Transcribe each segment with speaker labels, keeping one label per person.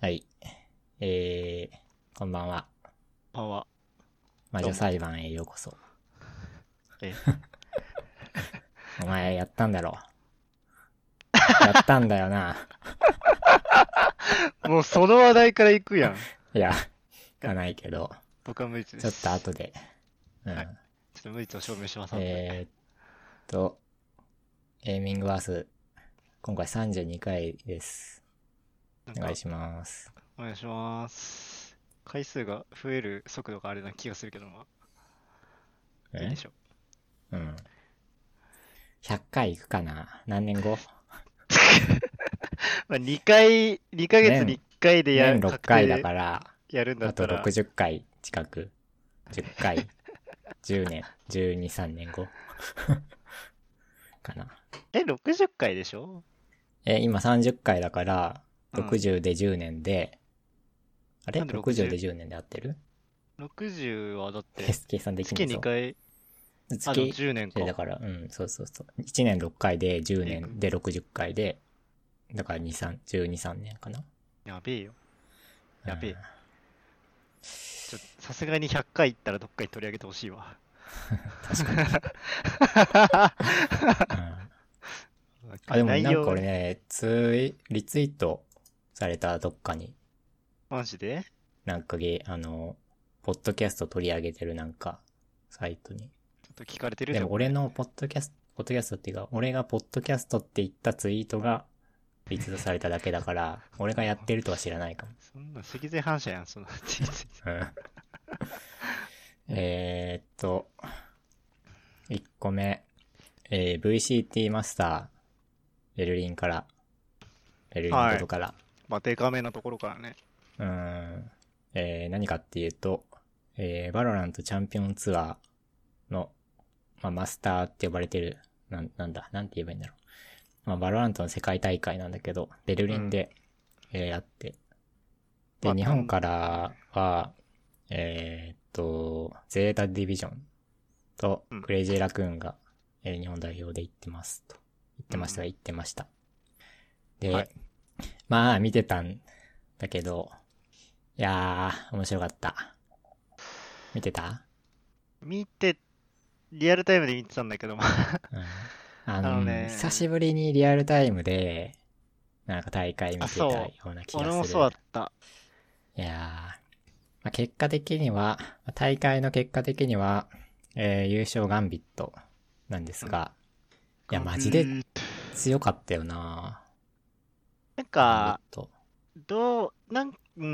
Speaker 1: はい。えー、こんばんは。
Speaker 2: こんばんは。
Speaker 1: 魔女裁判へようこそ。
Speaker 2: え、
Speaker 1: お前やったんだろう。やったんだよな。
Speaker 2: もうその話題から行くやん。
Speaker 1: いや、がないけど、
Speaker 2: 僕は無実
Speaker 1: ち
Speaker 2: で
Speaker 1: ょっ
Speaker 2: す。
Speaker 1: と後で。うん。
Speaker 2: はいちょっと無実を証明します。
Speaker 1: えー、っと、エイミングワース、今回32回です。
Speaker 2: なん
Speaker 1: お
Speaker 2: か
Speaker 1: 願いします。
Speaker 2: お願いします。回数が増える速度があれな気がするけど、まあ、いい
Speaker 1: え
Speaker 2: でしょ
Speaker 1: うん。100回いくかな何年後
Speaker 2: まあ、2回、2ヶ月に1回でや
Speaker 1: 年
Speaker 2: る、
Speaker 1: 6回だから。
Speaker 2: やるんだ
Speaker 1: あ
Speaker 2: っ
Speaker 1: と
Speaker 2: たら、
Speaker 1: 60回近く。10回。10年。12、3年後。 かな。
Speaker 2: え、60回でしょ
Speaker 1: え、今30回だから、
Speaker 2: うん
Speaker 1: 60で10年で、あれ
Speaker 2: なんで
Speaker 1: ?60
Speaker 2: 60
Speaker 1: で10年で合ってる
Speaker 2: ?60 はだって、
Speaker 1: 計算でき
Speaker 2: 月
Speaker 1: ないぞ
Speaker 2: 2。回、あ、でも
Speaker 1: 月
Speaker 2: 10年か
Speaker 1: で。だから、うん、そうそうそう。1年6回で10年で60回で、だから2、3、12、3年かな。
Speaker 2: やべえよ。やべえ
Speaker 1: うん。
Speaker 2: ちょさすがに100回行ったらどっかに取り上げてほしいわ。
Speaker 1: 確かに。 うんあ、でもなん
Speaker 2: 内
Speaker 1: か
Speaker 2: 容
Speaker 1: 俺ね、ツイ、リツイートされたどっかに、
Speaker 2: マジで
Speaker 1: なんかげ、あの、ポッドキャスト取り上げてるなんか、サイトに。
Speaker 2: ちょっと聞かれてる
Speaker 1: で
Speaker 2: じゃん
Speaker 1: も。俺のポッドキャスト、ポッドキャストっていうか、俺がポッドキャストって言ったツイートが、リツイートされただけだから、俺がやってるとは知らないかも。
Speaker 2: そんな脊髄反射やん、その人生
Speaker 1: うんえーっと、1個目、えー VCT マスター、ベルリンから、ベルリンことから、
Speaker 2: まあ、デカめなところからね。
Speaker 1: うーん。えー何かっていうと、えーバロラントチャンピオンツアーの、まあ、マスターって呼ばれてる、なん、なんだ、なんて言えばいいんだろう。まあ、バロラントの世界大会なんだけど、ベルリンで、えーあって。
Speaker 2: ま
Speaker 1: で、日
Speaker 2: あ
Speaker 1: 本からは、えーっと、ゼータディビジョンと
Speaker 2: うん
Speaker 1: クレイジーラクーンが、えー日本代表で行ってますと。行ってました、
Speaker 2: うん
Speaker 1: 行ってました。で、
Speaker 2: はい
Speaker 1: まあ、見てたんだけど、いやー、面白かった。見てた、
Speaker 2: 見て、リアルタイムで見てたんだけど、まあ、
Speaker 1: うん、あの
Speaker 2: あのね
Speaker 1: 久しぶりにリアルタイムで、なんか大会見てた
Speaker 2: あそう
Speaker 1: ような気がする。
Speaker 2: 俺もそうだった。
Speaker 1: いやー、まあ、結果的には、まあ大会の結果的には、えー優勝ガンビットなんですが、いや、マジで強かったよな
Speaker 2: なん
Speaker 1: ガン
Speaker 2: か、
Speaker 1: ビット。
Speaker 2: どう、なん、うー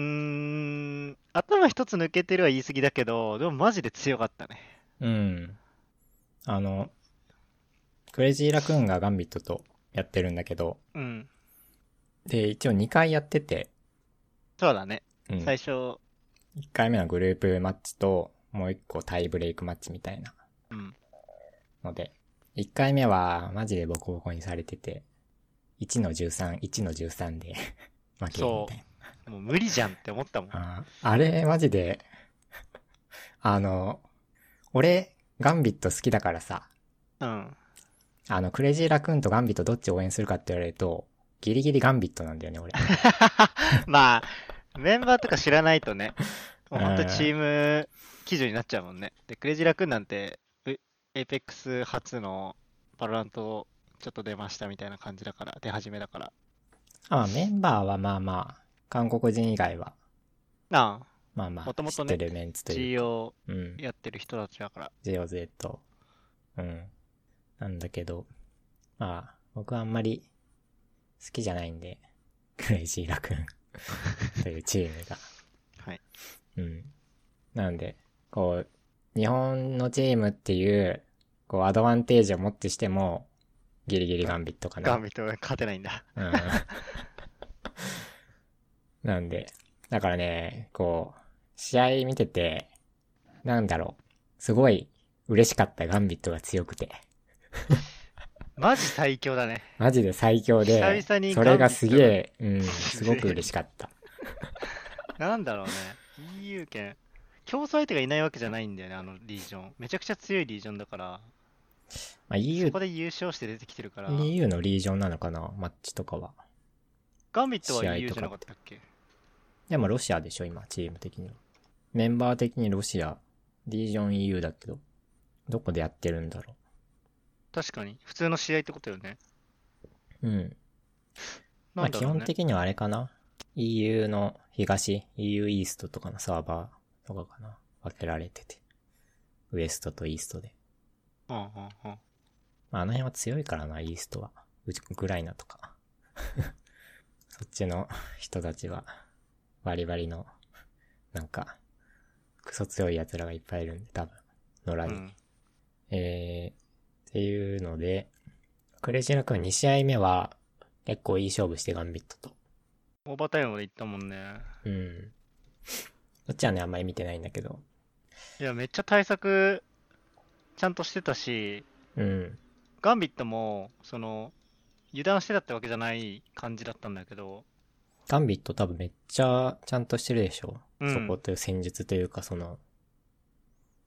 Speaker 2: ん、頭一つ抜けてるは言い過ぎだけど、でもマジで強かったね。
Speaker 1: うん。あの、クレイジーラクーンがガンビットとやってるんだけど、
Speaker 2: うん。
Speaker 1: で、一応2回やってて、
Speaker 2: そうだね。
Speaker 1: うん、
Speaker 2: 最初、
Speaker 1: 1回目のグループマッチと、もう1個タイブレイクマッチみたいな
Speaker 2: うん。
Speaker 1: ので、1回目はマジでボコボコにされてて、1の13、1の13で 負けるみたいな。
Speaker 2: もう無理じゃんって思ったもん。
Speaker 1: あーあれ、マジで、あの、俺、ガンビット好きだからさ、
Speaker 2: うん。
Speaker 1: あの、クレイジーラクーンとガンビットどっち応援するかって言われると、ギリギリガンビットなんだよね、俺。
Speaker 2: まあ、メンバーとか知らないとね、もう本当にチーム基準になっちゃうもんね。で、クレイジーラクーンなんて、エイペックス初のパロラントちょっと出ましたみたいな感じだから、出始めだから。
Speaker 1: あまあ、メンバーはまあまあ、韓国人以外は、
Speaker 2: な
Speaker 1: まあまあ、
Speaker 2: もとも
Speaker 1: 知
Speaker 2: と
Speaker 1: っ
Speaker 2: ね
Speaker 1: てるメンツ
Speaker 2: あ、
Speaker 1: というか、
Speaker 2: GO
Speaker 1: うん、
Speaker 2: やってる人たちだから。
Speaker 1: JOZ。うん。なんだけど、まあ、僕はあんまり好きじゃないんで、 クレイジーラクーンというチームが。
Speaker 2: はい。
Speaker 1: うん。なんで、こう、日本のチームっていう、こう、アドバンテージをもってしても、ギリギリガンビットかな。
Speaker 2: ガンビットが勝てないんだ。
Speaker 1: うん。 なんで、だからね、こう、試合見てて、なんだろう、すごい嬉しかったガンビットが強くて。
Speaker 2: マジ最強だね。
Speaker 1: マジで最強で、
Speaker 2: 久々に
Speaker 1: それがすげえ、うん、す
Speaker 2: す
Speaker 1: ご
Speaker 2: げえ
Speaker 1: く嬉しかった。
Speaker 2: なんだろうね。EU 圏。競争相手がいないわけじゃないんだよね、あのリージョン。めちゃくちゃ強いリージョンだから、
Speaker 1: まあ、EU
Speaker 2: そこ、で優勝して出てきてるから、
Speaker 1: EU のリージョンなのかなマッチとかは。
Speaker 2: ガンビットは
Speaker 1: 試合
Speaker 2: EU
Speaker 1: と
Speaker 2: じ
Speaker 1: か
Speaker 2: ゃ
Speaker 1: って
Speaker 2: なかったっけ
Speaker 1: でもロシアでしょ、今、チーム的には。メンバー的にロシア、ディージョン EU だけど、どこでやってるんだろ
Speaker 2: 確かに。普通の試合ってことよね。
Speaker 1: う。うん。ま
Speaker 2: な
Speaker 1: あ
Speaker 2: んだ
Speaker 1: 基
Speaker 2: ろう
Speaker 1: 本
Speaker 2: ね。
Speaker 1: 的にはあれかな。EU の東、EU イーストとかのサーバーとかかな。分けられてて。ウエストとイーストで。
Speaker 2: うんうんうん。
Speaker 1: まあ、あの辺は強いからな、イーストは。うちウクライナとか。 そっちの人たちは、バリバリの、なんか、クソ強い奴らがいっぱいいるんで、多分、野良に。
Speaker 2: うん
Speaker 1: えー、っていうので、クレイジーラ君2試合目は、結構いい勝負してガンビットと。
Speaker 2: オーバータイムまで行ったもんね。
Speaker 1: うん。そっちはね、あんまり見てないんだけど。
Speaker 2: いや、めっちゃ対策、ちゃんとしてたし、
Speaker 1: うん。
Speaker 2: ガンビットも、その、油断してたってわけじゃない感じだったんだけど、
Speaker 1: ガンビット多分めっちゃちゃんとしてるでしょ、
Speaker 2: うん
Speaker 1: そこという戦術というか、その、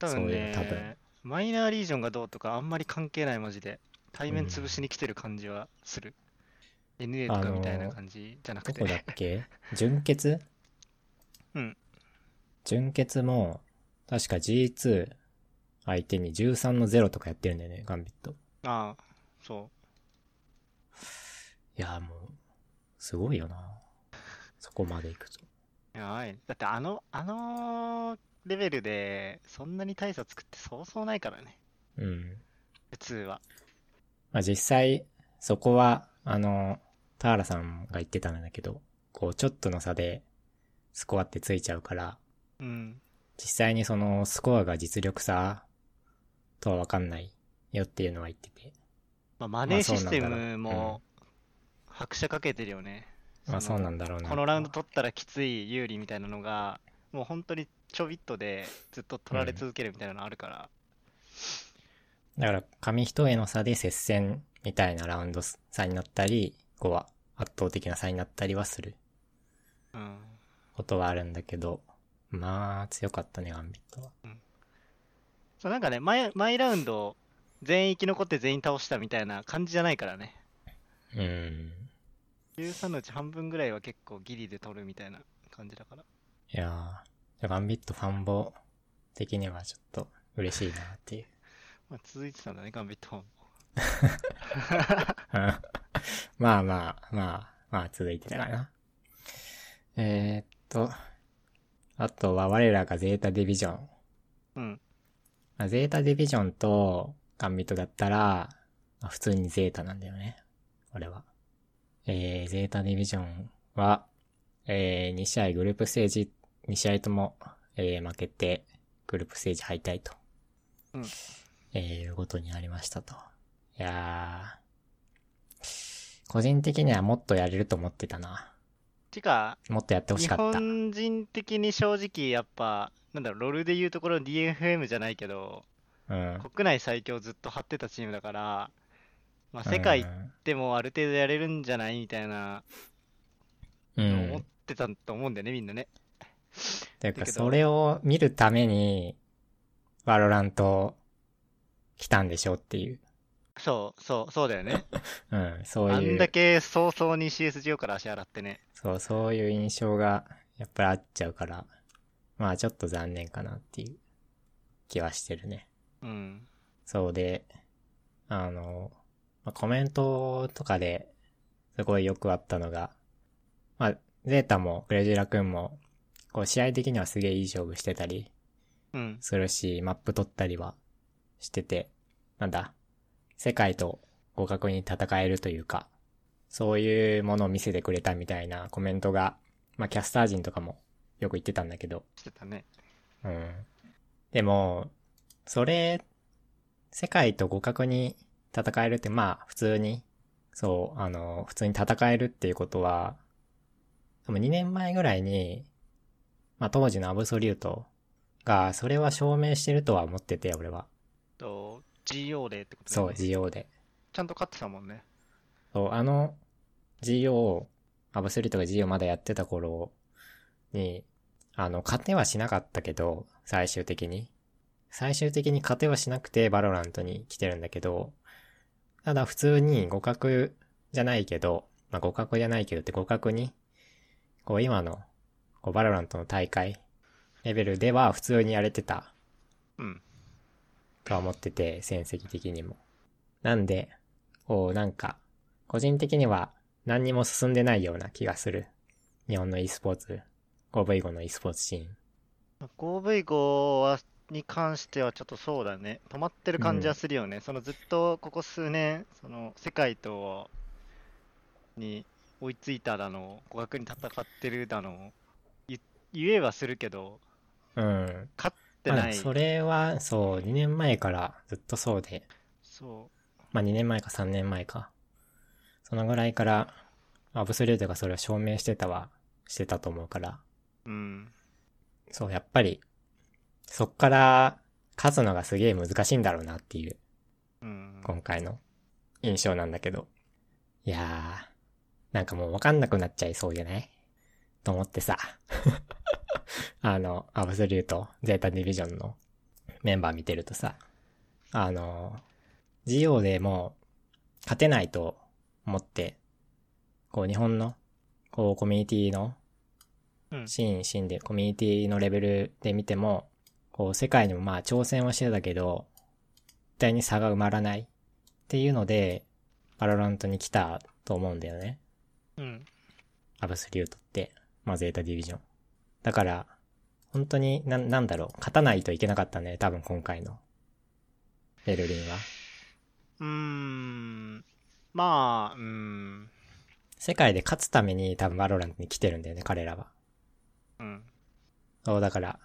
Speaker 2: 多分
Speaker 1: そうよ多
Speaker 2: ね
Speaker 1: 分、
Speaker 2: マイナーリージョンがどうとかあんまり関係ないマジで、対面潰しに来てる感じはする。NA と
Speaker 1: あ
Speaker 2: か
Speaker 1: のー
Speaker 2: みたいな感じじゃなく
Speaker 1: ど
Speaker 2: て。
Speaker 1: こだっけ純潔
Speaker 2: うん。
Speaker 1: 純潔も、確か G2 相手に13の0とかやってるんだよね、ガンビット。
Speaker 2: ああ、そ
Speaker 1: いや、もう、すごいよな。そこまで行くと。
Speaker 2: う。やばい。だってあの、あのレベルで、そんなに大差作ってそうそうないからね、
Speaker 1: うん。
Speaker 2: 普通は。
Speaker 1: まあ、実際、そこは、あの、田原さんが言ってたんだけど、こう、ちょっとの差で、スコアってついちゃうから、
Speaker 2: うん。
Speaker 1: 実際にその、スコアが実力差とは分かんないよっていうのは言ってて。
Speaker 2: まあ、マネー
Speaker 1: そう
Speaker 2: シ
Speaker 1: なん
Speaker 2: ス
Speaker 1: だろう
Speaker 2: テムも拍車かけてるよね。
Speaker 1: まあ、
Speaker 2: そ
Speaker 1: そう
Speaker 2: の
Speaker 1: なんだろうな。
Speaker 2: このラウンド取ったらきつい有利みたいなのが、もう本当にちょびっとでずっと取られ続けるみたいなのあるから、
Speaker 1: だから、紙一重の差で接戦みたいなラウンド差になったり、こうは圧倒的な差になったりはする
Speaker 2: うん。
Speaker 1: ことはあるんだけど、まあ、強かったね、ガンビットは。
Speaker 2: そうなんかね、前、前ラウンド、全員生き残って全員倒したみたいな感じじゃないからね。
Speaker 1: うん。
Speaker 2: 13のうち半分ぐらいは結構ギリで取るみたいな感じだから。
Speaker 1: いやー、ガンビットファンボ的にはちょっと嬉しいなっていう。
Speaker 2: まあ、続いてたんだね、ガンビットも。
Speaker 1: うん まあまあ、まあ、まあ続いてたかな。えー、っと、あとは我らがゼータディビジョン。
Speaker 2: うん。
Speaker 1: まあ、ゼータディビジョンとガンビットだったら、まあ普通にゼータなんだよね。俺は。えー、ゼータディビジョンは、えー、2試合グループステージ、2試合とも、えー、負けて、グループステージ敗退と。
Speaker 2: うん
Speaker 1: えー、いうことになりましたと。いやー、個人的にはもっとやれると思ってたな。
Speaker 2: てか、
Speaker 1: もっとやってほし
Speaker 2: 日
Speaker 1: かった。
Speaker 2: 本人的に正直やっぱ、なんだろう、ロールで言うところの DFM じゃないけど、
Speaker 1: うん。
Speaker 2: 国内最強ずっと張ってたチームだから、まあ、世界行ってもある程度やれるんじゃないみたいな
Speaker 1: うん、
Speaker 2: のを
Speaker 1: う
Speaker 2: 思っ
Speaker 1: ん
Speaker 2: てたと思うんだよね、みんなね。
Speaker 1: ていうか、
Speaker 2: だけど
Speaker 1: それを見るために、バロラント、来たんでしょっていう。
Speaker 2: そう、そう、そうだよね。
Speaker 1: うん、そう
Speaker 2: あん
Speaker 1: い
Speaker 2: だ
Speaker 1: う、
Speaker 2: け早々に CSGO から足洗ってね。
Speaker 1: そう、そういう印象が、やっぱりあっちゃうから、まあちょっと残念かなっていう気はしてるね。
Speaker 2: うん。
Speaker 1: そうで、あの、まあコメントとかで、すごいよくあったのが、まあ、ゼータもクレジュラ君も、こう試合的にはすげえいい勝負してたり、
Speaker 2: うん。
Speaker 1: するし、マップ取ったりはしてて、なんだ、世界と互角に戦えるというか、そういうものを見せてくれたみたいなコメントが、まあキャスター陣とかもよく言ってたんだけど、
Speaker 2: してたね。
Speaker 1: うん。でも、それ、世界と互角に戦えるって、まあ普通に、そう、あの、普通に戦えるっていうことは、多分2年前ぐらいに、まあ当時のアブソリュートが、それは証明してるとは思ってて、俺は。
Speaker 2: と、GO でってことだ
Speaker 1: そ
Speaker 2: よ
Speaker 1: う、
Speaker 2: ね。
Speaker 1: GO で。
Speaker 2: ちゃんと勝ってたもんね。
Speaker 1: そう、あの、GO、アブソリュートが GO まだやってた頃に、あの、勝てはしなかったけど、最終的に。最終的に勝てはしなくて、バロラントに来てるんだけど、ただ普通に互角じゃないけど、まあ、互角じゃないけどって互角に、こう今のこうバロラントの大会レベルでは普通にやれてた
Speaker 2: うん。
Speaker 1: とは思ってて、戦績的にも。なんで、こうなんか、個人的には何にも進んでないような気がする。日本の e スポーツ、5V5 の e スポーツシーン。
Speaker 2: 5V5 はに関してはちょっとそうだね。止まってる感じはするよね。そのずっとここ数年、その世界とに追いついただの、互角に戦ってるだの、言言えはするけど、
Speaker 1: うん。
Speaker 2: 勝って
Speaker 1: まあで
Speaker 2: な
Speaker 1: も
Speaker 2: い。
Speaker 1: それは、そう、2年前からずっとそうで、
Speaker 2: そう。
Speaker 1: まあ2年前か3年前か。そのぐらいから、アブソリュートがそれを証明してたは、してたと思うから。
Speaker 2: うん。
Speaker 1: そう、やっぱり、そっから勝つのがすげえ難しいんだろうなっていう、
Speaker 2: うん。
Speaker 1: 今回の印象なんだけど。いやー、なんかもうわかんなくなっちゃいそうじゃないと思ってさ。 あの、アブソリュート、ゼータディビジョンのメンバー見てるとさ、あの、GO でもう勝てないと思って、こう日本の、こうコミュニティの
Speaker 2: うん
Speaker 1: シーン、シーンで、コミュニティのレベルで見ても、こう、世界にもまあ挑戦はしてたけど、絶対に差が埋まらないっていうので、バロラントに来たと思うんだよね。
Speaker 2: うん。
Speaker 1: アブスリュートって、まあゼータディビジョン。だから、本当に、な、なんだろう、勝たないといけなかったね、多分今回の。ベルリンは。
Speaker 2: うーん。まあ、うん。
Speaker 1: 世界で勝つために多分バロラントに来てるんだよね、彼らは。
Speaker 2: うん。
Speaker 1: そう、だから、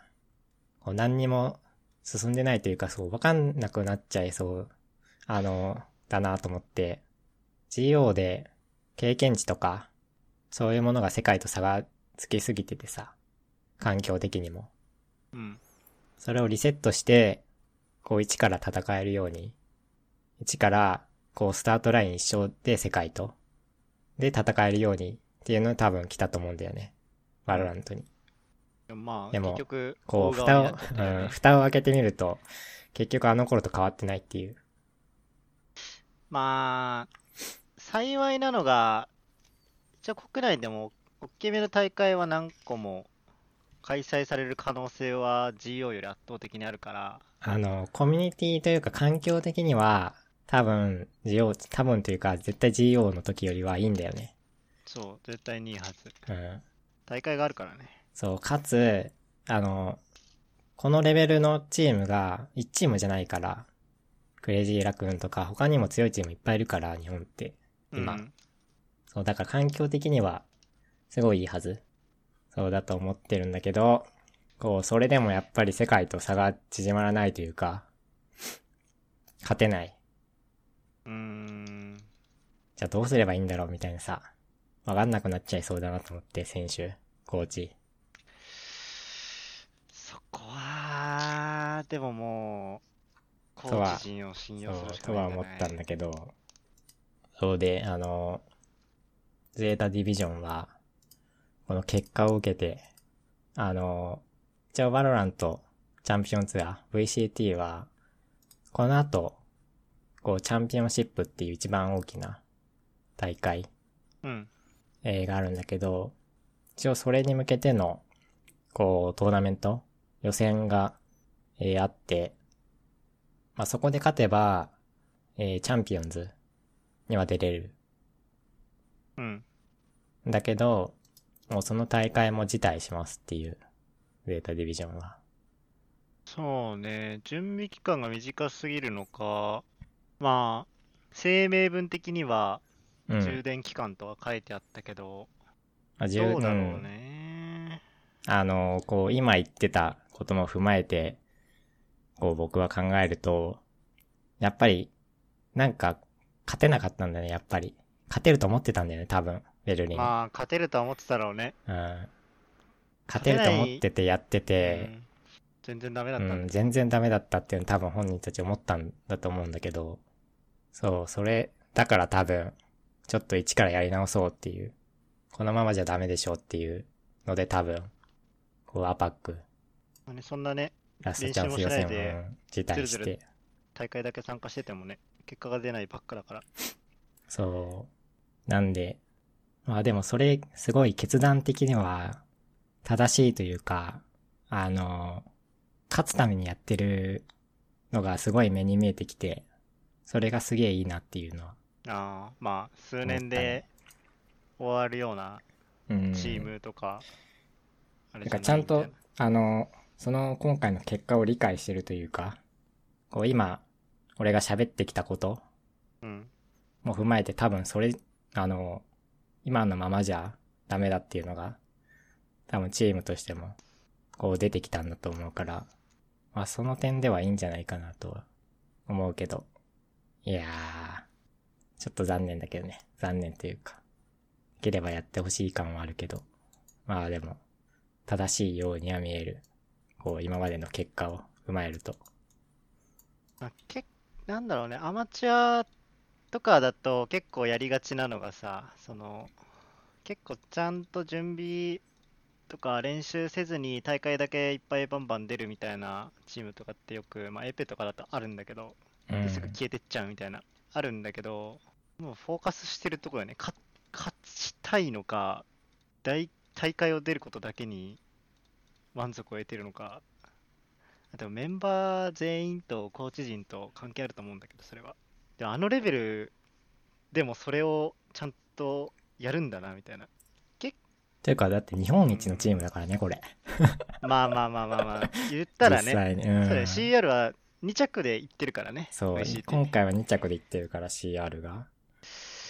Speaker 1: こう何にも進んでないというか、そう、わかんなくなっちゃいそう、あの、だなと思って、GO で経験値とか、そういうものが世界と差がつきすぎててさ、環境的にも。
Speaker 2: うん。
Speaker 1: それをリセットして、こう一から戦えるように、一から、こうスタートライン一緒で世界と、で戦えるようにっていうのを多分来たと思うんだよね。バロラントに。
Speaker 2: でもまあ、
Speaker 1: でも
Speaker 2: 結局、
Speaker 1: こう、
Speaker 2: 大
Speaker 1: 蓋を、
Speaker 2: 側になっちゃったよね
Speaker 1: うん、蓋を開けてみると、結局あの頃と変わってないっていう。
Speaker 2: まあ、幸いなのが、一応国内でも大きめの大会は何個も開催される可能性は GO より圧倒的にあるから、
Speaker 1: あの、コミュニティというか環境的には、多分、GO、多分というか、絶対 GO の時よりはいいんだよね。
Speaker 2: そう、絶対にいいはず。
Speaker 1: うん。
Speaker 2: 大会があるからね。
Speaker 1: そう、かつ、あの、このレベルのチームが1チームじゃないから、クレイジーラクーンとか他にも強いチームいっぱいいるから、日本って。今
Speaker 2: うん
Speaker 1: そう、だから環境的には、すごいいいはず。そうだと思ってるんだけど、こう、それでもやっぱり世界と差が縮まらないというか、勝てない。
Speaker 2: うーん。
Speaker 1: じゃあどうすればいいんだろうみたいなさ、わかんなくなっちゃいそうだなと思って、選手、コーチ。
Speaker 2: そこは、でももう、コ
Speaker 1: とは
Speaker 2: ーチ陣を信
Speaker 1: そ
Speaker 2: 用する
Speaker 1: う
Speaker 2: し、か
Speaker 1: と
Speaker 2: な
Speaker 1: はい
Speaker 2: んじゃ
Speaker 1: 思っ
Speaker 2: ない
Speaker 1: たんだけど、そうで、あの、ゼータディビジョンは、この結果を受けて、あの、一応バロランとチャンピオンツアー、VCT は、この後、こう、チャンピオンシップっていう一番大きな大会、
Speaker 2: うん。
Speaker 1: えーがあるんだけど、一応それに向けての、こう、トーナメント、予選が、えーあって、まあ、そこで勝てば、えーチャンピオンズには出れる。
Speaker 2: うん。
Speaker 1: だけど、もうその大会も辞退しますっていう、データディビジョンは。
Speaker 2: そうね、準備期間が短すぎるのか、まあ、声明文的には
Speaker 1: うん。
Speaker 2: 充電期間とは書いてあったけど、
Speaker 1: まあ、十
Speaker 2: どうだ
Speaker 1: う
Speaker 2: ろうんね。
Speaker 1: あの、こう、今言ってたことも踏まえて、こう、僕は考えると、やっぱり、なんか、勝てなかったんだね、やっぱり。勝てると思ってたんだよね、多分、ベルリン。
Speaker 2: まあ、勝てるとは思ってたろうね。
Speaker 1: うん、勝てると思っててやって
Speaker 2: う
Speaker 1: て、
Speaker 2: ん全然ダメだ
Speaker 1: う
Speaker 2: ったんだ
Speaker 1: ん、全然ダメだったっていうの多分本人たち思ったんだと思うんだけど、そう、それ、だから多分、ちょっと一からやり直そうっていう、このままじゃダメでしょうっていうので多分、こう、アパック、
Speaker 2: ねそんなね、
Speaker 1: ラストチャンス予選を辞退
Speaker 2: ず
Speaker 1: して
Speaker 2: るずる、大会だけ参加しててもね、結果が出ないばっかだから。
Speaker 1: そう。なんで、まあでもそれ、すごい決断的には、正しいというか、あの、勝つためにやってるのがすごい目に見えてきて、それがすげえいいなっていうのは。
Speaker 2: ああ、まあ、数
Speaker 1: 思
Speaker 2: 年
Speaker 1: ったね
Speaker 2: で終わるような
Speaker 1: うん。
Speaker 2: チームとか、あ
Speaker 1: なんかちゃん
Speaker 2: み
Speaker 1: と
Speaker 2: たいな、
Speaker 1: あの、その今回の結果を理解してるというか、こう今、俺が喋ってきたこと
Speaker 2: うん。
Speaker 1: も踏まえて多分それ、あの、今のままじゃダメだっていうのが、多分チームとしても、こう出てきたんだと思うから、まあその点ではいいんじゃないかなとは思うけど、いやー、ちょっと残念だけどね。残念というか、できればやってほしい感はあるけど、まあでも、正しいようには見える、こう今までの結果を踏まえると。
Speaker 2: まあ、けなんだろうね、アマチュアとかだと結構やりがちなのがさ、その結構ちゃんと準備とか練習せずに大会だけいっぱいバンバン出るみたいなチームとかってよく、まあ、エペとかだとあるんだけど、
Speaker 1: うん。
Speaker 2: ですぐ消えてっちゃうみたいな、あるんだけど、もうフォーカスしてるところよね、勝勝ちたいのか、大大会を出ることだけに満足を得てるのか、でもメンバー全員とコーチ陣と関係あると思うんだけど、それは。でもあのレベルでもそれをちゃんとやるんだなみたいな。
Speaker 1: というか、だって日本一のチームだからね、これ。
Speaker 2: まあまあまあまあまあ、言ったら
Speaker 1: 実
Speaker 2: ね、
Speaker 1: 際に。うん
Speaker 2: そうだよ CR は2着でいってるからね、
Speaker 1: そう、
Speaker 2: VCT
Speaker 1: 今回は2着で行ってるから CR が。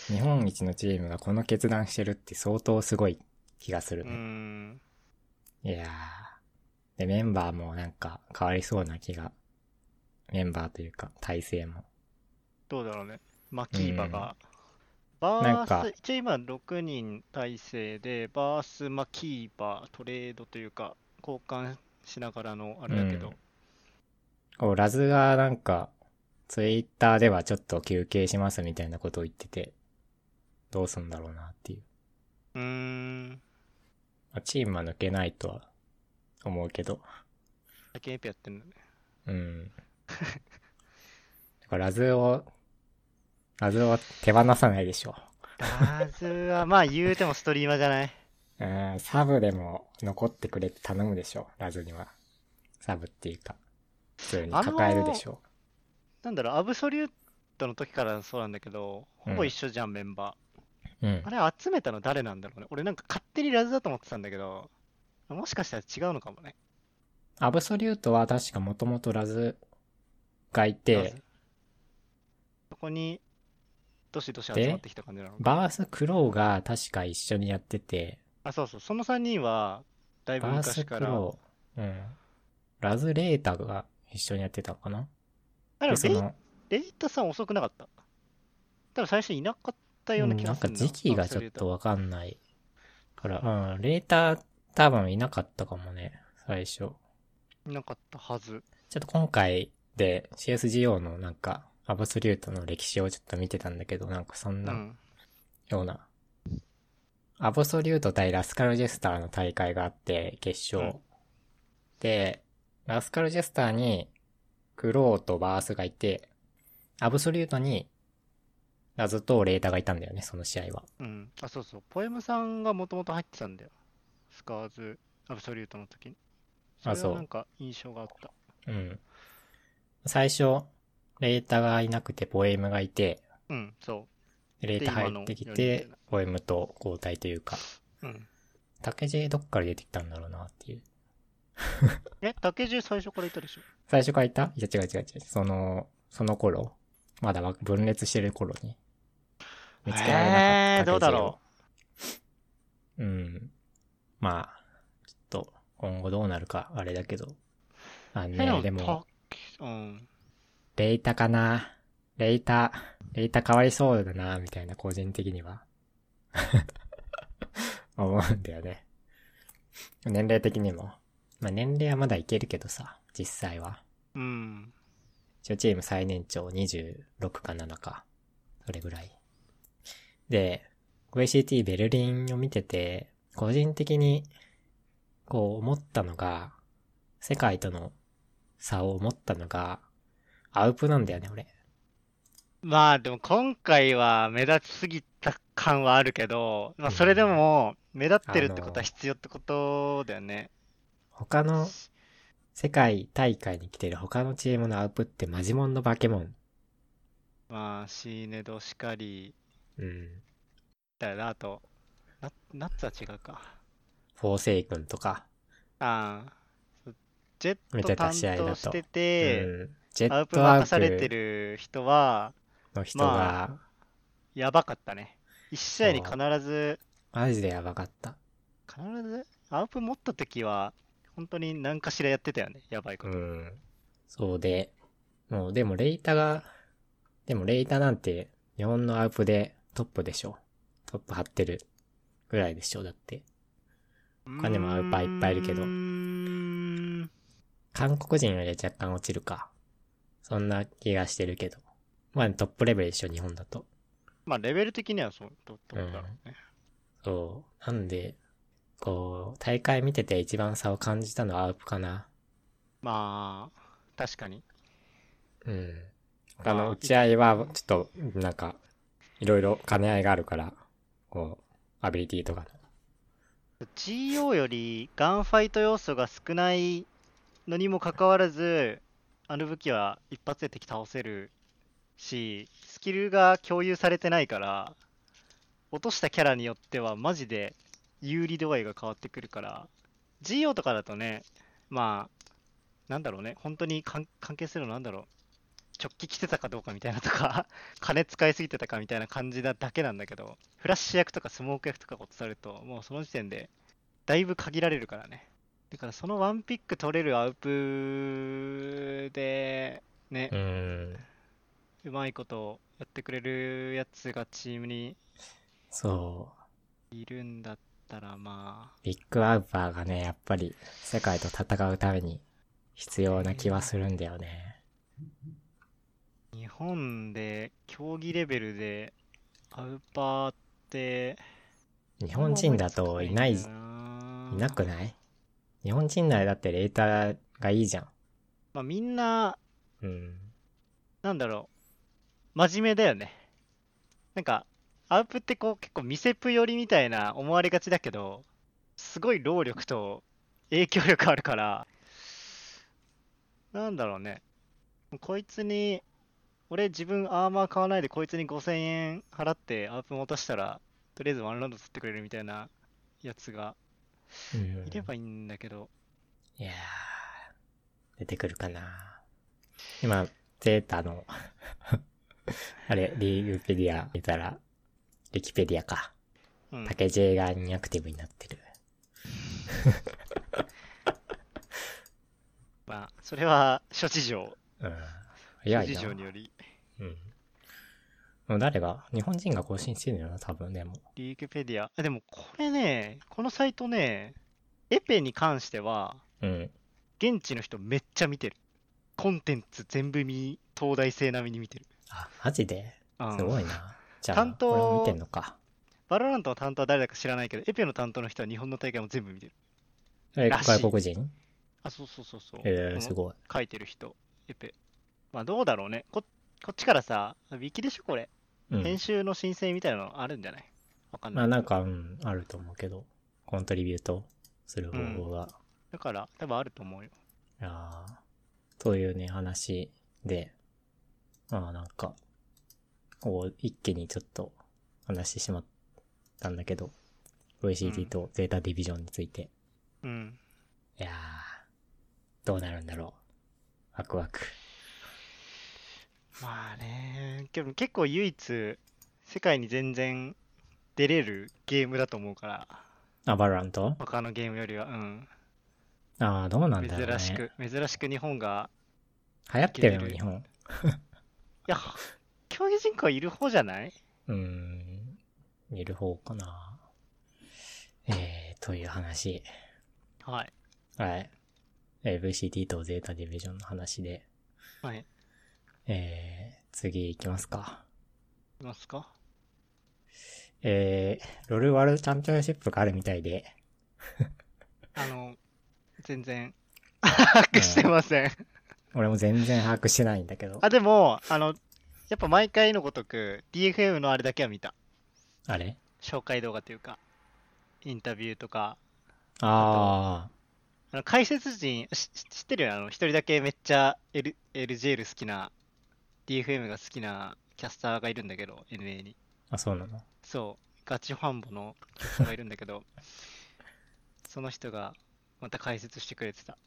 Speaker 1: 日本一のチームがこの決断してるって相当すごい気がする
Speaker 2: う
Speaker 1: ね。
Speaker 2: ん、
Speaker 1: いやー。で、メンバーもなんか変わりそうな気が。メンバーというか、体制も。
Speaker 2: どうだろうね。マキーバが。
Speaker 1: な
Speaker 2: バ
Speaker 1: んか
Speaker 2: ース、一応今6人体制で、バース、マキーバ、トレードというか、交換しながらのあれだけど、
Speaker 1: うんこう、ラズがなんか、ツイッターではちょっと休憩しますみたいなことを言ってて、どうすんだろうなっていう。
Speaker 2: うーん、
Speaker 1: まあチームは抜けないとは思うけど。
Speaker 2: だけエペやってんだね。
Speaker 1: うん。だからラズを、ラズを手放さないでしょ。
Speaker 2: バースは、まあ言うてもストリーマーじゃない。
Speaker 1: うん、サブでも残ってくれって頼むでしょ、ラズには。サブっていうか、普通に抱えるでしょ。
Speaker 2: なんだろう、アブソリュートの時からそうなんだけど、ほ
Speaker 1: う
Speaker 2: ぼ
Speaker 1: ん
Speaker 2: 一緒じゃん、メンバ
Speaker 1: うん
Speaker 2: ー。。あれ集めたの誰なんだろうね。俺なんか勝手にラズだと思ってたんだけど、もしかしたら違うのかもね。
Speaker 1: アブソリュートは確かもともとラズがいて、
Speaker 2: そこに、どしどし集まってきた感じなのかな
Speaker 1: バース・クロウが確か一緒にやってて、
Speaker 2: あ、そうそう、その3人は、だいぶ
Speaker 1: バース・
Speaker 2: 昔か
Speaker 1: ク
Speaker 2: ら。
Speaker 1: ロウ、うん。ラズ・レータが一緒にやってたのかな
Speaker 2: だか
Speaker 1: で
Speaker 2: ら
Speaker 1: そ
Speaker 2: レイ
Speaker 1: の、
Speaker 2: レイタさん遅くなかった。多分最初いなかったような気
Speaker 1: な
Speaker 2: が
Speaker 1: ん
Speaker 2: す
Speaker 1: か
Speaker 2: る
Speaker 1: 時期がちょっと。わかんないから、うん、レーター多分いなかったかもね、最初。ちょ
Speaker 2: いなかったはず。
Speaker 1: っと今回で CSGO のなんか、アブソリュートの歴史をちょっと見てたんだけど、なんかそん
Speaker 2: う。
Speaker 1: なんような。アブソリュート対ラスカルジェスターの大会があって、決勝。で、ラスカルジェスターに、クローとバースがいて、アブソリュートに、ラズとレーターがいたんだよね、その試合は。
Speaker 2: うん。あ、そうそう。ポエムさんがもともと入ってたんだよ。スカーズ、アブソリュートの時に。
Speaker 1: あ
Speaker 2: れは
Speaker 1: そう
Speaker 2: なんか印象があった。
Speaker 1: うん。最初、レータがいなくて、ポエムがいて、
Speaker 2: うん、そ
Speaker 1: レータ入ってき
Speaker 2: で
Speaker 1: て
Speaker 2: 今の、
Speaker 1: ポエムと交代というか、
Speaker 2: う。うん。
Speaker 1: 竹地どっから出てきたんだろうなっていう。
Speaker 2: え、竹中最初からいたでしょ
Speaker 1: 最初からいたいや違う違う違う。その、その頃、まだわ分裂してる頃に、見つけられなかった
Speaker 2: えーどうだろ
Speaker 1: う。うん。まあ、ちょっと、今後どうなるか、あれだけど。あ
Speaker 2: え
Speaker 1: ね、でも、、
Speaker 2: たうん。
Speaker 1: レイタかな。レイタ、レイタ変わりそうだな、みたいな、個人的には。 思うんだよね。年齢的にも。まあ年齢はまだいけるけどさ、実際は。
Speaker 2: うん。
Speaker 1: 一応チーム最年長26か7か。それぐらい。で、VCT ベルリンを見てて、個人的に、こう思ったのが、世界との差を思ったのが、アウプなんだよね、俺。
Speaker 2: まあでも今回は目立ちすぎた感はあるけど、まあそれでも目立ってるってことは必要ってことだよね。
Speaker 1: 他の世界大会に来てる他のチームのアウプってマジモンの化け物。
Speaker 2: まあ、シーネドしかり、
Speaker 1: うん。
Speaker 2: だよな、あと、ナナッツは違うか。
Speaker 1: フォーセイ君とか。
Speaker 2: ああ、そうジェッ
Speaker 1: 見
Speaker 2: ト
Speaker 1: てた
Speaker 2: 担
Speaker 1: 試合だと
Speaker 2: 当してて、
Speaker 1: うん、ジェ
Speaker 2: ア
Speaker 1: ッ
Speaker 2: ウプ
Speaker 1: トアウ
Speaker 2: 任されて
Speaker 1: プ
Speaker 2: る人は、
Speaker 1: の人が
Speaker 2: ま、やばかったね。1試合に必ず、
Speaker 1: マジでやばかった。
Speaker 2: 必ず、アウプ持った時は、本当に何かしらやってたよね、やばいこと。
Speaker 1: ん。そうで、もうでもレイタが、でもレイタなんて日本のアウプでトップでしょ。トップ張ってるぐらいでしょ。だって、他にもアウパーいっぱいいるけど
Speaker 2: うーん
Speaker 1: 韓国人よりは若干落ちるか。そんな気がしてるけど。まあトップレベルでしょ、日本だと。
Speaker 2: まあ、レベル的にはそう、どどうだろうね。
Speaker 1: そう。なんで、こう、大会見てて一番差を感じたのはアウプかな。
Speaker 2: まあ、確かに。
Speaker 1: うん。他の打ち合いは、ちょっと、なんか、いろいろ兼ね合いがあるから、こう、アビリティとかの。
Speaker 2: GO よりガンファイト要素が少ないのにもかかわらず、あの武器は一発で敵倒せるし、スキルが共有されてないから、落としたキャラによってはマジで有利度合いが変わってくるから、GO とかだとね、まあ、なんだろうね、本当に関関係するのなんだろう、直帰来てたかどうかみたいなとか、 金使いすぎてたかみたいな感じだだけなんだけど、フラッシュ役とかスモーク役とかが落とされると、もうその時点でだいぶ限られるからね。だからそのワンピック取れるアウプで、ね
Speaker 1: う、ん。
Speaker 2: うまいことやってくれるやつがチームに
Speaker 1: そ
Speaker 2: いるんだったら、ま
Speaker 1: う。ビッグアウパーがね、やっぱり、世界と戦うために、必要な気はするんだよね。
Speaker 2: あ、日本で競技レベルでアウパーって、
Speaker 1: 日本人だといない、い
Speaker 2: な
Speaker 1: なくない日本人ならだってレーターがいいじゃん。
Speaker 2: まあみんな、
Speaker 1: うん。
Speaker 2: なんだろう、真面目だよね。なんか、アウプってこう結構見せプ寄りみたいな思われがちだけど、すごい労力と影響力あるから、なんだろうね。こいつに、俺自分アーマー買わないでこいつに5000円払ってアウプ持たしたら、とりあえずワンラウンド取ってくれるみたいなやつが
Speaker 1: うん
Speaker 2: いればいいんだけど、
Speaker 1: いやー、出てくるかな今、ゼータの、 あれ、リーグペディア見たら、ウィキペディアか。
Speaker 2: うん、
Speaker 1: 竹 J がインアクティブになってる。
Speaker 2: まあ、それは諸事情、
Speaker 1: うん。
Speaker 2: 諸
Speaker 1: 早い
Speaker 2: 事
Speaker 1: な。
Speaker 2: 情により。
Speaker 1: うん。もう誰が、日本人が更新してるのよな、多分でも。
Speaker 2: リーグペディア。あでも、これね、このサイトね、エペに関しては、
Speaker 1: うん。
Speaker 2: 現地の人めっちゃ見てる。コンテンツ全部見、東大生並みに見てる。
Speaker 1: あ、マジで
Speaker 2: うん
Speaker 1: すごいな。じゃあ、
Speaker 2: 担当
Speaker 1: これも見てんのか。
Speaker 2: バロラントの担当は誰だか知らないけど、エペの担当の人は日本の大会も全部見てる。
Speaker 1: え、
Speaker 2: らしい
Speaker 1: 外国人
Speaker 2: あ、そうそうそうそう。
Speaker 1: えー、
Speaker 2: こ
Speaker 1: す
Speaker 2: の
Speaker 1: ごい。
Speaker 2: 書いてる人、エペ。まあ、どうだろうね。こ、こっちからさ、ウィキでしょ、これ。
Speaker 1: うん。
Speaker 2: 編集の申請みたいなのあるんじゃないわかん
Speaker 1: ま
Speaker 2: ない。
Speaker 1: あなんか、うん、あると思うけど、コントリビュートする方法が。
Speaker 2: だから、多分あると思うよ。
Speaker 1: いやーというね、話で、まあなんか、こう、一気にちょっと話してしまったんだけど、
Speaker 2: う
Speaker 1: VCT
Speaker 2: ん
Speaker 1: とゼータディビジョンについて。
Speaker 2: うん。
Speaker 1: いやーどうなるんだろう。ワクワク。
Speaker 2: まあね、けど結構唯一、世界に全然出れるゲームだと思うから、
Speaker 1: あ、バロラント
Speaker 2: 他のゲームよりは、うん。
Speaker 1: ああ、どうなんだろう
Speaker 2: 珍し
Speaker 1: ね。
Speaker 2: く、珍しく日本が、
Speaker 1: 流行ってるの、
Speaker 2: いける
Speaker 1: 日本。
Speaker 2: いや、競技人口いる方じゃないう
Speaker 1: ーん、見る方かな。えー、という話。
Speaker 2: はい。
Speaker 1: はい。えー VCT とゼータディビジョンの話で。
Speaker 2: はい。
Speaker 1: えー、次行きますか。
Speaker 2: いますか
Speaker 1: えー、ロールワールドチャンピオンシップがあるみたいで、
Speaker 2: あの、全然、把握してません。
Speaker 1: 俺も全然把握してないんだけど、あ
Speaker 2: あ、でも、あの、やっぱ毎回のごとく、DFM のあれだけは見た。
Speaker 1: れ
Speaker 2: 紹介動画というか。インタビューとか、
Speaker 1: あ
Speaker 2: あの解説陣、しし知ってるよね、あの、一人だけめっちゃ L LJL 好きな、DFM が好きなキャスターがいるんだけど、NA に。
Speaker 1: あ。あ、そうなの。
Speaker 2: そう、ガチファンボのキャスターがいるんだけど、 その人がまた解説してくれてた。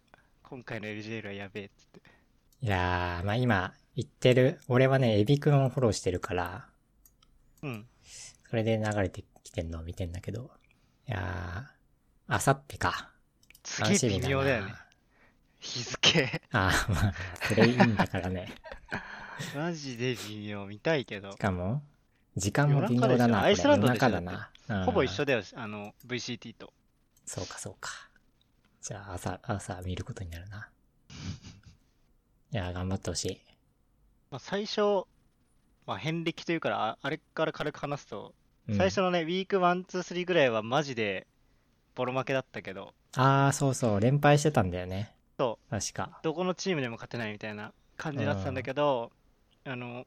Speaker 2: 今回の LJL はやべえっつって。
Speaker 1: いやー、まあ今、言ってる、俺はね、エビくんをフォローしてるから、
Speaker 2: うん。
Speaker 1: それで流れてきてんのを見てんだけど。いやー、あさってか。
Speaker 2: すげ
Speaker 1: 楽し
Speaker 2: え
Speaker 1: み
Speaker 2: 微
Speaker 1: だ
Speaker 2: 妙だよね
Speaker 1: な。。
Speaker 2: 日付。
Speaker 1: あー、まあ、それいいんだからね。
Speaker 2: マジで微妙。見たいけど
Speaker 1: し。かも、時間も微妙だな。
Speaker 2: 夜中でしょ
Speaker 1: これ
Speaker 2: アイスランドでしょ
Speaker 1: 夜中だな。うん
Speaker 2: ほぼ一緒だよ、あの、VCT と。
Speaker 1: そうか、そうか。じゃあ、朝、朝見ることになるな。いやー、頑張ってほしい。
Speaker 2: まあ、最初、まあ、遍歴というから、ああれから軽く話すと、
Speaker 1: うん
Speaker 2: 最初のね、ウィーク1、2、3ぐらいはマジでボロ負けだったけど、
Speaker 1: ああ、そうそう、連敗してたんだよね。
Speaker 2: そ
Speaker 1: 確か。
Speaker 2: どこのチームでも勝てないみたいな感じになってたんだけど、あの、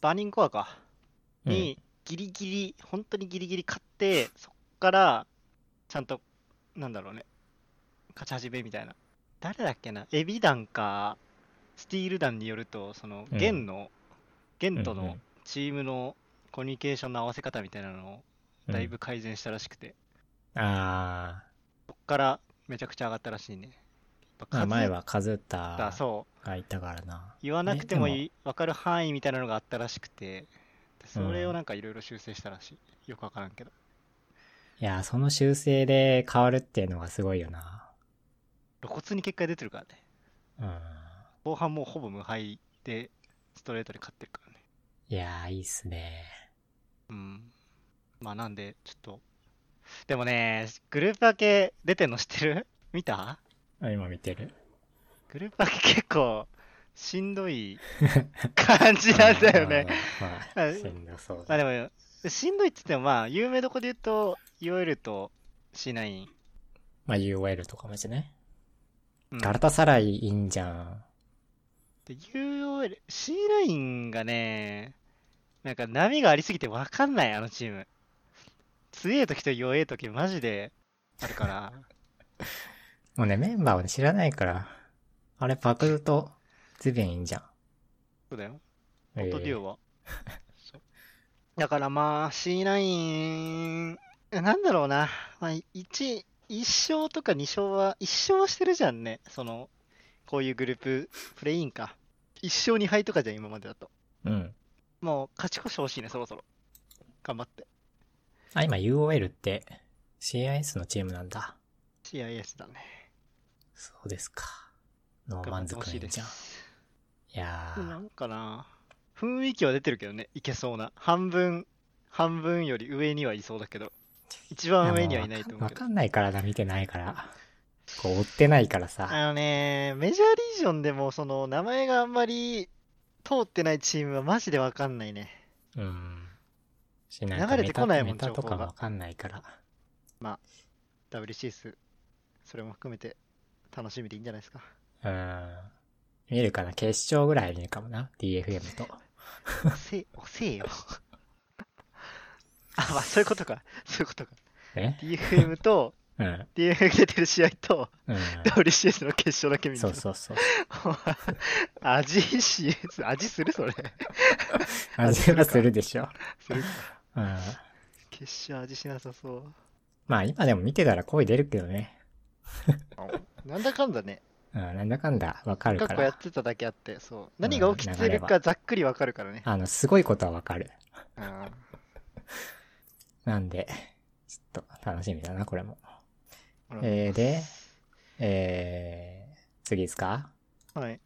Speaker 2: バーニングコアか、に、ギリギリ、本当にギリギリ勝って、そっから、ちゃんと、なんだろうね、勝ち始めみたいな。誰だっけな、エビ団か、スティール団によると、その、
Speaker 1: うん
Speaker 2: ゲンの、ゲンと
Speaker 1: うんう
Speaker 2: の
Speaker 1: ん
Speaker 2: チームのコミュニケーションの合わせ方みたいなの
Speaker 1: う
Speaker 2: を、
Speaker 1: ん
Speaker 2: だいぶ改善したらしくて、
Speaker 1: ああ、
Speaker 2: そっからめちゃくちゃ上がったらしいね。やっぱ
Speaker 1: まあ前
Speaker 2: 勝
Speaker 1: はカズー
Speaker 2: つん
Speaker 1: タ
Speaker 2: だそう。
Speaker 1: がいたからな。
Speaker 2: 言わなくても
Speaker 1: えで
Speaker 2: いい分かる範囲みたいなのがあったらしくてでそれ
Speaker 1: う
Speaker 2: を
Speaker 1: ん
Speaker 2: なんかいろいろ修正したらしい、よく分からんけど
Speaker 1: いやー、その修正で変わるっていうのがすごいよな。
Speaker 2: 露骨に結果出てるからね
Speaker 1: うん。
Speaker 2: 後半もうほぼ無敗でストレートで勝ってるからね
Speaker 1: いやー、いいっすね。
Speaker 2: うんまあなんでちょっとでもねグループ分け出てんの知ってる見た
Speaker 1: あ今見てる。
Speaker 2: グループ分け結構しんどい感じなんだ よね
Speaker 1: まあ。まあまあしんどそう
Speaker 2: ま
Speaker 1: だ。
Speaker 2: あでもしんどいっつってもまあ有名どこで言うと UL と C9
Speaker 1: まあ UOL とかもじゃね。
Speaker 2: うん
Speaker 1: ガラタサライいいんじゃん。
Speaker 2: で UOL、C ラインがね、なんか波がありすぎて分かんない、あのチーム。強え時と弱え時、マジであるから。
Speaker 1: もうね、メンバーをね知らないから。あれ、パクルとズビエンいいんじゃん。
Speaker 2: そうだよ。
Speaker 1: えー
Speaker 2: 元デュオは。そうだからまあ、C ライン、なんだろうな。まあ、1、一勝とか2勝は、1勝はしてるじゃんね。その、こういうグループ、プレインか。1勝2敗とかじゃん、今までだと。
Speaker 1: うん。
Speaker 2: もう、勝ち越してほしいね、そろそろ。頑張って。
Speaker 1: あ、今 UOL って CIS のチームなんだ。
Speaker 2: CIS だね。
Speaker 1: そうですか。ノーマンズくんいいんじゃん。いや
Speaker 2: な
Speaker 1: ー、
Speaker 2: んかな、雰囲気は出てるけどね、いけそうな。半分、半分より上にはいそうだけど、一番上にはいないと思う
Speaker 1: わ
Speaker 2: け
Speaker 1: か
Speaker 2: ど。
Speaker 1: わかんないからな、見てないから。こう、追ってないからさ。
Speaker 2: あのね、メジャーリージョンでも、その、名前があんまり通ってないチームはマジでわかんないね。
Speaker 1: うん。しな
Speaker 2: 流れてこないもん
Speaker 1: メタとか
Speaker 2: 情報
Speaker 1: も
Speaker 2: が
Speaker 1: わかんないから。
Speaker 2: WCS、それも含めて楽しみでいいんじゃないで すか。
Speaker 1: うん。見るかな決勝ぐらい見るかもな。DFM と。
Speaker 2: おせえ、おせ えよ。あ、まあ、そういうことか。そういうことか。
Speaker 1: ね
Speaker 2: DFM と、
Speaker 1: うん。
Speaker 2: DFM 出てる試合と、
Speaker 1: うん。
Speaker 2: WCS の決勝だけ見る
Speaker 1: そうそうそう。
Speaker 2: 味し、味するそれ。
Speaker 1: 味はするでしょ。
Speaker 2: する
Speaker 1: うん。
Speaker 2: 決勝味しなさそう。
Speaker 1: まあ今でも見てたら声出るけどね。
Speaker 2: なんだかんだね、
Speaker 1: うん、なんだかんだわかるか
Speaker 2: 過去や
Speaker 1: ら
Speaker 2: っ。てただけあって、そう。何が起きて
Speaker 1: 流
Speaker 2: る
Speaker 1: れ
Speaker 2: かざっくりわかるからね。
Speaker 1: あの、すごいことはわかる。
Speaker 2: うん
Speaker 1: なんで、ちょっと楽しみだな、これも。
Speaker 2: ほら
Speaker 1: えー、で、えー、次ですか
Speaker 2: はい。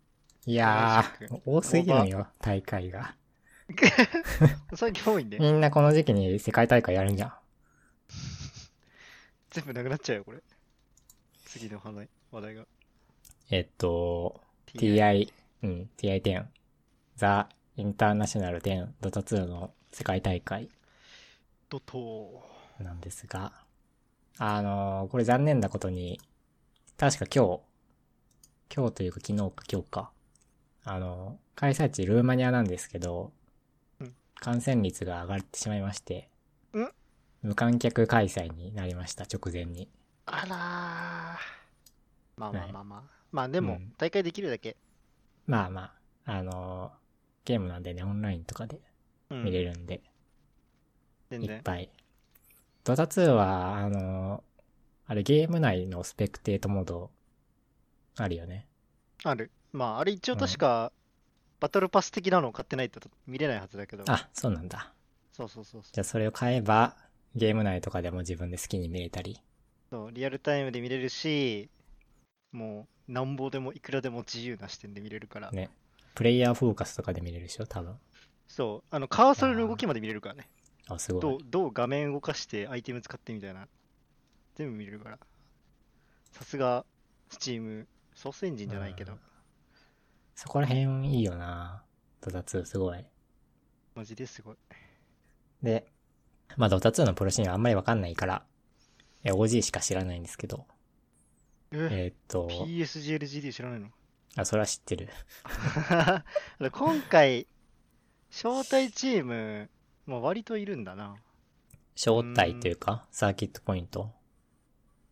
Speaker 1: いや
Speaker 2: 同じ
Speaker 1: ー、多すぎるのよ、大会が。
Speaker 2: 最近多いんで、
Speaker 1: みんなこの時期に世界大会やるんじゃん。
Speaker 2: 全部なくなっちゃうよ、これ。次の話題話題が。
Speaker 1: えっと、TI、うん、TI10。ザ・インターナショナル10ドタ2の世界大会
Speaker 2: ドト
Speaker 1: なんですが、あのーこれ残念なことに、確か今日、今日というか昨日か今日か、あのー開催地ルーマニアなんですけど
Speaker 2: うん、
Speaker 1: 感染率が上がってしまいまして
Speaker 2: ん、
Speaker 1: 無観客開催になりました、直前に。
Speaker 2: あらー。まあまあ
Speaker 1: はい
Speaker 2: まあまあ。まあで
Speaker 1: う
Speaker 2: も
Speaker 1: ん、
Speaker 2: 大会できるだけ、
Speaker 1: まあまあ、あのーゲームなんでね、オンラインとかで
Speaker 2: うん、
Speaker 1: 見れるんで、
Speaker 2: 全
Speaker 1: いっ
Speaker 2: 然。
Speaker 1: ぱい。ドタ2は、あのーあれゲーム内のスペクテートモード、あるよね。
Speaker 2: ある。まあ、あれ一応
Speaker 1: うん
Speaker 2: 確か、バトルパス的なのを買ってないと見れないはずだけど。
Speaker 1: あ、そうなんだ。
Speaker 2: そうそうそうそ
Speaker 1: じ
Speaker 2: う
Speaker 1: ゃあそれを買えば、ゲーム内とかでも自分で好きに見れたり。
Speaker 2: そう。リアルタイムで見れるし、もう、なんぼでもいくらでも自由な視点で見れるから。
Speaker 1: ね。プレイヤーフォーカスとかで見れるでしょ多分。
Speaker 2: そう。あの、カーソルの動きまで見れるからね。
Speaker 1: あ、すご
Speaker 2: どう
Speaker 1: い。
Speaker 2: どう画面動かしてアイテム使ってみたいな。全部見れるから。さすが、スチーム、ソースエンジンじゃないけ
Speaker 1: う
Speaker 2: ど
Speaker 1: ん、そこら辺いいよなドタ2すごい。
Speaker 2: マジですごい。
Speaker 1: で、まあドタ2のプロシーンはあんまりわかんないから、え、OG しか知らないんですけど、え
Speaker 2: え、
Speaker 1: ーっと、
Speaker 2: PSGLGD 知らないの
Speaker 1: あ、それは知ってる。
Speaker 2: あの今回、招待チーム、まあ、割といるんだな。
Speaker 1: 招待というか、サーキットポイント。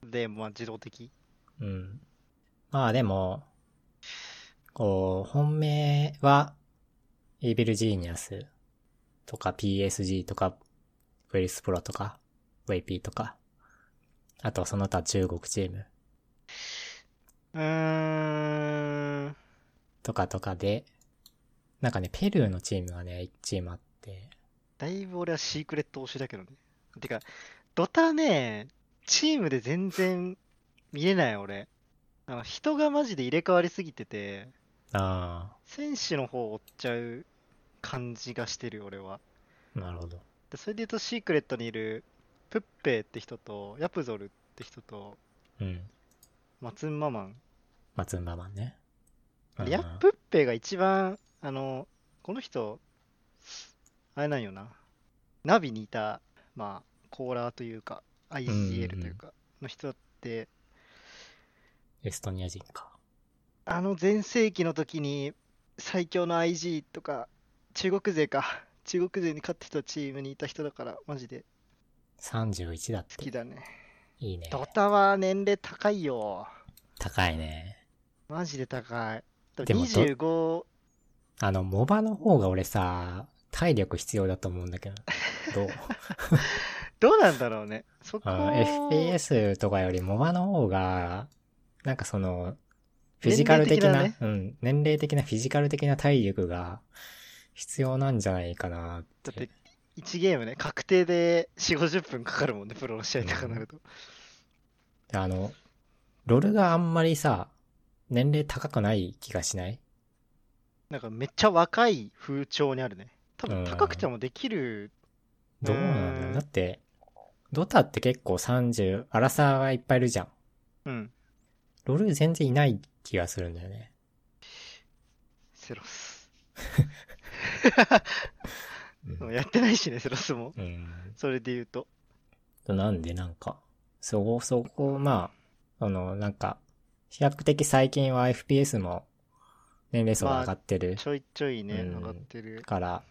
Speaker 2: で、まあ、自動的。
Speaker 1: うん。まあでも、こう、本命は、イービルジーニアスとか PSG とか、ウェルスプロとか、ウェイピーとか、あとその他中国チーム
Speaker 2: うーん。
Speaker 1: とかとかで、なんかね、ペルーのチームがね、1チームあって、
Speaker 2: だいぶ俺はシークレット推しだけどね。てか、ドタね、チームで全然見えない俺。あの人がマジで入れ替わりすぎてて、
Speaker 1: あ
Speaker 2: 選手の方を追っちゃう感じがしてる俺は。
Speaker 1: あ、なるほど。
Speaker 2: でそれで言うと、シークレットにいるプッペイって人と、ヤプゾルって人と、
Speaker 1: うん。
Speaker 2: マツンママン
Speaker 1: 松馬マンね。
Speaker 2: あ
Speaker 1: うん
Speaker 2: れヤップッペが一番、あの、この人、あれなんよな。ナビにいた、まあ、コーラーというか、ICL というか、の人って、
Speaker 1: エストニア人か。
Speaker 2: あの全盛期の時に、最強の IG とか、中国勢か、 中国勢に勝ってきたチームにいた人だから、マジで
Speaker 1: 31だっ
Speaker 2: 好き
Speaker 1: て。
Speaker 2: だね。
Speaker 1: いいね。
Speaker 2: ドタは年齢高いよ。
Speaker 1: 高いね。
Speaker 2: マジで高い。多
Speaker 1: で
Speaker 2: 分
Speaker 1: もど
Speaker 2: 25、
Speaker 1: あの、モバの方が俺さ、体力必要だと思うんだ けど、どう
Speaker 2: どうなんだろうね。そこ
Speaker 1: あの ?FPS とかよりモバの方が、なんかその、フィジカル的な、
Speaker 2: 年齢的
Speaker 1: うん、年齢的なフィジカル的な体力が必要なんじゃないかなっ
Speaker 2: だ
Speaker 1: て。
Speaker 2: って1ゲームね、確定で4、50分かかるもんね、プロの試合とかなると。
Speaker 1: あの、ロルがあんまりさ、年齢高くない気がしない
Speaker 2: なんかめっちゃ若い風潮にあるね。多
Speaker 1: う
Speaker 2: 分
Speaker 1: ん
Speaker 2: 高くてもできる。
Speaker 1: どうなんだ
Speaker 2: う
Speaker 1: ろ
Speaker 2: ん
Speaker 1: うだって、ドタって結構30、アラサーがいっぱいいるじゃん。
Speaker 2: うん。
Speaker 1: ロル全然いない気がするんだよね。
Speaker 2: セロス。
Speaker 1: うん
Speaker 2: もうやってないしね、セロスも。
Speaker 1: うん
Speaker 2: それで言うと。
Speaker 1: なんでなんか、そこ、そこ、まあ、あの、なんか、比較的最近は FPS も年齢層が上がってる
Speaker 2: ちょいちょいね、
Speaker 1: うん
Speaker 2: 上がってる。
Speaker 1: から、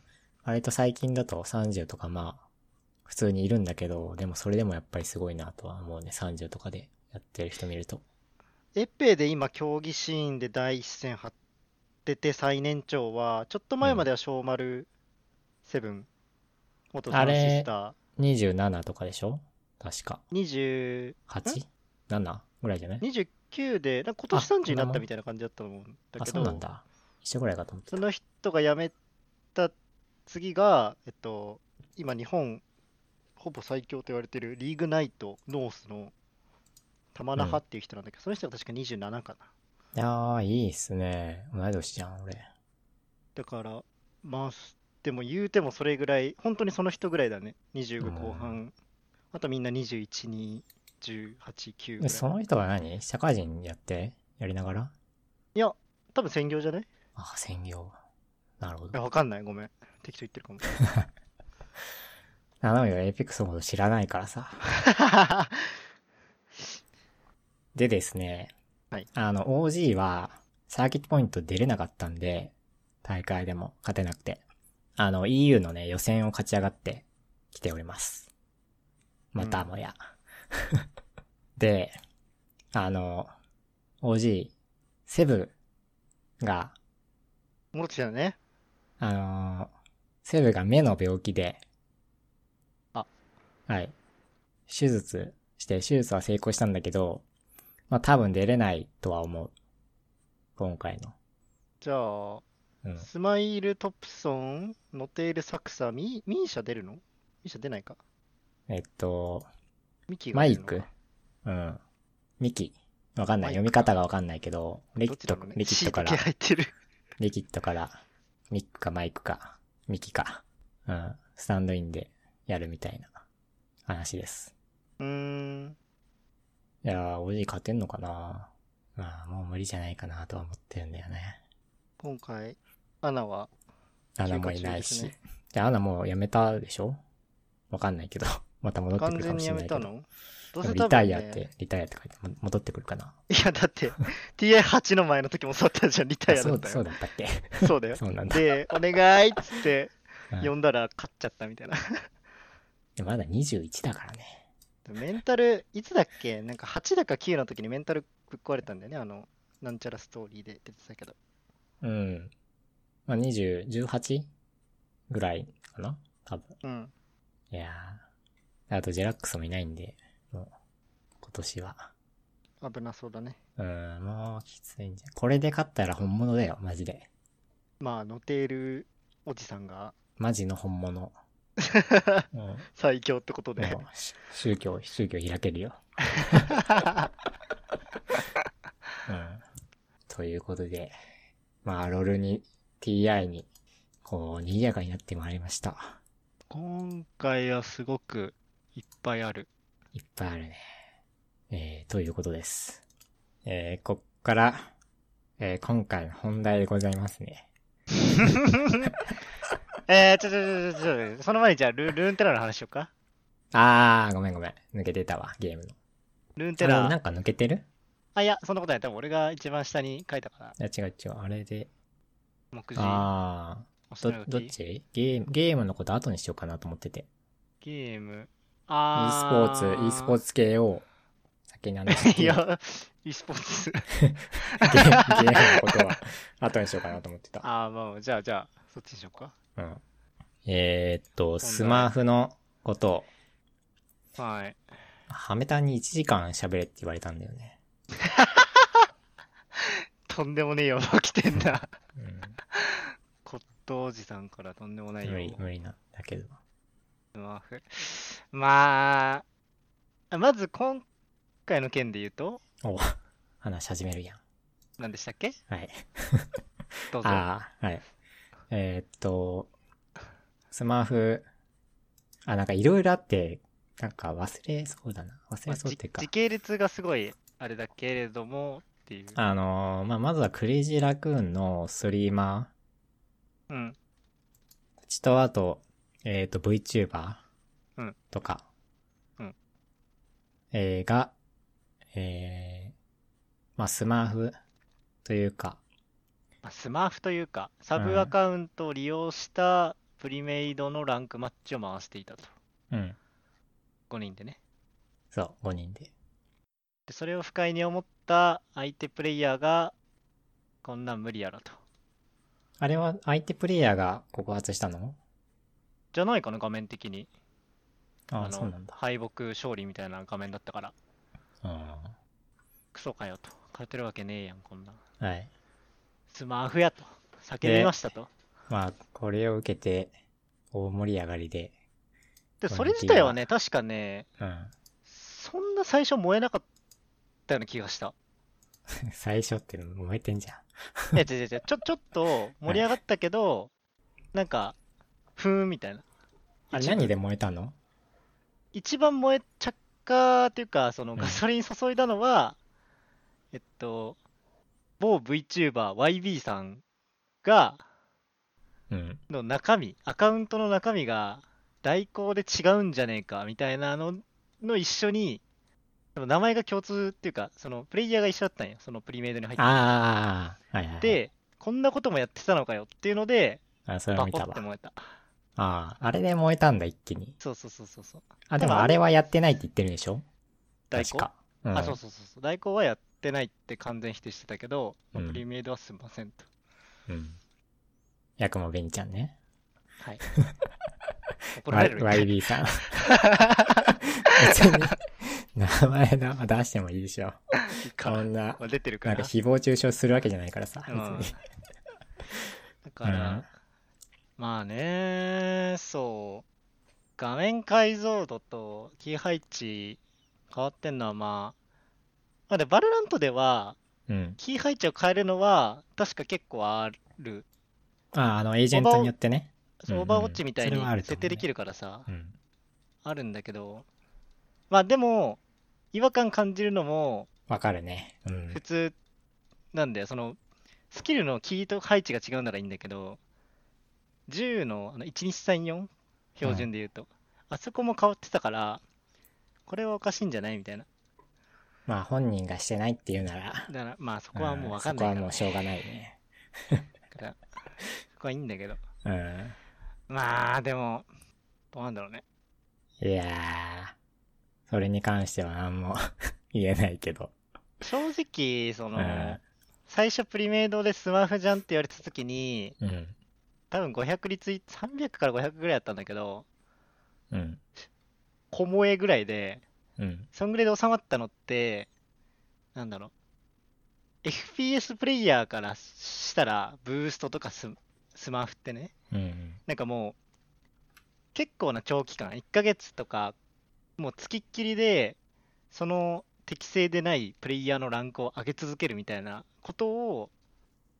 Speaker 1: 割と最近だと30とかまあ、普通にいるんだけど、でもそれでもやっぱりすごいなとは思うね、30とかでやってる人見ると。
Speaker 2: エペで今、競技シーンで第一線張ってて、最年長は、ちょっと前までは小丸セブン、元サンシスタ
Speaker 1: 27とかでしょ確か。
Speaker 2: ー、
Speaker 1: 8?7? ぐらいじゃない
Speaker 2: 20 29で、なんか今年
Speaker 1: あ
Speaker 2: 30にな
Speaker 1: こんな
Speaker 2: っ
Speaker 1: も
Speaker 2: た
Speaker 1: ん
Speaker 2: みたいな感じだったと思うんだ
Speaker 1: あ、
Speaker 2: け
Speaker 1: そうなん
Speaker 2: ど、
Speaker 1: だ。一緒ぐらいかと思って
Speaker 2: そ
Speaker 1: た。
Speaker 2: の人が辞めた次が、えっと、今日本、ほぼ最強と言われてるリーグナイトノースの玉那覇っていう人なんだけど、その人が確か27かな。
Speaker 1: いやー、いいっすね。同い年じゃん、俺。
Speaker 2: だから、まあ、でも言うてもそれぐらい、本当にその人ぐらいだね。
Speaker 1: う
Speaker 2: 25
Speaker 1: ん
Speaker 2: 後半。あとみんな21、2、18、9ぐら
Speaker 1: え
Speaker 2: い。
Speaker 1: その人が何社会人やってやりながら
Speaker 2: いや、多分専業じゃないい
Speaker 1: あ、専業。なるほ
Speaker 2: や、
Speaker 1: ど。
Speaker 2: わかんない。ごめん。適当言ってるかも。
Speaker 1: なのよ、エイペックスのこと知らないからさ。 でですね、
Speaker 2: はい
Speaker 1: あの、OG は、サーキットポイント出れなかったんで、大会でも勝てなくて、あの、EU のね、予選を勝ち上がってきております。またもや。 で、あの、OG、セブが、
Speaker 2: 戻ってきたのね。
Speaker 1: あのーセブが目の病気で、
Speaker 2: あ、
Speaker 1: はい。手術して、手術は成功したんだけど、まあ多分出れないとは思う。今回の。
Speaker 2: じゃあ、
Speaker 1: うん。
Speaker 2: スマイル・トプソン、ノテール・サクサ、ミミーシャ出るのミーシャ出ないか。
Speaker 1: えっと、
Speaker 2: ミキが
Speaker 1: マ
Speaker 2: 出
Speaker 1: イ
Speaker 2: るのか
Speaker 1: クうん。ミキ。わかんない。
Speaker 2: マイク
Speaker 1: 読み方がわかんないけど、リ
Speaker 2: ど
Speaker 1: キ
Speaker 2: っ
Speaker 1: ッ
Speaker 2: ちだ
Speaker 1: ド
Speaker 2: ろうね、。
Speaker 1: リキッドから
Speaker 2: C だ、け入ってる。
Speaker 1: リキッドから、ミックかマイクか、ミキか、うん、スタンドインでやるみたいな話です。
Speaker 2: うーん。
Speaker 1: いやー、おじい勝てんのかなまあ、もう無理じゃないかなとは思ってるんだよね。
Speaker 2: 今回、アナは、
Speaker 1: アナもいない
Speaker 2: 休
Speaker 1: し。
Speaker 2: 暇中で
Speaker 1: で、アナもうやめたでしょわかんないけど。 また戻ってく
Speaker 2: 完
Speaker 1: るか
Speaker 2: 全
Speaker 1: も
Speaker 2: に
Speaker 1: しれ
Speaker 2: や
Speaker 1: ないけ
Speaker 2: めた
Speaker 1: ど。
Speaker 2: のどう
Speaker 1: でも
Speaker 2: せ
Speaker 1: リ
Speaker 2: 多
Speaker 1: タ
Speaker 2: 分、
Speaker 1: イアっ
Speaker 2: ね、
Speaker 1: て、リタイアって書いて、も戻ってくるかない
Speaker 2: や、だって、TI8 の前の時もそうだったじゃん、リタイ
Speaker 1: あ
Speaker 2: アだ
Speaker 1: そ
Speaker 2: っ
Speaker 1: う、
Speaker 2: た
Speaker 1: そう
Speaker 2: よ。
Speaker 1: だったっけ
Speaker 2: そうだよ。
Speaker 1: そうなんだ。
Speaker 2: で、お願いっつって、
Speaker 1: うん
Speaker 2: 呼んだら勝っちゃったみたいな。
Speaker 1: でまだ21だからね。
Speaker 2: メンタル、いつだっけなんか8だか9の時にメンタルぶっ壊れたんだよね、あの、なんちゃらストーリーで出てたけど。
Speaker 1: うん。まあ、20、18? ぐらいかな多分。
Speaker 2: うん。
Speaker 1: いやー。あと、ジェラックスもいないんで、もう、今年は。
Speaker 2: 危なそうだね。
Speaker 1: うん、もうきついんじゃん。これで勝ったら本物だよ、マジで。
Speaker 2: まあ、ノテールおじさ んが
Speaker 1: マジの本物。うん、も
Speaker 2: 最強ってこと
Speaker 1: う
Speaker 2: で。
Speaker 1: し宗教、宗教開けるよ。 うん。ということで、まあ、ロールに、TI に、こう、賑やかになってまいりました。
Speaker 2: 今回はすごくいっぱいあ る。
Speaker 1: いっぱいあるね。えー、ということです。えー、こっから、えー、今回の本題でございますね。
Speaker 2: えー、ちょちょちょちょちょ、その前にじゃあル、ルーンテラの話しようか。
Speaker 1: あー、ごめんごめん。抜けてたわ、ゲームの。
Speaker 2: ルーンテ
Speaker 1: あれな
Speaker 2: ラ。
Speaker 1: んか抜けてる
Speaker 2: あ、いや、そんなことない。多分俺が一番下に書いたから。
Speaker 1: いや、違う違う。あれで。
Speaker 2: 目次、
Speaker 1: あ
Speaker 2: お
Speaker 1: ー、
Speaker 2: すす
Speaker 1: ど
Speaker 2: め、の
Speaker 1: どっ
Speaker 2: 時
Speaker 1: ちゲーム、ゲームのこと後にしようかなと思ってて。
Speaker 2: ゲーム。
Speaker 1: e スポ
Speaker 2: あ
Speaker 1: ーツ、e スポー
Speaker 2: ツ。
Speaker 1: ツ系を、先に話して、
Speaker 2: い
Speaker 1: ゲーム
Speaker 2: や、e スポーツ。
Speaker 1: ゲームのことは後にしようかなと思ってた。
Speaker 2: ああ、まあ、じゃあ、じゃあ、そっちにしようか。
Speaker 1: うん。えー、っと、スマホのことを、
Speaker 2: はい。
Speaker 1: ハメタンに1時間喋れって言われたんだよね。
Speaker 2: とんでもねえよ、起きてんな。
Speaker 1: うん。
Speaker 2: コットおじさんからとんでもない
Speaker 1: 無理
Speaker 2: よ、。
Speaker 1: 無理なんだけど。
Speaker 2: スマホまあ、まず今回の件で言うと、
Speaker 1: お話し始めるやん。
Speaker 2: 何でしたっけ
Speaker 1: はい。
Speaker 2: どうぞ。
Speaker 1: ああ、はい。えーっと、スマホ、あ、なんかいろいろあって、なんか忘れそうだな。忘
Speaker 2: ま
Speaker 1: れ
Speaker 2: あ
Speaker 1: そうっていうか
Speaker 2: じ時。系列がすごいあれだけれどもっていう。
Speaker 1: あのーまあ、まずはクレイジーラクーンのストリーマ
Speaker 2: うん。
Speaker 1: ーたちと、あと、えーっと、VTuber
Speaker 2: うん
Speaker 1: とか、
Speaker 2: うん
Speaker 1: えーが、えー、まあ、スマホというか、
Speaker 2: まあスマフというか、サブアカウントを利用したプリメイドのランクマッチを回していたと。
Speaker 1: うん。
Speaker 2: 5人でね。
Speaker 1: そう、5人で。
Speaker 2: でそれを不快に思った相手プレイヤーが、こんなん無理やろと。
Speaker 1: あれは相手プレイヤーが告発したの
Speaker 2: じゃないかな、画面的に。
Speaker 1: ああ、
Speaker 2: の
Speaker 1: そうなんだ。
Speaker 2: 敗北勝利みたいな画面だったから、
Speaker 1: うん。
Speaker 2: クソかよと。勝てるわけねえやん、こんなん。
Speaker 1: はい。
Speaker 2: スマフやと。叫びましたと。
Speaker 1: まあ、これを受けて、大盛り上がりで。
Speaker 2: で、
Speaker 1: こん
Speaker 2: それ自体はね、確かね、
Speaker 1: うん。
Speaker 2: そんな最初燃えなかったような気がした。
Speaker 1: 最初って燃えてんじゃん。
Speaker 2: いや、違う違う違う、ちょ、 ちょっと盛り上がったけど、なんか、ふーんみたいな。
Speaker 1: あれ
Speaker 2: 一番
Speaker 1: 何で燃えたの
Speaker 2: 一番燃え着火っていうか、その
Speaker 1: ん
Speaker 2: ガソリン注いだのは、えっと、某 VTuber、YB さんが、
Speaker 1: うん。
Speaker 2: の中身、アカウントの中身が、代行で違うんじゃねえか、みたいなのの一緒に、でも名前が共通っていうか、そのプレイヤーが一緒だったんよ、そのプリメイドに入っ
Speaker 1: ああ、はいはい。
Speaker 2: て、こんなこともやってたのかよっていうので、
Speaker 1: あ、それ
Speaker 2: バ
Speaker 1: は
Speaker 2: コ
Speaker 1: 見た
Speaker 2: って
Speaker 1: わ。
Speaker 2: 燃えた。
Speaker 1: ああ、あれで燃えたんだ、一気に。
Speaker 2: そうそうそうそうそう。
Speaker 1: あ、でもあれはやってないって言ってるんでしょ
Speaker 2: 代
Speaker 1: 確
Speaker 2: 行
Speaker 1: か。うん
Speaker 2: あ、そうそうそうそう。代行はやってないって完全否定してたけど、まあ
Speaker 1: うん
Speaker 2: プリメイドはすいませんと。
Speaker 1: うん。ヤクモベニちゃんね。
Speaker 2: はい。怒ら
Speaker 1: わ
Speaker 2: れる。
Speaker 1: YB さ ん。別に、名前の出してもいいでしょ。
Speaker 2: いいか
Speaker 1: こんな、
Speaker 2: まあ出てる
Speaker 1: な
Speaker 2: か。
Speaker 1: んから誹謗中傷するわけじゃないからさ、別
Speaker 2: うん
Speaker 1: に。
Speaker 2: だから、
Speaker 1: うん
Speaker 2: まあね、そう。画面解像度とキー配置変わってんのはまあ、まあで、バルラントでは、
Speaker 1: うん。
Speaker 2: キー配置を変えるのは、確か結構ある。
Speaker 1: ああ、あの、エージェントによってね。
Speaker 2: そ
Speaker 1: う
Speaker 2: う
Speaker 1: んうん
Speaker 2: オーバーウォッチみたい
Speaker 1: そ
Speaker 2: に
Speaker 1: れはあると思うね
Speaker 2: 設定できるからさ、
Speaker 1: うん。
Speaker 2: あるんだけど、まあでも、違和感感じるのも
Speaker 1: わかるね。うん
Speaker 2: 普。通なんだよ、その、スキルのキーと配置が違うならいいんだけど、10のあの1234標準で言うと、あそこも変わってたから、これはおかしいんじゃないみたいな。
Speaker 1: まあ、本人がしてないっていうなら、
Speaker 2: だから、まあそこはもうわか
Speaker 1: そ
Speaker 2: ん
Speaker 1: こ
Speaker 2: な
Speaker 1: は
Speaker 2: いから、
Speaker 1: もうしょうがないね。
Speaker 2: だからそこはいいんだけど。
Speaker 1: うん。
Speaker 2: まあでも、どうなんだろうね。
Speaker 1: いやー、それに関しては何も 言えないけど。
Speaker 2: 正直、その、
Speaker 1: うん
Speaker 2: 最初プリメイドでスマホじゃんって言われた時に、
Speaker 1: うん。
Speaker 2: 多分500リツイ300から500ぐらいだったんだけど、
Speaker 1: うん。
Speaker 2: 小萌えぐらいで、
Speaker 1: うん。
Speaker 2: そんぐらいで収まったのって、なんだろう、FPS プレイヤーからしたら、ブーストとかススマフってね、
Speaker 1: うん。
Speaker 2: なんかもう、結構な長期間、1ヶ月とか、もう付きっきりで、その適正でないプレイヤーのランクを上げ続けるみたいなことを、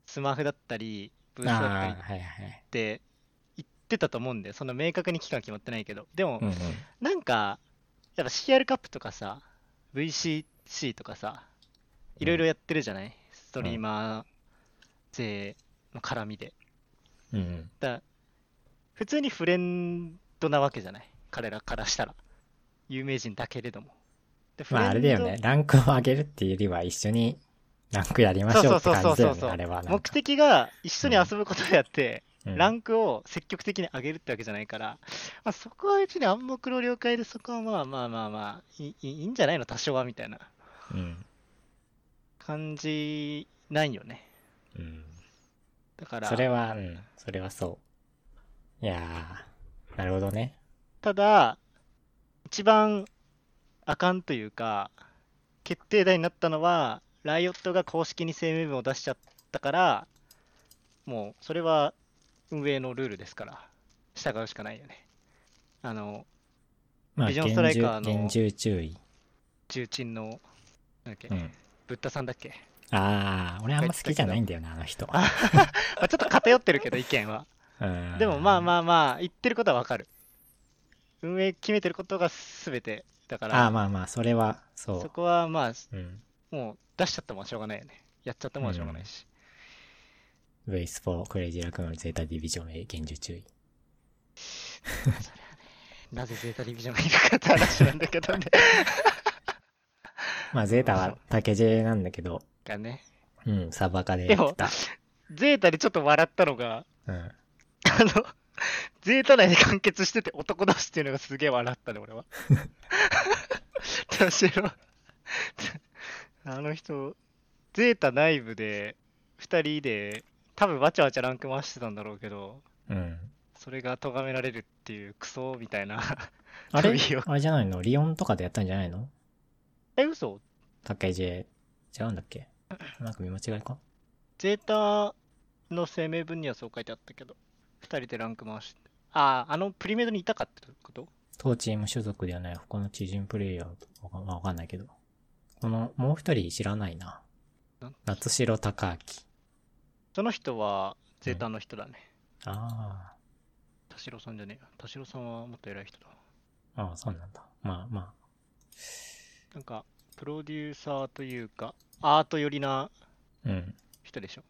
Speaker 2: スマフだったり、ブーストだったり
Speaker 1: ああ、はいはい。
Speaker 2: って言ってたと思うんで、そんな明確に期間決まってないけど、でも
Speaker 1: うん、うん。
Speaker 2: なんか、やっぱ CR カップとかさ、VCC とかさ、いろいろやってるじゃない、ストリーマー勢の絡みで。
Speaker 1: うん。
Speaker 2: だから普通にフレンドなわけじゃない彼らからしたら。有名人だけれども。で
Speaker 1: まあ、あれだよね。。ランクを上げるっていうよりは一緒にランクやりま
Speaker 2: フレン
Speaker 1: し
Speaker 2: ド
Speaker 1: ょう
Speaker 2: そ
Speaker 1: っ
Speaker 2: う
Speaker 1: て
Speaker 2: そ
Speaker 1: 感
Speaker 2: うそう
Speaker 1: じだよね、
Speaker 2: そうそう
Speaker 1: あれはなん
Speaker 2: 目
Speaker 1: か。
Speaker 2: 的が一緒に遊ぶことであっ
Speaker 1: うん
Speaker 2: て、ランクを積極的に上げるってわけじゃないから、まあ、そこはうちに暗黙の了解で、そこはまあまあまあまあ、いいいいんじゃないの、多少はみたいな
Speaker 1: うん。
Speaker 2: 感じないよね。
Speaker 1: うん。
Speaker 2: だから、
Speaker 1: それは、うん。それはそう。いやー、なるほどね。
Speaker 2: ただ、一番あかんというか、決定打になったのは、ライオットが公式に声明文を出しちゃったから、もうそれは運営のルールですから、従うしかないよね。あの、
Speaker 1: まあ、
Speaker 2: ビジ
Speaker 1: 厳
Speaker 2: ョンストライカ
Speaker 1: 重、
Speaker 2: ーの
Speaker 1: 厳重注意。
Speaker 2: 重鎮の、なんだっけ、
Speaker 1: うん。
Speaker 2: ブッダさんだっけ。
Speaker 1: ああ、俺あんま好きじゃないんだよな、あの人。
Speaker 2: まあ、ちょっと偏ってるけど、意見は。
Speaker 1: うん
Speaker 2: でもまあまあまあ、言ってることはわかる。運営決めてることが全てだか
Speaker 1: ああ
Speaker 2: ら、
Speaker 1: まあまあそれはそう
Speaker 2: そこはまあ、
Speaker 1: うん、
Speaker 2: もう出しちゃったもんはしょうがないよね。やっちゃったもんはしょうがないし。
Speaker 1: VS4 クレイジーラクーンよりゼータディビジョンへ厳重注意
Speaker 2: なぜゼータリビジョンがいるかって話なんだけどね。
Speaker 1: まあゼータ
Speaker 2: そう
Speaker 1: は竹 J なんだけど
Speaker 2: がね。
Speaker 1: うんサバカでやってた
Speaker 2: ゼータでちょっと笑ったのが、
Speaker 1: うん
Speaker 2: あの、ゼータ内で完結してて男同士っていうのがすげえ笑ったね、俺は。むしろ、あの人、ゼータ内部で、二人で、多分わちゃわちゃランク回してたんだろうけど、
Speaker 1: うん
Speaker 2: それが咎められるっていうクソみたいな。
Speaker 1: あれ
Speaker 2: いいよ
Speaker 1: あれじゃないのリオンとかでやったんじゃないの
Speaker 2: え、嘘
Speaker 1: 竹 J 違うんだっけなんか見間違いか
Speaker 2: ゼータの声明文にはそう書いてあったけど、二人でランク回して。ああ、あのプリメイドにいたかってこと
Speaker 1: 当チーム所属ではない他の知人プレイヤーとかわかんないけどこのもう一人知らないな
Speaker 2: なんて
Speaker 1: 夏代隆明
Speaker 2: その人はゼータの人だね。
Speaker 1: あ
Speaker 2: 田代さんじゃねえよ。田代さんはもっと偉い人だ。
Speaker 1: あああそうなんだまあま
Speaker 2: なんか、プロデューサーというか、アート寄りな
Speaker 1: あうん
Speaker 2: 人でしょ。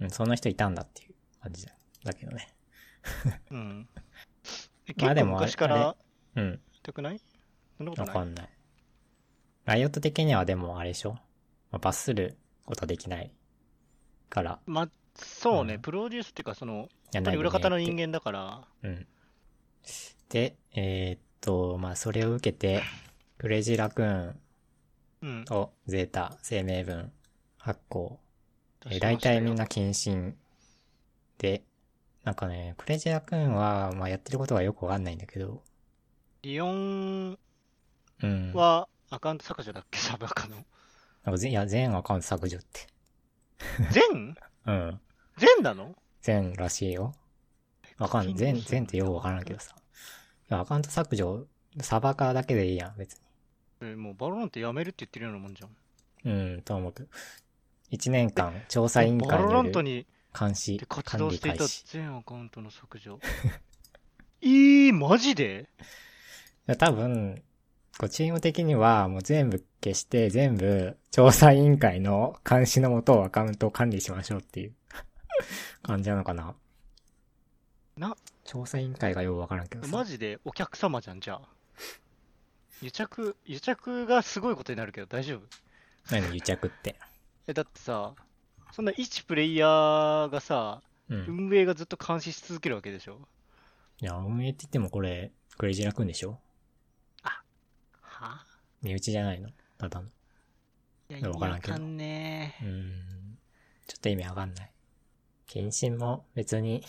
Speaker 1: うん、そんな人いたんだっていう感じだだけどね。
Speaker 2: うん。
Speaker 1: ま
Speaker 2: え
Speaker 1: あで
Speaker 2: 結構
Speaker 1: もあれ
Speaker 2: 昔か
Speaker 1: あ
Speaker 2: ら、
Speaker 1: うん、
Speaker 2: たくないそんなこ
Speaker 1: わ
Speaker 2: とな
Speaker 1: か
Speaker 2: い。
Speaker 1: んない。ライオット的にはでもあれでしょ、まあ、罰することはできないから、
Speaker 2: まあ、そうね、
Speaker 1: うん
Speaker 2: プロデュースっていうか、その、
Speaker 1: や
Speaker 2: やっぱり裏方の
Speaker 1: や
Speaker 2: 人
Speaker 1: って
Speaker 2: 間だから、
Speaker 1: うん。で、えーっと、まあ、それを受けて、クレジラクーン
Speaker 2: うん。
Speaker 1: をゼータ声明文発行。
Speaker 2: 出
Speaker 1: えー
Speaker 2: しま
Speaker 1: 大
Speaker 2: したよ
Speaker 1: 体みんな。謹慎で、なんかね、クレジラクーンは、まあ、やってることがよくわかんないんだけど、
Speaker 2: リオ
Speaker 1: う
Speaker 2: ン
Speaker 1: ん。なん
Speaker 2: はアカウント削除だっけサブアカの。
Speaker 1: かぜいや、全アカウント削除って。
Speaker 2: 全
Speaker 1: うん。
Speaker 2: 全なの
Speaker 1: 全らしいよ。わかんない。全、全ってよくわからんけどさ。いやアカウント削除、サバカだけでいいやん、別
Speaker 2: えーもうバロラントやめるって言ってるようなもんじゃん。
Speaker 1: に。うん、と思うけど。1年間、調査委員
Speaker 2: バ
Speaker 1: 会
Speaker 2: ロラ
Speaker 1: に
Speaker 2: ン
Speaker 1: よ
Speaker 2: ト
Speaker 1: る
Speaker 2: に
Speaker 1: 監視
Speaker 2: で、活
Speaker 1: 管
Speaker 2: 動
Speaker 1: 理
Speaker 2: してい
Speaker 1: 開
Speaker 2: た
Speaker 1: 始。
Speaker 2: 全アカウントの削除。 えー、マジで
Speaker 1: いや多分、こうチーム的にはもう全部消して、全部調査委員会の監視のもとアカウントを管理しましょうっていう 感じなのかな。
Speaker 2: な
Speaker 1: 調査委員会がようわからんけどさ。
Speaker 2: マジでお客様じゃん、じゃあ。癒着、癒着がすごいことになるけど大丈夫
Speaker 1: 何癒着って。
Speaker 2: え、だってさ、そんな一プレイヤーがさ、
Speaker 1: うん。
Speaker 2: 運営がずっと監視し続けるわけでしょ
Speaker 1: いや、運営って言ってもこれ、クレイジーラくんでしょ
Speaker 2: は
Speaker 1: 身内じゃないのただの。
Speaker 2: いや、
Speaker 1: いやわからんけど
Speaker 2: 意味わかんね
Speaker 1: うーん。ちょっと意味わかんない。謹慎も別に、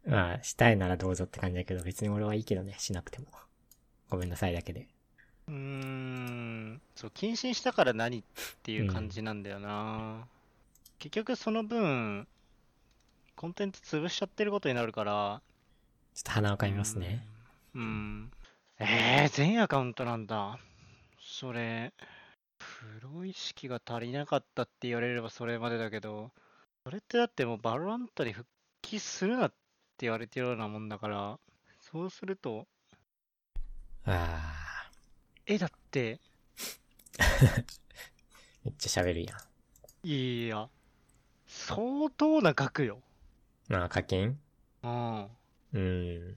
Speaker 1: まあ、したいならどうぞって感じだけど、別に俺はいいけどね、しなくても。ごめんなさいだけで。
Speaker 2: えうーん、そう、謹慎したから何っていう感じなんだよな。結局その分、コンテンツ潰しちゃってることになるから。
Speaker 1: ちょっと鼻をかみますね。
Speaker 2: うん。うん。えー、全アカウントなんだ。それ、プロ意識が足りなかったって言われればそれまでだけど、それってだってもうバロラントに復帰するなって言われてるようなもんだから、そうすると、
Speaker 1: ああ、
Speaker 2: え、だって、
Speaker 1: めっちゃ喋るやん。
Speaker 2: いや、相当な額よ。
Speaker 1: まあ課金
Speaker 2: うん。
Speaker 1: うん。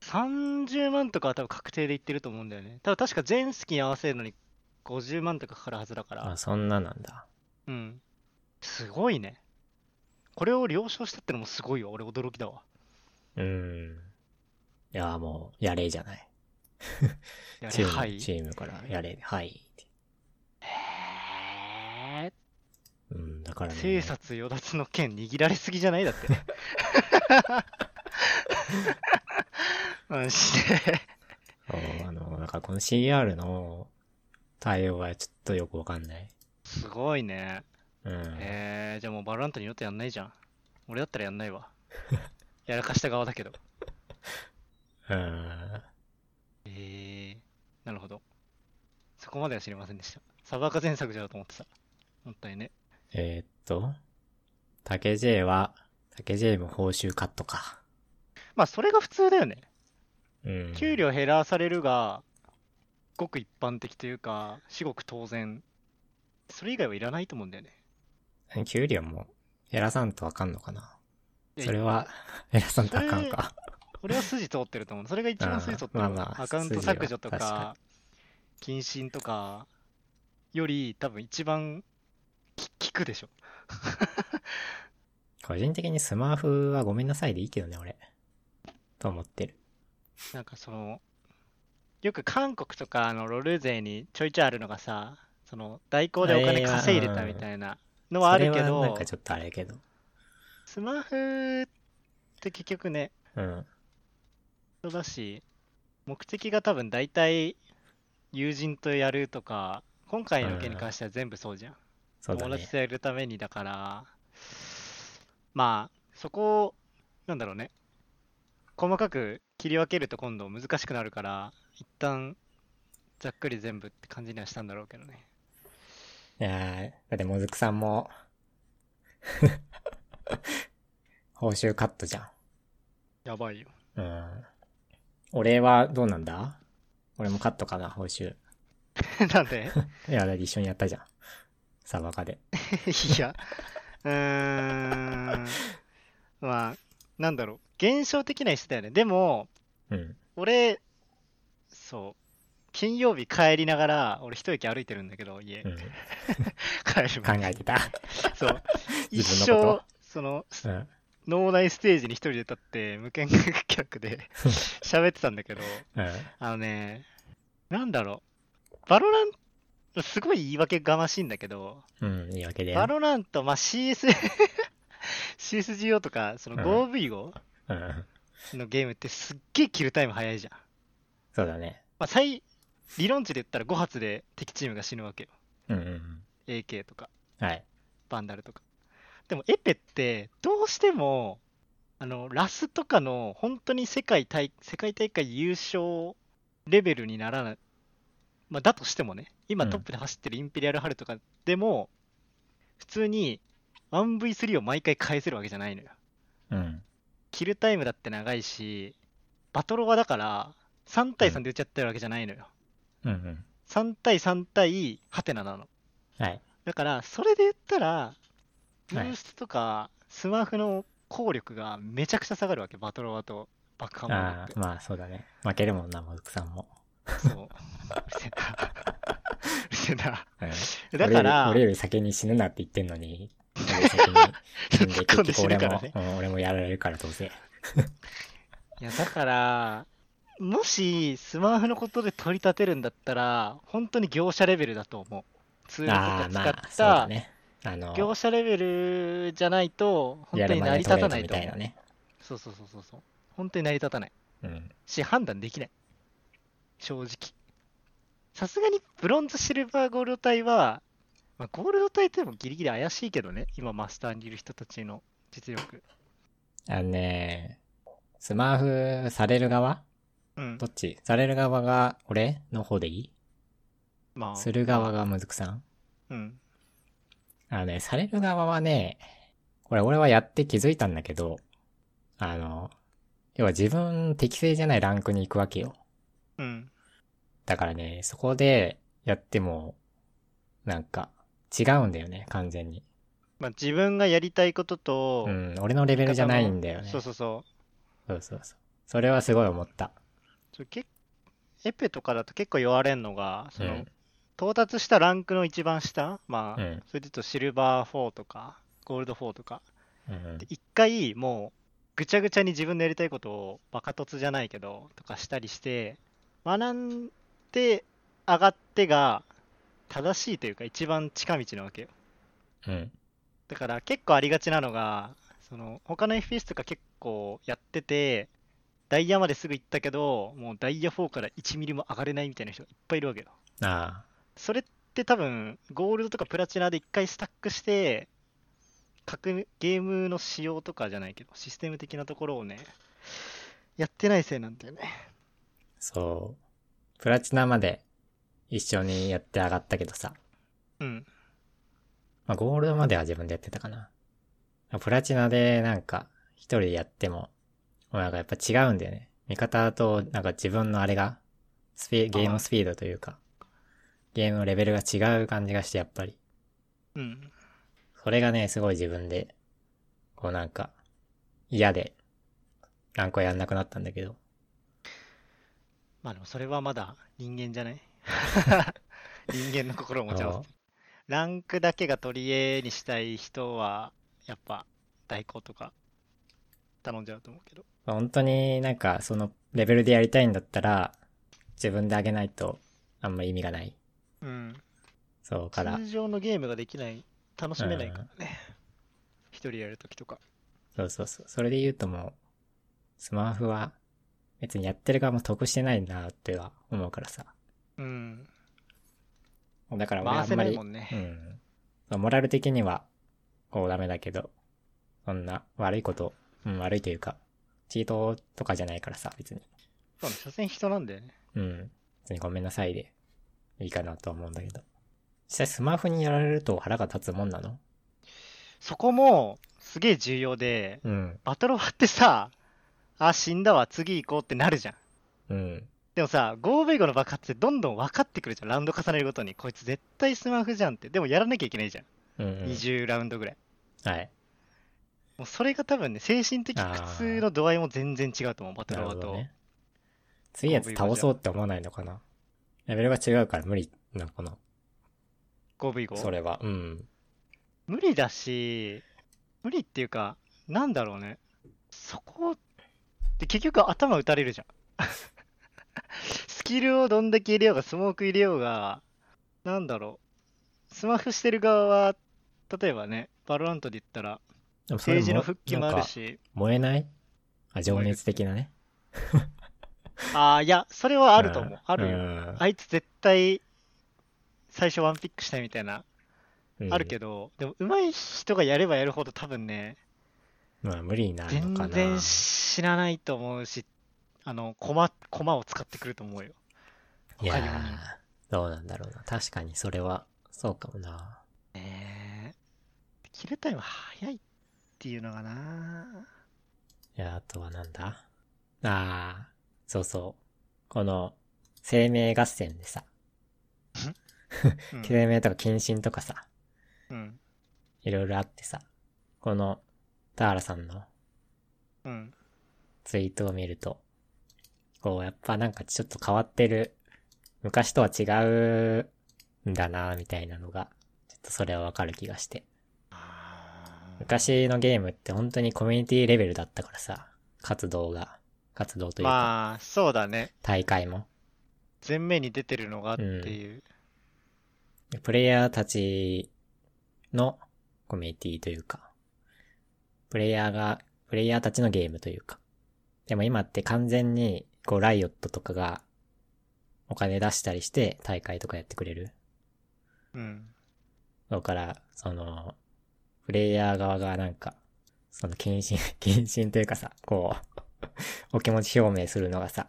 Speaker 2: 30万とかは多分確定で言ってると思うんだよね。ただ確か全スキン合わせるのに50万とかかかるはずだから。
Speaker 1: あ、そんななんだ。
Speaker 2: うん。すごいね。これを了承したってのもすごいよ。俺驚きだわ。
Speaker 1: うん。いや、もう、やれじゃない。
Speaker 2: や
Speaker 1: チ
Speaker 2: れ
Speaker 1: ーム、
Speaker 2: はい。
Speaker 1: チームから、やれ、はい。
Speaker 2: へ
Speaker 1: うん、だから
Speaker 2: ー。
Speaker 1: ね。
Speaker 2: 生殺与奪の剣握られすぎじゃないだ って。マジで。
Speaker 1: そうあの、だからこの CR の対応はちょっとよくわかんない。
Speaker 2: すごいね。
Speaker 1: うん。
Speaker 2: えー、じゃあもうバロラントによってやんないじゃん。俺だったらやんな いわ。やらかした側だけど。
Speaker 1: うん。
Speaker 2: えー、なるほど。そこまでは知りませんでした。サバカ前作じゃだと思ってた。もったいね。
Speaker 1: えーっと、竹 J は、竹 J も報酬カットか。
Speaker 2: まあ、それが普通だよね。
Speaker 1: うん。
Speaker 2: 給料減らされるが、ごく一般的というか、至極当然。それ以外はいらないと思うんだよね。
Speaker 1: 給料も、減らさんとわかんのかな。
Speaker 2: いや
Speaker 1: それは、減らさんとあかんか。
Speaker 2: 俺は筋通ってると思う。それが一番筋通ってる
Speaker 1: あ
Speaker 2: わ。
Speaker 1: ーまあまあ
Speaker 2: アカウント
Speaker 1: 筋は
Speaker 2: 削除と
Speaker 1: 確か
Speaker 2: か、謹慎とか、より多分一番き効くでしょ。
Speaker 1: 個人的にスマホはごめんなさいでいいけどね、俺。と思ってる。
Speaker 2: なんかその、よく韓国とかあのロル勢にちょいちょいあるのがさ、その代行でお金稼いでたみたいなのはある
Speaker 1: そ
Speaker 2: け
Speaker 1: れ
Speaker 2: ど、
Speaker 1: はなんかちょっとあれやけど。
Speaker 2: スマホって結局ね、
Speaker 1: うん。
Speaker 2: そうだし、目的が多分大体友人とやるとか、今回の件に関しては全部そうじゃん。
Speaker 1: そうだ
Speaker 2: 友達
Speaker 1: ね。
Speaker 2: とやるためにだから、まあ、そこを、なんだろうね、細かく切り分けると今度難しくなるから、一旦ざっくり全部って感じにはしたんだろうけどね。
Speaker 1: いやーだってもずくさんも、報酬カットじゃ
Speaker 2: やばいよ。
Speaker 1: ん。うん。俺はどうなんだ俺もカットかな、報酬。
Speaker 2: なんで
Speaker 1: いや、だって一緒にやったじゃん。サバカで。
Speaker 2: いや、うーん、まあ、なんだろう、現象的な人だよね。でも、
Speaker 1: うん。
Speaker 2: 俺、そう、金曜日帰りながら、俺一駅歩いてるんだけど、家、
Speaker 1: うん。
Speaker 2: 帰る
Speaker 1: 考
Speaker 2: まで
Speaker 1: えてた。
Speaker 2: そう、一
Speaker 1: 自分のこ
Speaker 2: 生、その、
Speaker 1: うん。
Speaker 2: 脳内ステージに一人で立って、無見客で 喋ってたんだけど、
Speaker 1: うん。
Speaker 2: あのね、なんだろう。バロラント、すごい言い訳がましいんだけど、
Speaker 1: うん、言い訳で。
Speaker 2: バロラント、まあ、CS、CSGO とか、その
Speaker 1: うん
Speaker 2: 5V5
Speaker 1: うん。
Speaker 2: のゲームってすっげえキルタイム早いじゃん。
Speaker 1: そうだね。
Speaker 2: まあ、最、理論値で言ったら5発で敵チームが死ぬわけよ。
Speaker 1: うんうんうん。
Speaker 2: AK とか、
Speaker 1: はい。
Speaker 2: バンダルとか。でも、エペって、どうしても、あの、ラスとかの、本当に世界大、世界大会優勝レベルにならない。まあ、だとしてもね、今
Speaker 1: うん
Speaker 2: トップで走ってるインペリアルハルとかでも、普通に 1V3 を毎回返せるわけじゃないのよ。
Speaker 1: うん。
Speaker 2: キルタイムだって長いし、バトロワだから、3対3で打ち合ってるわけじゃないのよ。
Speaker 1: うんうん。
Speaker 2: 3対3対ハテナなの。
Speaker 1: はい。
Speaker 2: だから、それで言ったら、ブ
Speaker 1: はい
Speaker 2: ーストとか、スマホの効力がめちゃくちゃ下がるわけ、バトロワとバックハンモー
Speaker 1: あ
Speaker 2: ド
Speaker 1: あ、まあそうだね。負けるもんな、もずくさんも。
Speaker 2: って。そう。う るせ えな。うるせえな。
Speaker 1: うん。
Speaker 2: だか
Speaker 1: 俺
Speaker 2: ら、
Speaker 1: より俺より先に死ぬなって言ってんの に、俺より先に死んで、
Speaker 2: 突っ込んで
Speaker 1: 結局
Speaker 2: 死ぬ
Speaker 1: 俺
Speaker 2: から
Speaker 1: も、
Speaker 2: ね
Speaker 1: うん俺もやられるから当然。
Speaker 2: いや、だから、もしスマホのことで取り立てるんだったら、本当に業者レベルだと思う。ツール
Speaker 1: ああ、
Speaker 2: と
Speaker 1: ま
Speaker 2: か
Speaker 1: あ、そう
Speaker 2: 使
Speaker 1: だ
Speaker 2: った、
Speaker 1: ね。あの、
Speaker 2: 業者レベルじゃないと、本
Speaker 1: や
Speaker 2: 当
Speaker 1: る
Speaker 2: に
Speaker 1: ま
Speaker 2: 成り
Speaker 1: で
Speaker 2: 立
Speaker 1: 取れ
Speaker 2: たな
Speaker 1: た
Speaker 2: い
Speaker 1: み
Speaker 2: と
Speaker 1: たい
Speaker 2: 思
Speaker 1: な
Speaker 2: う。
Speaker 1: ね。
Speaker 2: そうそうそうそうそう。本当に成り立たない。
Speaker 1: うん。
Speaker 2: し、判断できない。正直。さすがに、ブロンズ、シルバー、ゴールド帯は、まあ、ゴールド帯ってもギリギリ怪しいけどね。今、マスターにいる人たちの実力。
Speaker 1: あのね、スマホされる側
Speaker 2: うん
Speaker 1: ど。っちされる側が俺の方でいい
Speaker 2: まあ、
Speaker 1: する側がむずくさん
Speaker 2: うん。
Speaker 1: あのね、される側はね、これ俺はやって気づいたんだけど、あの、要は自分適正じゃないランクに行くわけよ。
Speaker 2: うん。
Speaker 1: だからね、そこでやっても、なんか、違うんだよね、完全に。
Speaker 2: まあ、自分がやりたいことと、
Speaker 1: うん、俺のレベルじゃないんだよね。
Speaker 2: そうそうそう。
Speaker 1: そうそうそう。それはすごい思った。
Speaker 2: それ結エペとかだと結構言われんのが、その、
Speaker 1: うん
Speaker 2: 到達したランクの一番下、まあ、
Speaker 1: うん
Speaker 2: それで言うとシルバー4とか、ゴールド4とか、
Speaker 1: うん
Speaker 2: で、一回もうぐちゃぐちゃに自分のやりたいことをバカ突じゃないけどとかしたりして学んで上がってが正しいというか一番近道なわけよ
Speaker 1: うん、
Speaker 2: だから結構ありがちなのがその他の FPS とか結構やっててダイヤまですぐ行ったけどもうダイヤ4から1ミリも上がれないみたいな人がいっぱいいるわけよ
Speaker 1: あ
Speaker 2: それって多分、ゴールドとかプラチナで一回スタックして、各ゲームの仕様とかじゃないけど、システム的なところをね、やってないせいなんだよね。
Speaker 1: あ、そう。プラチナまで一緒にやって上がったけどさ。
Speaker 2: うん。
Speaker 1: まあ、ゴールドまでは自分でやってたかな。プラチナでなんか、一人でやっても、もうなんかやっぱ違うんだよね。味方となんか自分のあれが、スピ、ゲームスピードというか、ゲームのレベルが違う感じがして、やっぱり。
Speaker 2: うん。
Speaker 1: それがね、すごい自分で、こうなんか、嫌で、ランクはやんなくなったんだけど。
Speaker 2: まあでもそれはまだ人間じゃない人間の心を持ち合わせて。ランクだけが取り柄にしたい人は、やっぱ代行とか頼んじゃうと思うけど。
Speaker 1: 本当になんか、そのレベルでやりたいんだったら、自分で上げないと、あんま意味がない。
Speaker 2: うん。
Speaker 1: そうから。
Speaker 2: 通常のゲームができない、楽しめないからね。一人でやるときとか。
Speaker 1: そうそうそう。それで言うともう、スマホは別にやってる側も得してないなっては思うからさ。
Speaker 2: うん。
Speaker 1: だから俺はあ
Speaker 2: 回
Speaker 1: ん
Speaker 2: せ
Speaker 1: ま
Speaker 2: な
Speaker 1: り、
Speaker 2: いもんね。
Speaker 1: うんそう。モラル的には、こうダメだけど、そんな悪いこと、うん、悪いというか、チートとかじゃないからさ、別に。
Speaker 2: そうね、所詮人なんだよね。
Speaker 1: うん。別にごめんなさいで、いいかなと思うんだけど。実際スマホにやられると腹が立つもんなの
Speaker 2: そこも、すげえ重要で、
Speaker 1: うん。
Speaker 2: バトロワってさ、あ、死んだわ、次行こうってなるじゃん。
Speaker 1: うん。
Speaker 2: でもさ、5V5 の爆発ってどんどん分かってくるじゃん。ラウンド重ねるごとに。こいつ絶対スマフじゃんって。でもやらなきゃいけないじゃん。
Speaker 1: うん、うん。
Speaker 2: 20ラウンドぐらい。
Speaker 1: はい。
Speaker 2: もうそれが多分ね、精神的苦痛の度合いも全然違うと思う、バト
Speaker 1: な
Speaker 2: ロ
Speaker 1: るほ
Speaker 2: ワ
Speaker 1: ど
Speaker 2: と。
Speaker 1: ね。次やつ倒そうって思わないのかなレベルが違うから無理なのかな
Speaker 2: 5V5。
Speaker 1: それは。うん。
Speaker 2: 無理だし、無理っていうか、なんだろうね。そこって結局頭打たれるじゃん。 スキルをどんだけ入れようが、スモーク入れようが、なんだろう。スマフしてる側は、例えばね、バロラントで言ったら、
Speaker 1: でもそれ
Speaker 2: 政治の
Speaker 1: も
Speaker 2: 復帰も
Speaker 1: な
Speaker 2: あ
Speaker 1: ん
Speaker 2: る
Speaker 1: か
Speaker 2: し、
Speaker 1: 燃えないあ情熱的なね。
Speaker 2: ああ、いや、それはあると思う。あるよ。
Speaker 1: よ。
Speaker 2: あいつ絶対、最初ワンピックしたいみたいな、
Speaker 1: うん
Speaker 2: あるけど、でも上手い人がやればやるほど多分ね、
Speaker 1: まあ無理になるの
Speaker 2: 全
Speaker 1: かな。
Speaker 2: 然知らないと思うし、あの、駒、駒を使ってくると思うよ。
Speaker 1: いや
Speaker 2: 他にもね
Speaker 1: ーどうなんだろうな。確かにそれは、そうかもな。
Speaker 2: ねえキルタイム早いっていうのがない
Speaker 1: や、あとはなんだあー、そうそう。この、生命合戦でさ、
Speaker 2: うん
Speaker 1: 生命とか謹慎とかさ、
Speaker 2: うん。
Speaker 1: いろいろあってさ、この、田原さんの
Speaker 2: うん。
Speaker 1: ツイートを見ると、こう、やっぱなんかちょっと変わってる、昔とは違うんだな、みたいなのが、ちょっとそれはわかる気がして。昔のゲームって本当にコミュニティレベルだったからさ、活動が、活動というか、
Speaker 2: まあ、そうだね。
Speaker 1: 大会も、
Speaker 2: 前面に出てるのがっていう。
Speaker 1: プレイヤーたちのコミュニティというか、プレイヤーが、プレイヤーたちのゲームというか。でも今って完全に、こう、ライオットとかが、お金出したりして大会とかやってくれる。
Speaker 2: うん。
Speaker 1: だから、その、プレイヤー側がなんか、その、謹 慎、謹慎というかさ、こう、 お気持ち表明するのがさ、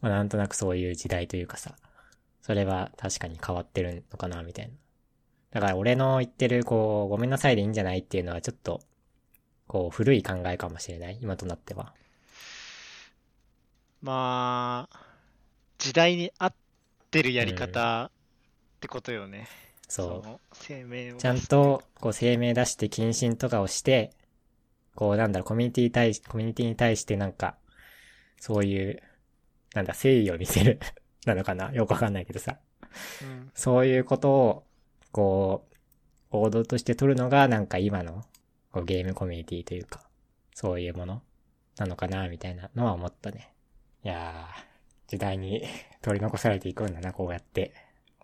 Speaker 1: まあ、なんとなくそういう時代というかさ、それは確かに変わってるのかな、みたいな。だから俺の言ってる、こう、ごめんなさいでいいんじゃないっていうのはちょっと、こう、古い考えかもしれない、今となっては。
Speaker 2: まあ、時代に合ってるやり方ってことよね。
Speaker 1: そう。
Speaker 2: の生命を。
Speaker 1: ちゃんと、こう、声明出して、謹慎とかをして、こう、なんだろう、コミュニティ対し、コミュニティに対してなんか、そういう、なんだ、誠意を見せる、 なのかなよくわかんないけどさ。
Speaker 2: うん。
Speaker 1: そういうことを、こう、王道として取るのが、なんか今の、こう、ゲームコミュニティというか、そういうものなのかなみたいなのは思ったね。いやー、時代に 取り残されていくんだな、こうやって、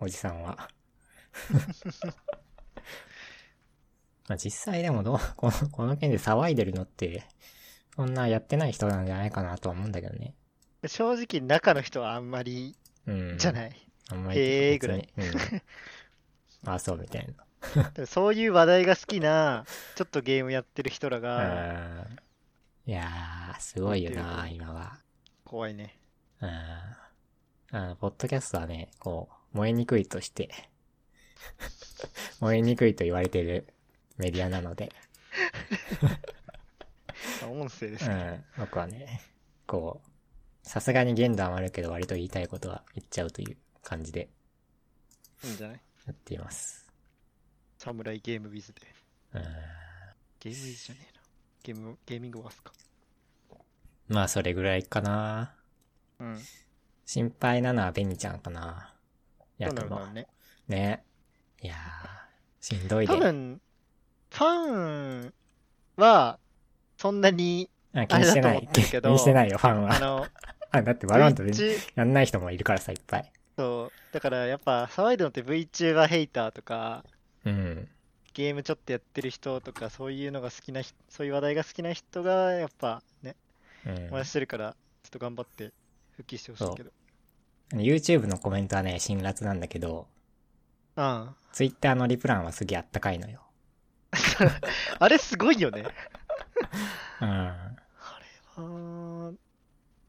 Speaker 1: おじさん は。まあ実際でもどう、 この、この件で騒いでるのって、そんなやってない人なんじゃないかなとは思うんだけどね。
Speaker 2: 正直、中の人はあんまり
Speaker 1: うん。
Speaker 2: じゃない。
Speaker 1: あんまり。
Speaker 2: へーぐらい
Speaker 1: 別に。うん、 あ、そうみたいな。
Speaker 2: でもそういう話題が好きな、ちょっとゲームやってる人らが
Speaker 1: うんいやー、すごいよな、今は。
Speaker 2: 怖いね。
Speaker 1: うん。あの、ポッドキャストはね、こう、燃えにくいとして、 燃えにくいと言われてるメディアなので、
Speaker 2: 音声で
Speaker 1: う
Speaker 2: すね。
Speaker 1: ん、僕はね、こう、さすがに限度はあるけど、割と言いたいことは言っちゃうという感じで
Speaker 2: いいんじゃない
Speaker 1: やっています。
Speaker 2: サムライゲームウィズで。
Speaker 1: うん。
Speaker 2: ゲームウィズじゃねえな。ゲーム、ゲーミングワースか。
Speaker 1: まあ、それぐらいかな。
Speaker 2: うん。
Speaker 1: 心配なのはベニちゃんかな。い
Speaker 2: そ
Speaker 1: や、
Speaker 2: うな
Speaker 1: で
Speaker 2: んだ
Speaker 1: も
Speaker 2: ろう、ね。
Speaker 1: ね。いやー、しんどいで。
Speaker 2: 多分、ファンは、そんなに、
Speaker 1: あ気にしてな
Speaker 2: あれだ
Speaker 1: い。
Speaker 2: と思って
Speaker 1: 気
Speaker 2: るけど
Speaker 1: にしてないよ、ファン
Speaker 2: あ
Speaker 1: は。
Speaker 2: の、
Speaker 1: あだって、バロンと
Speaker 2: V
Speaker 1: やんない人もいるからさ、いっぱい。
Speaker 2: そう、だからやっぱ騒いでるのって VTuber ヘイターとか、
Speaker 1: うん。
Speaker 2: ゲームちょっとやってる人とか、そういうのが好きな人、そういう話題が好きな人が、やっぱね、
Speaker 1: うん
Speaker 2: 応援してるから、ちょっと頑張って復帰してほしいけど。
Speaker 1: YouTube のコメントはね、辛辣なんだけど、
Speaker 2: うん。
Speaker 1: Twitter のリプランはすげえあったかいのよ。
Speaker 2: あれすごいよね。
Speaker 1: うん。
Speaker 2: あー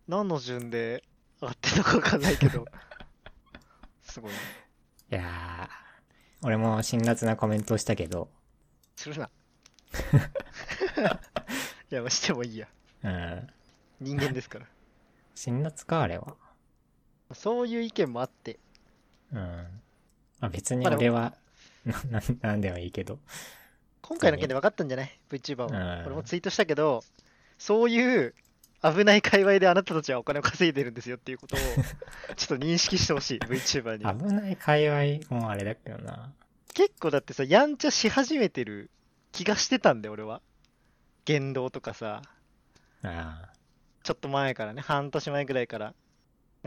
Speaker 2: 何の順で上がってるのか分かんないけ ど。すごいね。
Speaker 1: いやー、俺も辛辣なコメントをしたけど、
Speaker 2: するな。 いや、まあしてもいいや。
Speaker 1: うん。
Speaker 2: 人間ですから。
Speaker 1: 辛辣か、あれは。
Speaker 2: そういう意見もあって。
Speaker 1: うん。まあ別に俺は、 な、ななんでもいいけど。
Speaker 2: 今回の件で分かったんじゃない ?VTuber
Speaker 1: う
Speaker 2: は。
Speaker 1: ん
Speaker 2: 俺もツイートしたけど、そういう危ない界隈であなたたちはお金を稼いでるんですよっていう ことをちょっと認識してほしい、VTuber に。
Speaker 1: 危ない界隈もあれだけどな。
Speaker 2: 結構だってさ、やんちゃし始めてる気がしてたんで、俺は。言動とかさ、
Speaker 1: あ
Speaker 2: ちょっと前からね、半年前ぐらいから、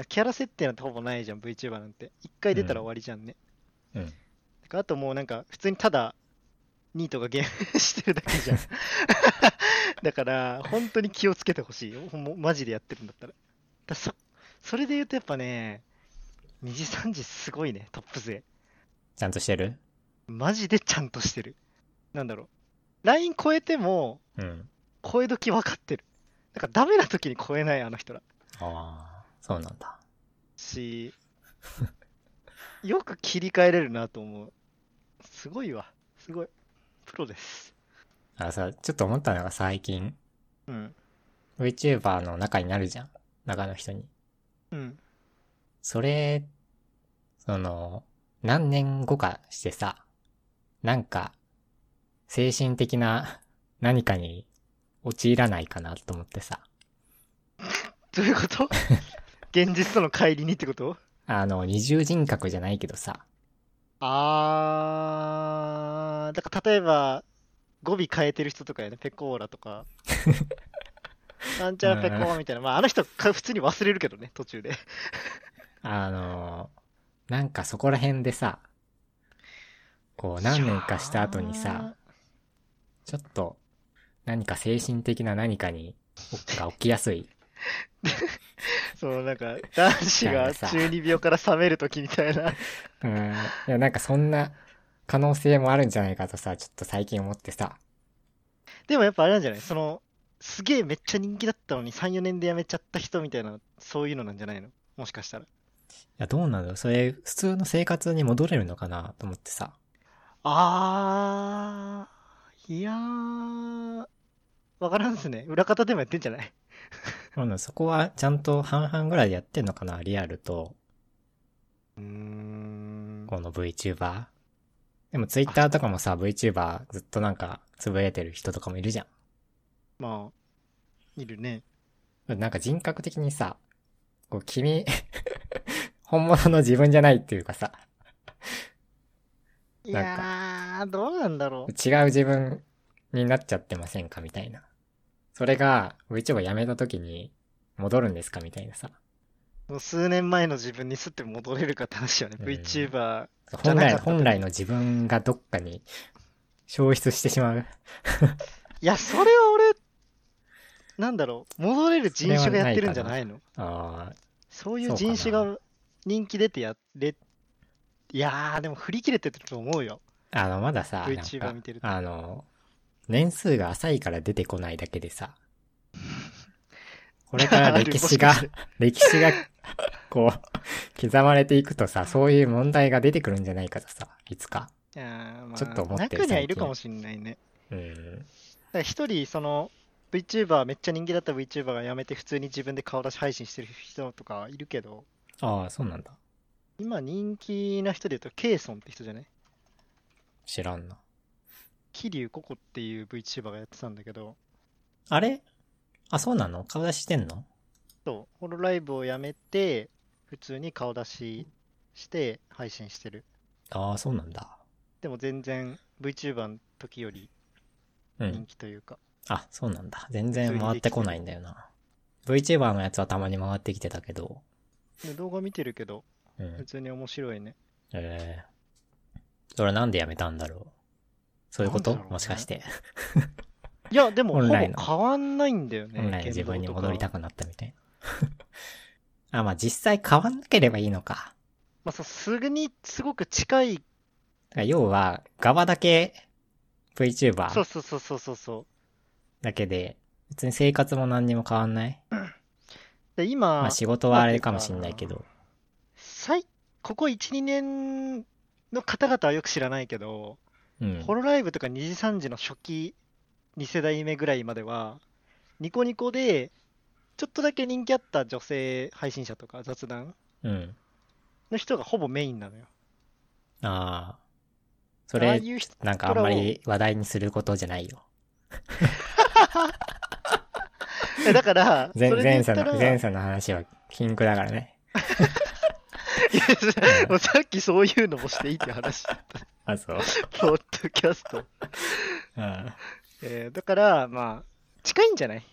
Speaker 2: キャラ設定なんてほぼないじゃん、VTuber なんて。一回出たら終わりじゃんね。
Speaker 1: あ。うん。
Speaker 2: だからあともうなんか、普通にただ、ニートがゲーム してるだ けじゃん。だから、本当に気をつけてほしいよ。ほんまマジでやってるんだったら。だからそ、それで言うとやっぱね、2時3時すごいね、トップ勢。
Speaker 1: ちゃんとしてる
Speaker 2: マジでちゃんとしてる。なんだろう。LINE 超えても、
Speaker 1: うん。
Speaker 2: 超え時分かってる。だからダメな時に超えない、あの人ら。
Speaker 1: ああ、そうなんだ。
Speaker 2: し、よく切り替えれるなと思う。すごいわ。すごい。プロです。
Speaker 1: あのさ、ちょっと思ったのが最近、
Speaker 2: うん。
Speaker 1: VTuber の中になるじゃん。中の人に。
Speaker 2: うん。
Speaker 1: それ、その、何年後かしてさ、なんか、精神的な何かに陥らないかなと思ってさ、
Speaker 2: どういうこと現実との乖離にってこと
Speaker 1: あの、二重人格じゃないけどさ、
Speaker 2: あー、だから例えば、語尾変えてる人とかやね、ペコーラ とか。なんちゃらペコーみたいな。まあ、あの人か、普通に忘れるけどね、途中で。
Speaker 1: あの、なんかそこら辺でさ、こう何年かした後にさ、ちょっと何か精神的な何かに、が起きやすい。
Speaker 2: いやー、そのなんか、男子が中二病から冷めるときみたいな。
Speaker 1: うん。いや、なんかそんな可能性もあるんじゃないかとさ、ちょっと最近思ってさ、
Speaker 2: でもやっぱあれなんじゃないその、すげえめっちゃ人気だったのに3、4年で辞めちゃった人みたいな、そういうのなんじゃないのもしかしたら。
Speaker 1: いや、どうなんだろうそれ、普通の生活に戻れるのかなと思ってさ。
Speaker 2: あー、いやー、わからんですね。裏方でもやってんじゃない
Speaker 1: まあそこはちゃんと半々ぐらいでやってんのかなリアルと、
Speaker 2: うーん。
Speaker 1: この VTuber。でも Twitter とかもさ、VTuber ずっとなんか、つぶれてる人とかもいるじゃ
Speaker 2: まあ、いるね。
Speaker 1: ん。なんか人格的にさ、こう、君、 本物の自分じゃないっていうかさ、
Speaker 2: い
Speaker 1: なん
Speaker 2: やー、どうなんだろう。
Speaker 1: 違う自分になっちゃってませんかみたいな。それが、VTuber 辞めた時に戻るんですかみたいなさ。
Speaker 2: もう数年前の自分にすって戻れるかって話よね。
Speaker 1: うん
Speaker 2: VTuber。じゃ
Speaker 1: 本
Speaker 2: なか
Speaker 1: 来、
Speaker 2: った
Speaker 1: 本来の自分がどっかに消失してしまう。
Speaker 2: いや、それは俺、なんだろう。戻れる人種がやってるんじゃないの
Speaker 1: ああ、
Speaker 2: そうい
Speaker 1: そううかな
Speaker 2: 人種が人気出てやれ、いやー、でも振り切れてると思うよ。
Speaker 1: あの、まださ、なん
Speaker 2: VTuber
Speaker 1: か
Speaker 2: 見てる、と
Speaker 1: あの、年数が浅いから出てこないだけでさ、これから歴史が
Speaker 2: あるもし、
Speaker 1: 歴史が、こう、刻まれていくとさ、そういう問題が出てくるんじゃないかとさ、いつか。
Speaker 2: いやーまあ
Speaker 1: ちょっと思ってる
Speaker 2: 中に
Speaker 1: 最
Speaker 2: は
Speaker 1: 近
Speaker 2: いるかもしれないね。
Speaker 1: うん。
Speaker 2: だから一人、その、VTuber、めっちゃ人気だった VTuber が辞めて普通に自分で顔出し配信してる人とかいるけど、
Speaker 1: ああ、そうなんだ。
Speaker 2: 今人気な人で言うと、ケイソンって人じゃない
Speaker 1: 知らんな。
Speaker 2: 桐生ココっていう VTuber がやってたんだけど、
Speaker 1: あれあ、そうなの顔出ししてんの
Speaker 2: そう、ホロライブを辞めて、普通に顔出しして配信してる。
Speaker 1: ああ、そうなんだ。
Speaker 2: でも全然 VTuber の時より
Speaker 1: う
Speaker 2: 人
Speaker 1: ん。
Speaker 2: 気というか、
Speaker 1: あ、そうなんだ。全然回ってこないんだよな。VTuber のやつはたまに回ってきてたけど、
Speaker 2: で動画見てるけど
Speaker 1: うん
Speaker 2: 普。通に面白いね
Speaker 1: えー、それなんでやめたんだろうそういうこと、
Speaker 2: なんだろうね
Speaker 1: もしかして、
Speaker 2: いやでもほぼ
Speaker 1: 本来
Speaker 2: 変
Speaker 1: の
Speaker 2: わんないんだよ ね
Speaker 1: 本来の自分に戻りた
Speaker 2: く
Speaker 1: くなったみたいな。 あ、まあ実際変わんなければいいのか。
Speaker 2: まあさすぐにすごく近い
Speaker 1: だから要は、側だけ
Speaker 2: そう
Speaker 1: VTuber
Speaker 2: そうそうそうそうそう
Speaker 1: だけで、別に生活も何にも変わんない。
Speaker 2: で今、
Speaker 1: まあ仕事はあれかもしんないけど。
Speaker 2: 最ここ12年の方々はよく知らないけど、
Speaker 1: うん
Speaker 2: ホ。ロライブとか2時3時の初期2世代目ぐらいまではニコニコでちょっとだけ人気あった女性配信者とか雑談
Speaker 1: うん。
Speaker 2: の人がほぼメインなのよ
Speaker 1: ああ。そ
Speaker 2: ああ
Speaker 1: れ
Speaker 2: い、う人
Speaker 1: なんかあんまり話題にすることじゃないよ。
Speaker 2: えだから、
Speaker 1: 前
Speaker 2: それで言
Speaker 1: 前
Speaker 2: っ
Speaker 1: 者
Speaker 2: たら
Speaker 1: の、前者の話は禁句だからね。
Speaker 2: いやそれ もうさっきそういうのもしていいって話だった、
Speaker 1: あ、そう。
Speaker 2: ポッドキャスト。
Speaker 1: うん。
Speaker 2: えーだから、まあ、近いんじゃない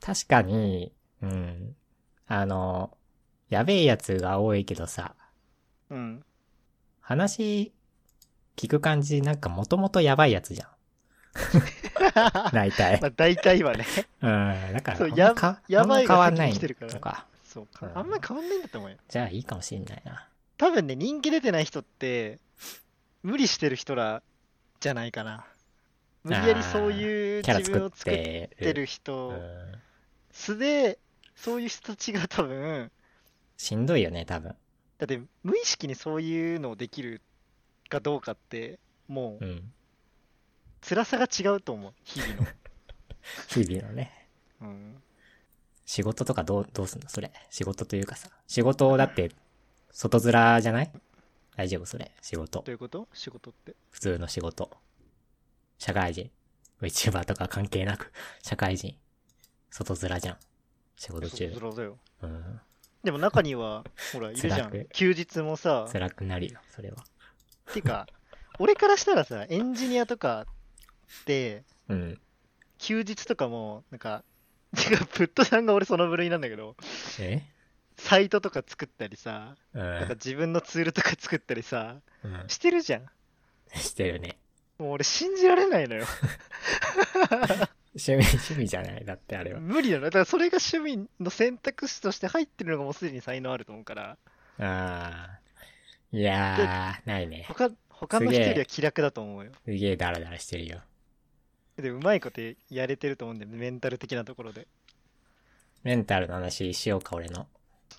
Speaker 1: 確かに、うん。あの、やべえやつが多いけどさ、
Speaker 2: うん。
Speaker 1: 話聞く感じ、なんかもともとやばいやつじゃん。大体
Speaker 2: ま。あ大体はね。
Speaker 1: うん。だから、
Speaker 2: そう
Speaker 1: あんま
Speaker 2: や
Speaker 1: か
Speaker 2: やばいが
Speaker 1: あんま変わんない
Speaker 2: 先に来てるから
Speaker 1: とか。
Speaker 2: そう
Speaker 1: う
Speaker 2: か。
Speaker 1: ん
Speaker 2: あんまり変わんないんだと思うよ。
Speaker 1: じゃあいいかもしんないな。
Speaker 2: 多分ね、人気出てない人って、無理してる人らじゃないかな。無理やりそういう
Speaker 1: キャラ
Speaker 2: 自分
Speaker 1: 作
Speaker 2: を
Speaker 1: っ
Speaker 2: 作って
Speaker 1: てる。
Speaker 2: てる
Speaker 1: う
Speaker 2: 人
Speaker 1: ん
Speaker 2: 素で、そういう人たちが多分、
Speaker 1: しんどいよね、多分。
Speaker 2: だって無意識にそういうのをできるかどうかって、も
Speaker 1: う。
Speaker 2: うん辛さが違うと思う、日 々の。
Speaker 1: 日々のね。
Speaker 2: うん、
Speaker 1: 仕事とかどう、どうすんのそれ。仕事というかさ。仕事をだって、外面じゃない大丈夫それ。仕事
Speaker 2: どう。いうこと仕事って。
Speaker 1: 普通の仕事。社会人。VTuber とか関係なく、社会人。外面じゃん。仕事
Speaker 2: そう
Speaker 1: 中
Speaker 2: そ。らだよ。
Speaker 1: うん。
Speaker 2: でも中には、ほら、いるじゃ
Speaker 1: 辛く
Speaker 2: ん。休日もさ、
Speaker 1: 辛くなるよ、それは。
Speaker 2: てか、俺からしたらさ、エンジニアとかって、
Speaker 1: うん。
Speaker 2: 休日とかも、なんか、てか、プットさんが俺その部類なんだけど、
Speaker 1: え
Speaker 2: サイトとか作ったりさ、
Speaker 1: う
Speaker 2: なんか
Speaker 1: ん。
Speaker 2: 自分のツールとか作ったりさ、
Speaker 1: うん
Speaker 2: してるじゃん。
Speaker 1: してるね。
Speaker 2: もう俺信じられないのよ。
Speaker 1: 趣味、趣味じゃないだってあれは。
Speaker 2: 無理なの。だからそれが趣味の選択肢として入ってるのがもうすでに才能あると思うから、
Speaker 1: ああ。いやー、ないね。
Speaker 2: 他、他の人よりは気楽だと思うよ。
Speaker 1: すげえダラダラしてるよ。
Speaker 2: で、うまいことやれてると思うんだよね、メンタル的なところで。
Speaker 1: メンタルの話しようか、俺の。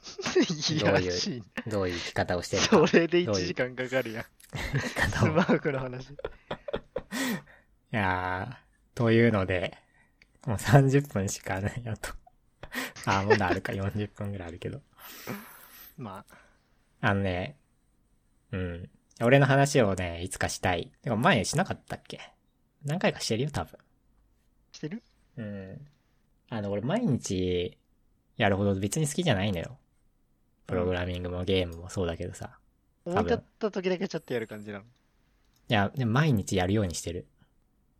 Speaker 2: いやらしいね。
Speaker 1: どういう生き方をしてるか。
Speaker 2: それで1
Speaker 1: どういう
Speaker 2: 時間かかる やん。
Speaker 1: 生き方
Speaker 2: ス
Speaker 1: を。い
Speaker 2: マークの話。
Speaker 1: やー、というので、もう30分しかないよと。あー、まだあるか、40分ぐらいあるけど。
Speaker 2: まあ、
Speaker 1: あのね、うん。俺の話をね、いつかしたい。てか前しなかったっけ何回かしてるよ、多分。
Speaker 2: してる
Speaker 1: うん。あの、俺毎日やるほど別に好きじゃないのよ。プログラミングもゲームもそうだけどさ。
Speaker 2: 思い立った時だけちょっとやる感じなの。
Speaker 1: いや、でも毎日やるようにしてる。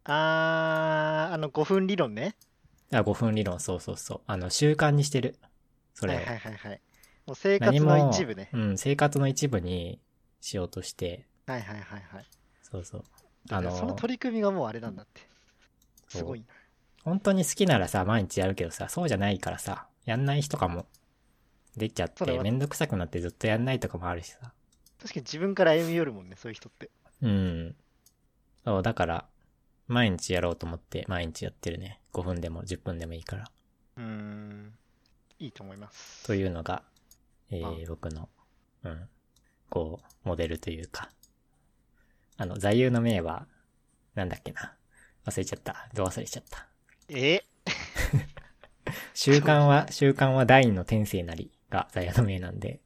Speaker 2: あー、あの5分理論ね。
Speaker 1: あ、5分理論、そうそうそう。あの、習慣にしてる。そ
Speaker 2: は
Speaker 1: れ
Speaker 2: い
Speaker 1: を。
Speaker 2: はいはいはい。もう生活
Speaker 1: 何も
Speaker 2: の一部ね。
Speaker 1: うん、生活の一部にしようとして、
Speaker 2: はいはいはいはい。
Speaker 1: そうそう。あ
Speaker 2: あ
Speaker 1: の
Speaker 2: の、その取り組みがもうあれなんだって。
Speaker 1: そう
Speaker 2: すごいな。
Speaker 1: 本当に好きならさ、毎日やるけどさ、そうじゃないからさ、やんない日とかもできちゃっ
Speaker 2: それ
Speaker 1: て、
Speaker 2: は
Speaker 1: めんどくさくなってずっとやんないとかもあるしさ。
Speaker 2: 確かに自分から歩み寄るもんね、そういう人って。
Speaker 1: うん。そう、だから、毎日やろうと思って、毎日やってるね。5分でも10分でもいいから。
Speaker 2: うーん。いいと思います。
Speaker 1: というのが、え
Speaker 2: あ
Speaker 1: ー、僕の、うん、こう、モデルというか。あの、座右の銘は、なんだっけな。忘れちゃった。ど忘れちゃった。
Speaker 2: え
Speaker 1: 習慣 は、習慣は第二の天性なりが座右の銘なんで、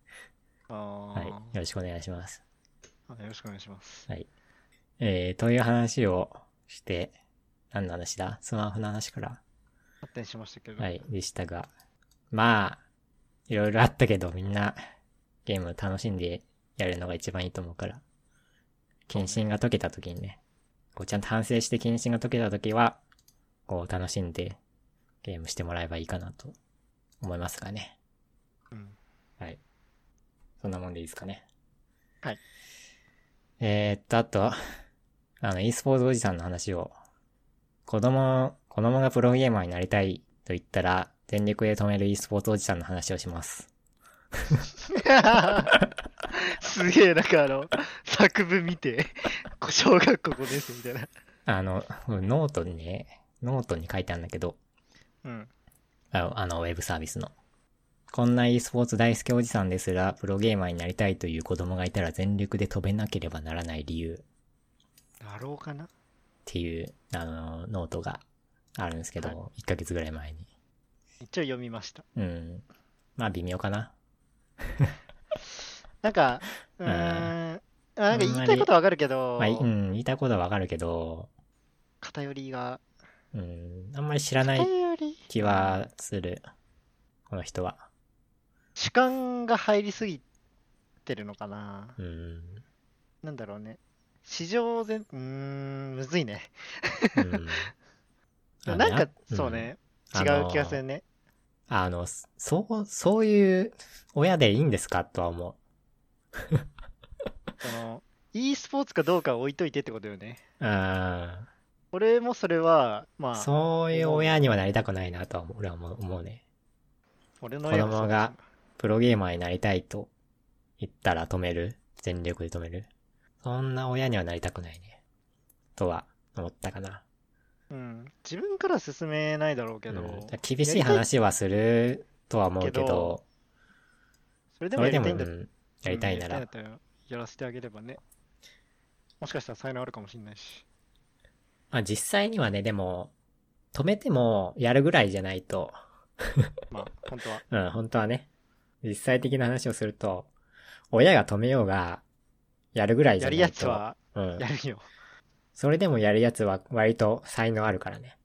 Speaker 2: あ
Speaker 1: は
Speaker 2: ー
Speaker 1: い。よろしくお願いします。
Speaker 2: あよろしくお願いします。
Speaker 1: はい。えー、という話をして、何の話だスマホの話から。
Speaker 2: 勝手にしましたけど。
Speaker 1: はい、でしたが。まあ、いろいろあったけど、みんな、ゲーム楽しんでやるのが一番いいと思うから。謹慎が解けた時にね、こうちゃんと反省して謹慎が解けた時は、こう楽しんでゲームしてもらえばいいかなと思いますがね。
Speaker 2: うん
Speaker 1: はい。そんなもんでいいですかね。
Speaker 2: はい。
Speaker 1: えー、っと、あと、 あの、e スポーツおじさんの話を、子供、子供がプロゲーマーになりたいと言ったら、全力で止める e スポーツおじさんの話をします。
Speaker 2: すげえ、なんかあの、作文見て、こ小学校5年生みたいな。
Speaker 1: あの、ノートにね、ノートに書いてあるんだけど、
Speaker 2: うん。
Speaker 1: ああの、ウェブサービスの。こんな e スポーツ大好きおじさんですら、プロゲーマーになりたいという子供がいたら全力で飛べなければならない理由っ
Speaker 2: なろうかな
Speaker 1: ていう、あの、ノートがあるんですけど、
Speaker 2: は
Speaker 1: 1ヶ月ぐらい前に。
Speaker 2: 一応読みました。
Speaker 1: うん。まあ、微妙かな。
Speaker 2: なんか、う
Speaker 1: うん
Speaker 2: ーん。あな
Speaker 1: あ
Speaker 2: んか
Speaker 1: んま
Speaker 2: 言い
Speaker 1: り
Speaker 2: たいことはわかるけど
Speaker 1: ま、あ、いうん、言いたいことはわかるけど、
Speaker 2: 偏りが。
Speaker 1: うん、あんまり知らない
Speaker 2: 偏り
Speaker 1: 気はする。この人は。
Speaker 2: 主観が入りすぎてるのかな
Speaker 1: うん。
Speaker 2: なんだろうね。市場全、うーん、むずいね。
Speaker 1: うん、
Speaker 2: で
Speaker 1: あ
Speaker 2: も
Speaker 1: の
Speaker 2: なん
Speaker 1: や
Speaker 2: か、そうね、
Speaker 1: あ
Speaker 2: 違
Speaker 1: の
Speaker 2: う気がするね。
Speaker 1: あの、そそう、そういう親でいいんですかとは思
Speaker 2: その、e スポーツかどうかは置いといてってことよね。
Speaker 1: う。うん。
Speaker 2: 俺もそれは、まあ、
Speaker 1: そういう親にはなりたくないなとは思う俺は思う思うね。
Speaker 2: 俺の
Speaker 1: 子
Speaker 2: 親はそう
Speaker 1: 供がプロゲーマーになりたいと言ったら止める全力で止めるそんな親にはなりたくないね。とは思ったかな。
Speaker 2: うん、自分からは進めないだろうけど、
Speaker 1: うん厳しい話はするとは思うけど、
Speaker 2: けどそれで
Speaker 1: そ
Speaker 2: も
Speaker 1: れ
Speaker 2: や
Speaker 1: で
Speaker 2: り
Speaker 1: も、
Speaker 2: た
Speaker 1: う
Speaker 2: いんだっ
Speaker 1: ん、やりたいなら、
Speaker 2: うんやりたいんだったらやらせてあげればね。もしかしたら才能あるかもしれないし。
Speaker 1: まあ実際にはね、でも、止めてもやるぐらいじゃないと、
Speaker 2: まあ、本当は。
Speaker 1: うん、本当はね、実際的な話をすると、親が止めようが、やるぐらいじ
Speaker 2: や
Speaker 1: ゃな
Speaker 2: る
Speaker 1: いと。
Speaker 2: やつは
Speaker 1: うん
Speaker 2: や。るよ。
Speaker 1: それでもやるやつは割と才能あるからね、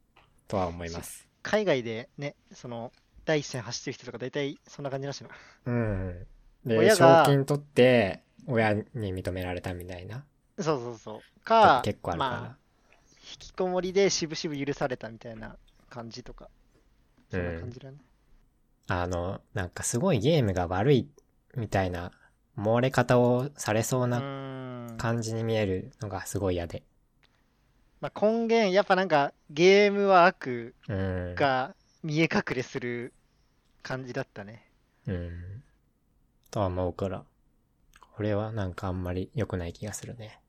Speaker 1: とは思います。
Speaker 2: 海外でね、その、第一線走ってる人とか大体そんな感じらしいな。
Speaker 1: うん。で、
Speaker 2: 親
Speaker 1: 賞
Speaker 2: が
Speaker 1: 金取って、親に認められたみたいな、
Speaker 2: そうそうそう。か、
Speaker 1: 結構あるから。
Speaker 2: まあ、引きこもりで渋々許されたみたいな感じとか。そんな感じだね。
Speaker 1: あの、なんかすごいゲームが悪いみたいな、漏れ方をされそう
Speaker 2: う
Speaker 1: な
Speaker 2: ーん。
Speaker 1: 感じに見えるのがすごい嫌で。
Speaker 2: まあ、根源、やっぱなんか、ゲームは悪
Speaker 1: うん。
Speaker 2: が見え隠れする感じだったね。
Speaker 1: うん。とは思うから。これはなんかあんまり良くない気がするね。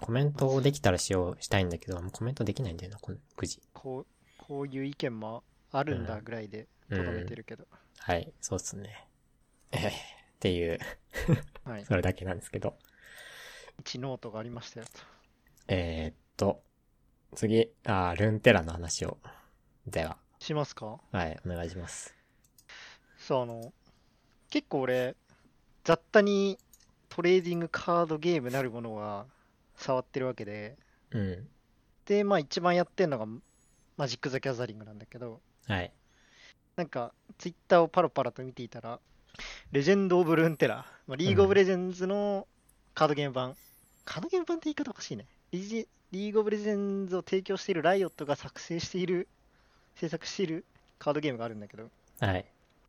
Speaker 1: コメントをできたらしよう、したいんだけど、もうコメントできないんだよな、この9時。
Speaker 2: こう、こういう意見もあるんだぐらいで、
Speaker 1: う
Speaker 2: とど
Speaker 1: ん
Speaker 2: めてるけど。
Speaker 1: はい、そうっすね。えへっていう、
Speaker 2: はい。
Speaker 1: それだけなんですけど。
Speaker 2: 一ノートがありましたよと。
Speaker 1: えー、っと、次、あールンテラの話を。では、
Speaker 2: しますか
Speaker 1: はい、お願いします。
Speaker 2: そう、あの、結構俺、雑多にトレーディングカードゲームなるものは触ってるわけで、
Speaker 1: うん。
Speaker 2: で、まあ一番やってんのがマジック・ザ・ギャザリングなんだけど、
Speaker 1: はい。
Speaker 2: なんか、ツイッターをパラパラと見ていたら、レジェンド・オブ・ルーンテラ、まあ、リーグ・オ
Speaker 1: う
Speaker 2: ブ・
Speaker 1: ん
Speaker 2: レジェンズのカードゲーム版、カードゲーム版って言い方おかしいね。リジリーグ・オブ・レジェンズを提供しているライオットが作成している、制作しているカードゲームがあるんだけど、
Speaker 1: はい。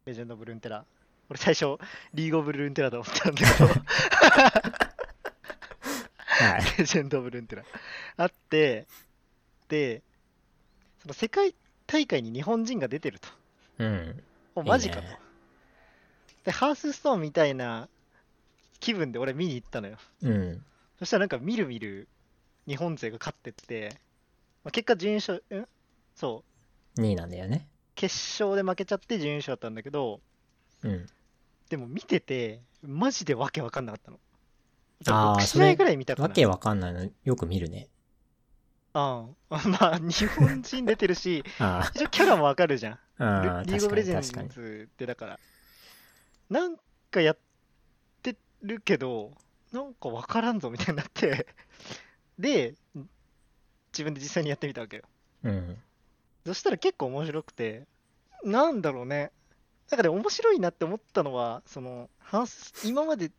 Speaker 2: レジェンド・オブ・ルーンテラ。俺最初、リーグ・オブ・ルーンテラだと思ったんだけど、
Speaker 1: はい。
Speaker 2: レジェンド・オブ・ルーンテラ。あって、で、その世界大会に日本人が出てると。
Speaker 1: うん。
Speaker 2: おマジかと。
Speaker 1: いいね
Speaker 2: で、ハースストーンみたいな気分で俺見に行ったのよ。
Speaker 1: うん。
Speaker 2: そしたらなんかみるみる日本勢が勝ってって、まあ、結果準優勝、んそう、
Speaker 1: 2位なんだよね。
Speaker 2: 決勝で負けちゃって準優勝だったんだけど、
Speaker 1: うん。
Speaker 2: でも見てて、マジでわけわかんなかったの。
Speaker 1: あー
Speaker 2: 6
Speaker 1: そ
Speaker 2: 試
Speaker 1: れ
Speaker 2: 合ぐらい見たかな。
Speaker 1: わけわかんないの、よく見るね。
Speaker 2: ああ、 まあ、日本人出てるし、
Speaker 1: あ
Speaker 2: 一応キャラもわかるじゃん。
Speaker 1: あ、ああ、
Speaker 2: リリー
Speaker 1: 確
Speaker 2: グオブ
Speaker 1: か
Speaker 2: レ
Speaker 1: に
Speaker 2: ジェン
Speaker 1: 確かに。
Speaker 2: ズってだから、なんかやってるけど、なんかわからんぞみたいになって、 で、自分で実際にやってみたわけよ。
Speaker 1: うん。
Speaker 2: そしたら結構面白くて、なんだろうね。なんかで面白いなって思ったのは、その、ハンス今まで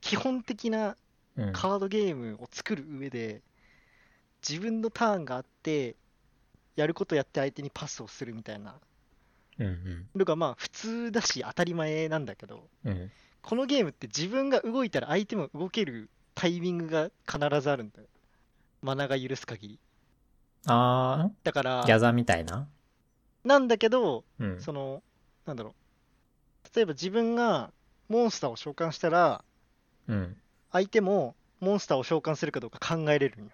Speaker 2: 基本的な
Speaker 1: うん。
Speaker 2: カードゲームを作る上で、自分のターンがあって、やることやって相手にパスをするみたいな
Speaker 1: うんうん。
Speaker 2: のがまあ普通だし当たり前なんだけど、
Speaker 1: うん。
Speaker 2: このゲームって自分が動いたら相手も動けるタイミングが必ずあるんだよ。マナが許す限り。
Speaker 1: あ
Speaker 2: だか
Speaker 1: あ、ギャ
Speaker 2: ら、
Speaker 1: ザーみたいな
Speaker 2: なんだけど、
Speaker 1: うん。
Speaker 2: その、なんだろう。例えば自分がモンスターを召喚したら、
Speaker 1: うん。
Speaker 2: 相手もモンスターを召喚するかどうか考えれるんよ。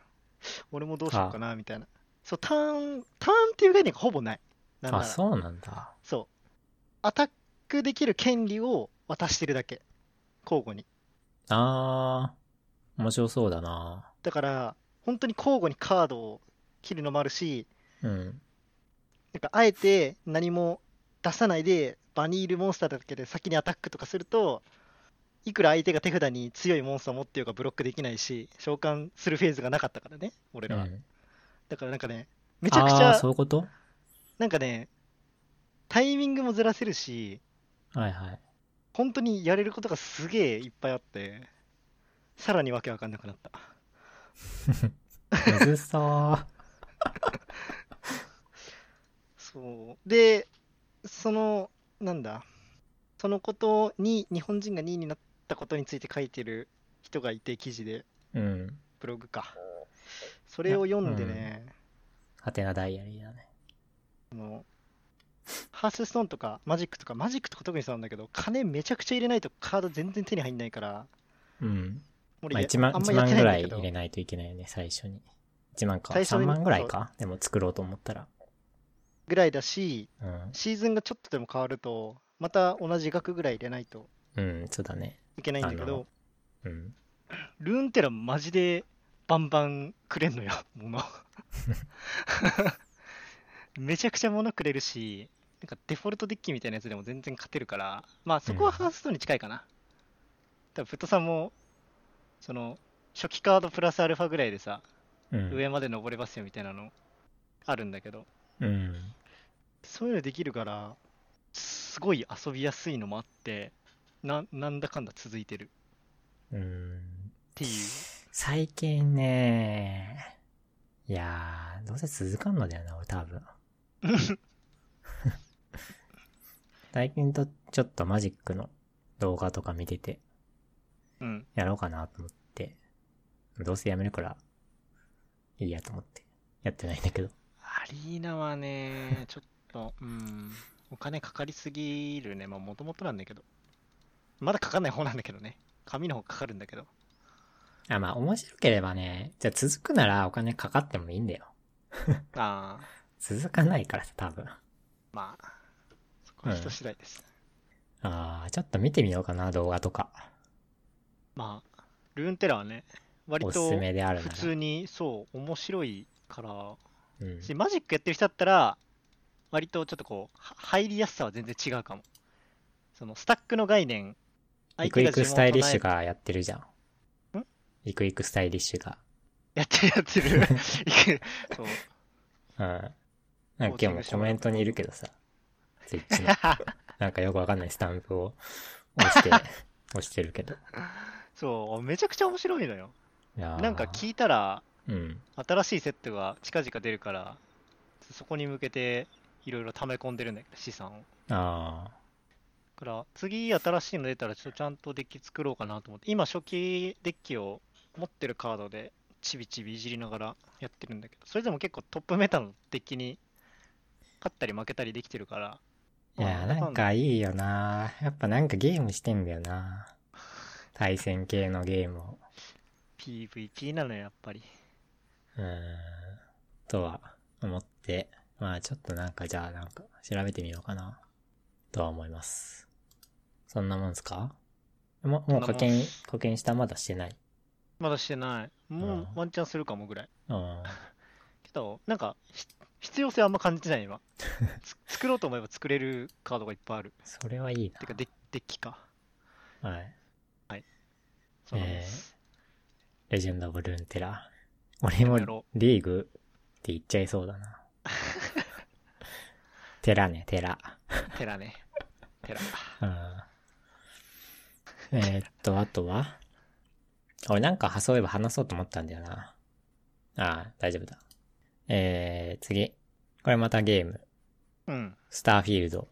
Speaker 2: 俺もどうしようかな、みたいな。そう、ターン、ターンっていう概念がほぼない。なんな
Speaker 1: あ、
Speaker 2: ら
Speaker 1: そうなんだ。
Speaker 2: そう。アタックできる権利を渡してるだけ。交互に。
Speaker 1: ああ、面白そうだな。
Speaker 2: だから、本当に交互にカードを切るのもあるし、
Speaker 1: うん。
Speaker 2: なんかあえて何も出さないで、場にいるモンスターだけで先にアタックとかすると、いくら相手が手札に強いモンスターを持ってようがブロックできないし、召喚するフェーズがなかったからね、俺
Speaker 1: う
Speaker 2: らは。
Speaker 1: ん
Speaker 2: だからなんかね、めちゃくち
Speaker 1: ああ、
Speaker 2: ゃ
Speaker 1: そ、ういうこと
Speaker 2: なんかね、タイミングもずらせるし、
Speaker 1: はいはい。
Speaker 2: 本当にやれることがすげえいっぱいあって、さらにわけわかんなくなった。
Speaker 1: むずそう。
Speaker 2: そう。で、その、なんだ、そのことに、日本人が2位になったことについて書いてる人がいて、記事で、
Speaker 1: うん。
Speaker 2: ブログか。それを読んでね、
Speaker 1: ハテナダイアリーだね。
Speaker 2: ハースストーンとかマジックとか、マジックとか特にそうなんだけど、金めちゃくちゃ入れないとカード全然手に入んないから、
Speaker 1: うん。
Speaker 2: 俺
Speaker 1: まあ
Speaker 2: や
Speaker 1: 1万、
Speaker 2: あんま
Speaker 1: 1
Speaker 2: やっ
Speaker 1: 万
Speaker 2: てな
Speaker 1: ぐ
Speaker 2: いん
Speaker 1: ら
Speaker 2: だ
Speaker 1: い
Speaker 2: けど
Speaker 1: 入れないといけないよね、最初に。1万か。
Speaker 2: 最初
Speaker 1: 3
Speaker 2: に
Speaker 1: 万ぐらいか。でも作ろうと思ったら。
Speaker 2: ぐらいだし、
Speaker 1: うん。
Speaker 2: シーズンがちょっとでも変わると、また同じ額ぐらい入れないと
Speaker 1: うん、そうだね。
Speaker 2: いけないんだけ
Speaker 1: あの
Speaker 2: ど、
Speaker 1: うん。
Speaker 2: ルーンテラマジでバンバンくれんのよ、物。 めちゃくちゃ物くれるし、なんかデフォルトデッキみたいなやつでも全然勝てるから、まあそこは
Speaker 1: うん
Speaker 2: ハーストに近いかな。多分フットさんも、その、初期カードプラスアルファぐらいでさ、
Speaker 1: うん。
Speaker 2: 上まで登れますよみたいなのあるんだけど、
Speaker 1: うん。
Speaker 2: そういうのできるから、すごい遊びやすいのもあって、ななんだかんだ続いてるっ
Speaker 1: うん。
Speaker 2: ていう。
Speaker 1: 最近ね、いやー、どうせ続かんのだよな、俺多分。最近と、ちょっとマジックの動画とか見てて、
Speaker 2: うん。
Speaker 1: やろうかなと思って、どうせやめるから、いいやと思って、やってないんだけど。
Speaker 2: アリーナはね、ちょっと、うん、お金かかりすぎるね。まあ、もともとなんだけど。まだかかんない方なんだけどね。紙の方かかるんだけど。
Speaker 1: あ、まあ面白ければね、じゃあ続くならお金かかってもいいんだよ。
Speaker 2: ああ、
Speaker 1: 続かないからさ、多分。
Speaker 2: まあ、そこは人次第です。
Speaker 1: あー、ちょっと見てみようかな、動画とか。
Speaker 2: まあ、ルーンテラはね、割
Speaker 1: おす
Speaker 2: と
Speaker 1: すめである
Speaker 2: 普
Speaker 1: なら。
Speaker 2: 通に、そう、面白いから、
Speaker 1: うん
Speaker 2: し、マジックやってる人だったら、割とちょっとこう、は入りやすさは全然違うかも。その、スタックの概念、
Speaker 1: イクイクスタイリッシュ
Speaker 2: が
Speaker 1: がやってるじゃん。イクイクスタイリッシュが。
Speaker 2: やってるやってる。 そ
Speaker 1: う
Speaker 2: う。
Speaker 1: ん。なんか今日もコメントにいるけどさ、ツイッ チの。なんかよくわかんないスタンプを押 して、押してるけど。
Speaker 2: そう、めちゃくちゃ面白いのよ。
Speaker 1: いやー
Speaker 2: なんか聞いたら、
Speaker 1: うん。
Speaker 2: 新しいセットが近々出るから、そこに向けていろいろ溜め込んでるんだけど、資産を。だ
Speaker 1: あ
Speaker 2: から、次新しいの出たら、ちょっとちゃんとデッキ作ろうかなと思って、今、初期デッキを持ってるカードで、ちびちびいじりながらやってるんだけど、それでも結構トップメタのデッキに勝ったり負けたりできてるから、
Speaker 1: あ。いやー、なんかいいよなやっぱなんかゲームしてんだよな対戦系のゲームを。
Speaker 2: PVP なのよ、やっぱり。
Speaker 1: うーん。とは思って、まあちょっとなんかじゃあなんか調べてみようかな。とは思います。そんなもんすかももう課
Speaker 2: そんなもん
Speaker 1: 金、課金したまだしてない。
Speaker 2: まだしてない。もう
Speaker 1: うん
Speaker 2: ワンチャンするかもぐらい。
Speaker 1: うん。
Speaker 2: けど、なんか、ひ必要性あんま感じてない、今。つ作ろうと思えば作れるカードがいっぱいある。
Speaker 1: それはいい
Speaker 2: てか、デッデッキか。
Speaker 1: な。はい。
Speaker 2: そうなんです。
Speaker 1: レジェンド・ブルーンテラ。俺も
Speaker 2: やろ
Speaker 1: リーグって言っちゃいそうだな。 テラね、テラ。
Speaker 2: テラね。テラ。
Speaker 1: うん。えーっと、あとは俺なんかそういえば話そうと思ったんだよな。ああ、大丈夫だ。えー、次。これまたゲーム。
Speaker 2: うん、
Speaker 1: スターフィールド。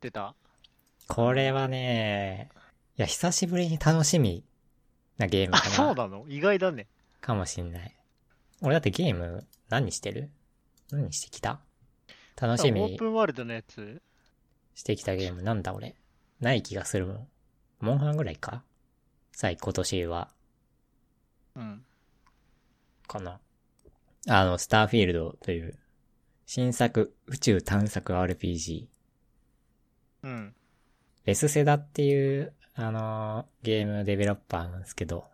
Speaker 2: 出た。
Speaker 1: これはね、いや、久しぶりに楽しみなゲーム
Speaker 2: あ、
Speaker 1: かな。
Speaker 2: そうなの意外だね。
Speaker 1: かもしんない。俺だってゲーム何してる何してきた楽しみ
Speaker 2: オー
Speaker 1: に
Speaker 2: プンワールドのやつ
Speaker 1: してきたゲームなんだ俺。ない気がするもん。モンハンぐらいかさい、今年は。
Speaker 2: うん。
Speaker 1: かな。あの、スターフィールドという新作宇宙探索 RPG。
Speaker 2: うん。
Speaker 1: レスセダっていう、あのーゲームデベロッパーなんですけど、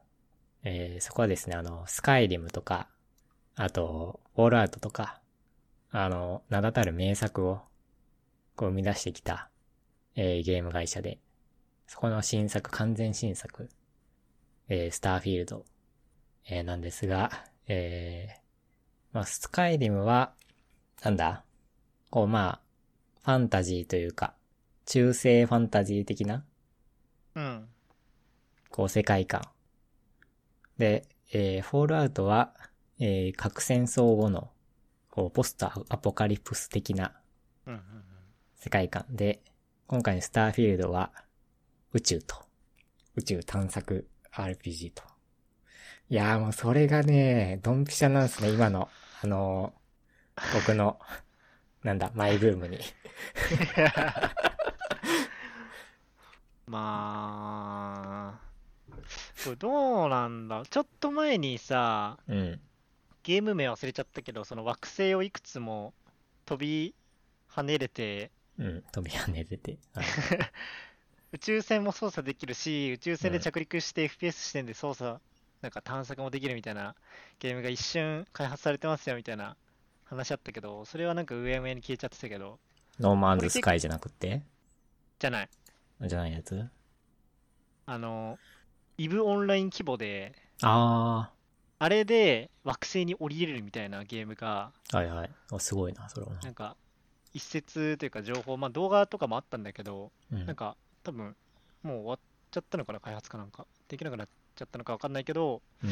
Speaker 1: えーそこはですね、あの、スカイリムとか、あと、オールアウトとか、あの、名だたる名作を、こう生み出してきた、えーゲーム会社で、そこの新作、完全新作、えースターフィールド、えーなんですが、えーまあ、スカイリムは、なんだこう、まあ、ファンタジーというか、中世ファンタジー的な、
Speaker 2: うん。
Speaker 1: こう世界観。で、えー、フォールアウトは、えー、核戦争後の、こう、ポストアポカリプス的な
Speaker 2: うん。
Speaker 1: 世界観で、今回のスターフィールドは宇宙と、宇宙探索 RPG と。いやーもうそれがね、ドンピシャなんですね、今の、あのー僕の、なんだ、マイブームに。
Speaker 2: まあ、これどうなんだちょっと前にさ、
Speaker 1: うん。
Speaker 2: ゲーム名忘れちゃったけど、その惑星をいくつも飛び跳ねれて、
Speaker 1: うん。飛び跳ねてて。はい
Speaker 2: 宇宙船も操作できるし、宇宙船で
Speaker 1: うん
Speaker 2: 着陸して FPS 視点で操作、なんか探索もできるみたいなゲームが一瞬開発されてますよみたいな話あったけど、それはなんか上上に消えちゃってたけど、
Speaker 1: ノーマンズスカイじゃなくて
Speaker 2: じゃない。
Speaker 1: じゃないやつ
Speaker 2: あの、イブオンライン規模で、
Speaker 1: あ
Speaker 2: あれで惑星に降りれるみたいなゲームが、
Speaker 1: ー。はいはい。おすごいな、それはな。
Speaker 2: なんか一説というか情報、まあ動画とかもあったんだけど、
Speaker 1: うん
Speaker 2: なんか多分もう終わっちゃったのかな、開発かなんか。できなくなっちゃったのかわかんないけど、
Speaker 1: うん。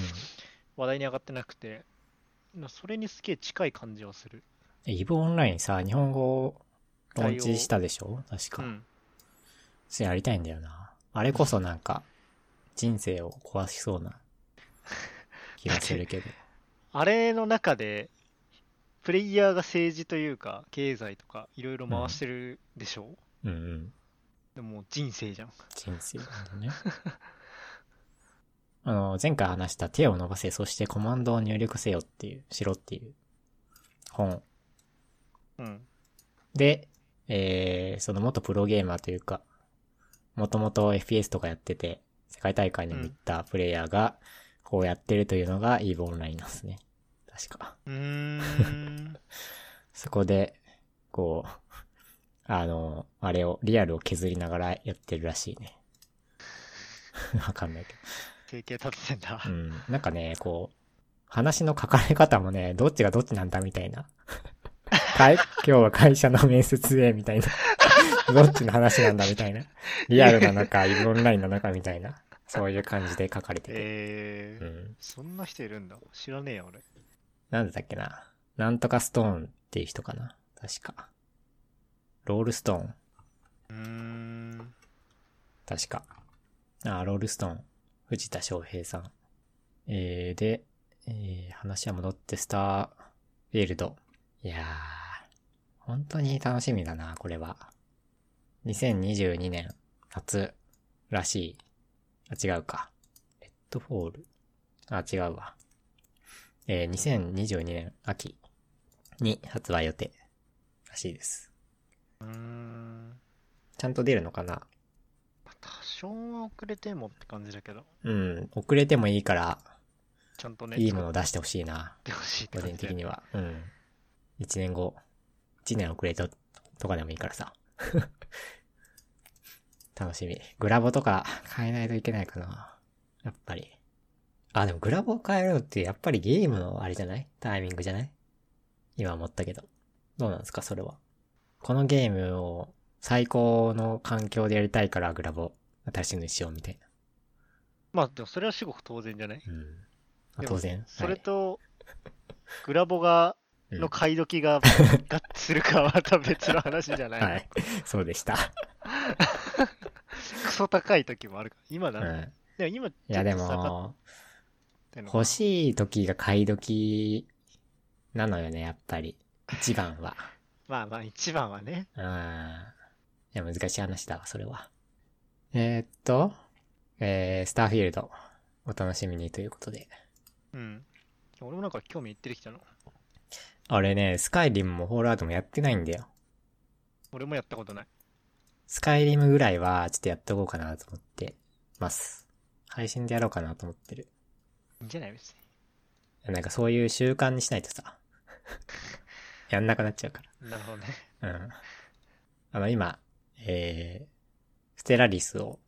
Speaker 2: 話題に上がってなくて、なそれにすげえ近い感じはする。
Speaker 1: えイブオンラインさ、日本語ローンチしたでしょ確
Speaker 2: う
Speaker 1: か。
Speaker 2: ん。
Speaker 1: そうやりたいんだよな。あれこそなんか、人生を壊しそうな気がする けど。
Speaker 2: あれの中で、プレイヤーが政治というか、経済とか、いろいろ回してるでしょ、
Speaker 1: うんうん。
Speaker 2: でももう人生じゃん。
Speaker 1: 人生だね。 あの、前回話した手を伸ばせ、そしてコマンドを入力せよっていう、しろっていう本
Speaker 2: うん。
Speaker 1: で、えー、その元プロゲーマーというか、もともと FPS とかやってて、世界大会にも行ったプレイヤーが、こうやってるというのが EVE オンラインなんですね。確か。
Speaker 2: うーん。
Speaker 1: そこで、こう、あの、あれを、リアルを削りながらやってるらしいね。 わかんないけ
Speaker 2: 整形立ててんだ
Speaker 1: ど。う。ん。なんかね、こう、話の書かれ方もね、どっちがどっちなんだみたい な。はい、今日は会社の面接で、みたいな。 どっちの話なんだみたいな。リアルなのか、イブオンラインなのかみたいな。そういう感じで書かれてて。
Speaker 2: えー
Speaker 1: うん。
Speaker 2: そんな人いるんだ。知らねえよ、俺。
Speaker 1: なんだっけな。なんとかストーンっていう人かな。確か。ロールストーン。
Speaker 2: うーん。
Speaker 1: 確か。あ、ロールストーン。藤田翔平さん。えー、で、えー、話は戻って、スターフィールド。いやー、本当に楽しみだな、これは。2022年夏らしい。あ、違うか。レッドフォール。あ、違うわ。えー、2022年秋に発売予定らしいです。
Speaker 2: うーん。
Speaker 1: ちゃんと出るのかな
Speaker 2: まあ多少は遅れてもって感じだけど、
Speaker 1: うん、遅れてもいいから、
Speaker 2: ちゃんとね、
Speaker 1: いいもの
Speaker 2: 作
Speaker 1: を出してほしいな、
Speaker 2: ってほしいって
Speaker 1: 個
Speaker 2: 感
Speaker 1: 人
Speaker 2: じだ
Speaker 1: 的
Speaker 2: よね
Speaker 1: には。うん。1年後、1年遅れたとかでもいいからさ。 楽しみ。グラボとか変えないといけないかな。やっぱり。あ、でもグラボを変えるのってやっぱりゲームのあれじゃないタイミングじゃない今思ったけど。どうなんですかそれは。このゲームを最高の環境でやりたいからグラボ新しいのにしようみたい
Speaker 2: まあ、でもそれは至極当然じゃない
Speaker 1: な。うん。まあ
Speaker 2: でも
Speaker 1: 当然。
Speaker 2: それ
Speaker 1: はい
Speaker 2: と、グラボが、
Speaker 1: うん
Speaker 2: の買い時が、がするかはまた別の話じゃない、
Speaker 1: はい。そうでした。
Speaker 2: クソ高い時もあるから。今
Speaker 1: う
Speaker 2: だ、
Speaker 1: ん。
Speaker 2: でも今、ち
Speaker 1: い
Speaker 2: ょ
Speaker 1: や
Speaker 2: っ
Speaker 1: で
Speaker 2: と下がっ
Speaker 1: も、
Speaker 2: てんのか
Speaker 1: 欲しい時が買い時なのよね、やっぱり。一番 は。
Speaker 2: まあまあ、一番はね。
Speaker 1: うん。いや、難しい話だわ、それは。えーっと、えー、スターフィールド、お楽しみにということで。
Speaker 2: うん。俺もなんか興味いってきたの。
Speaker 1: 俺ね、スカイリムもホールアウトもやってないんだよ。
Speaker 2: 俺もやったことない。
Speaker 1: スカイリムぐらいは、ちょっとやっとこうかなと思ってます。配信でやろうかなと思ってる。
Speaker 2: いいんじゃない別に。
Speaker 1: なんかそういう習慣にしないと さ、やんなくなっちゃうから。
Speaker 2: なるほどね。
Speaker 1: うん。あの、今、えー、ステラリスを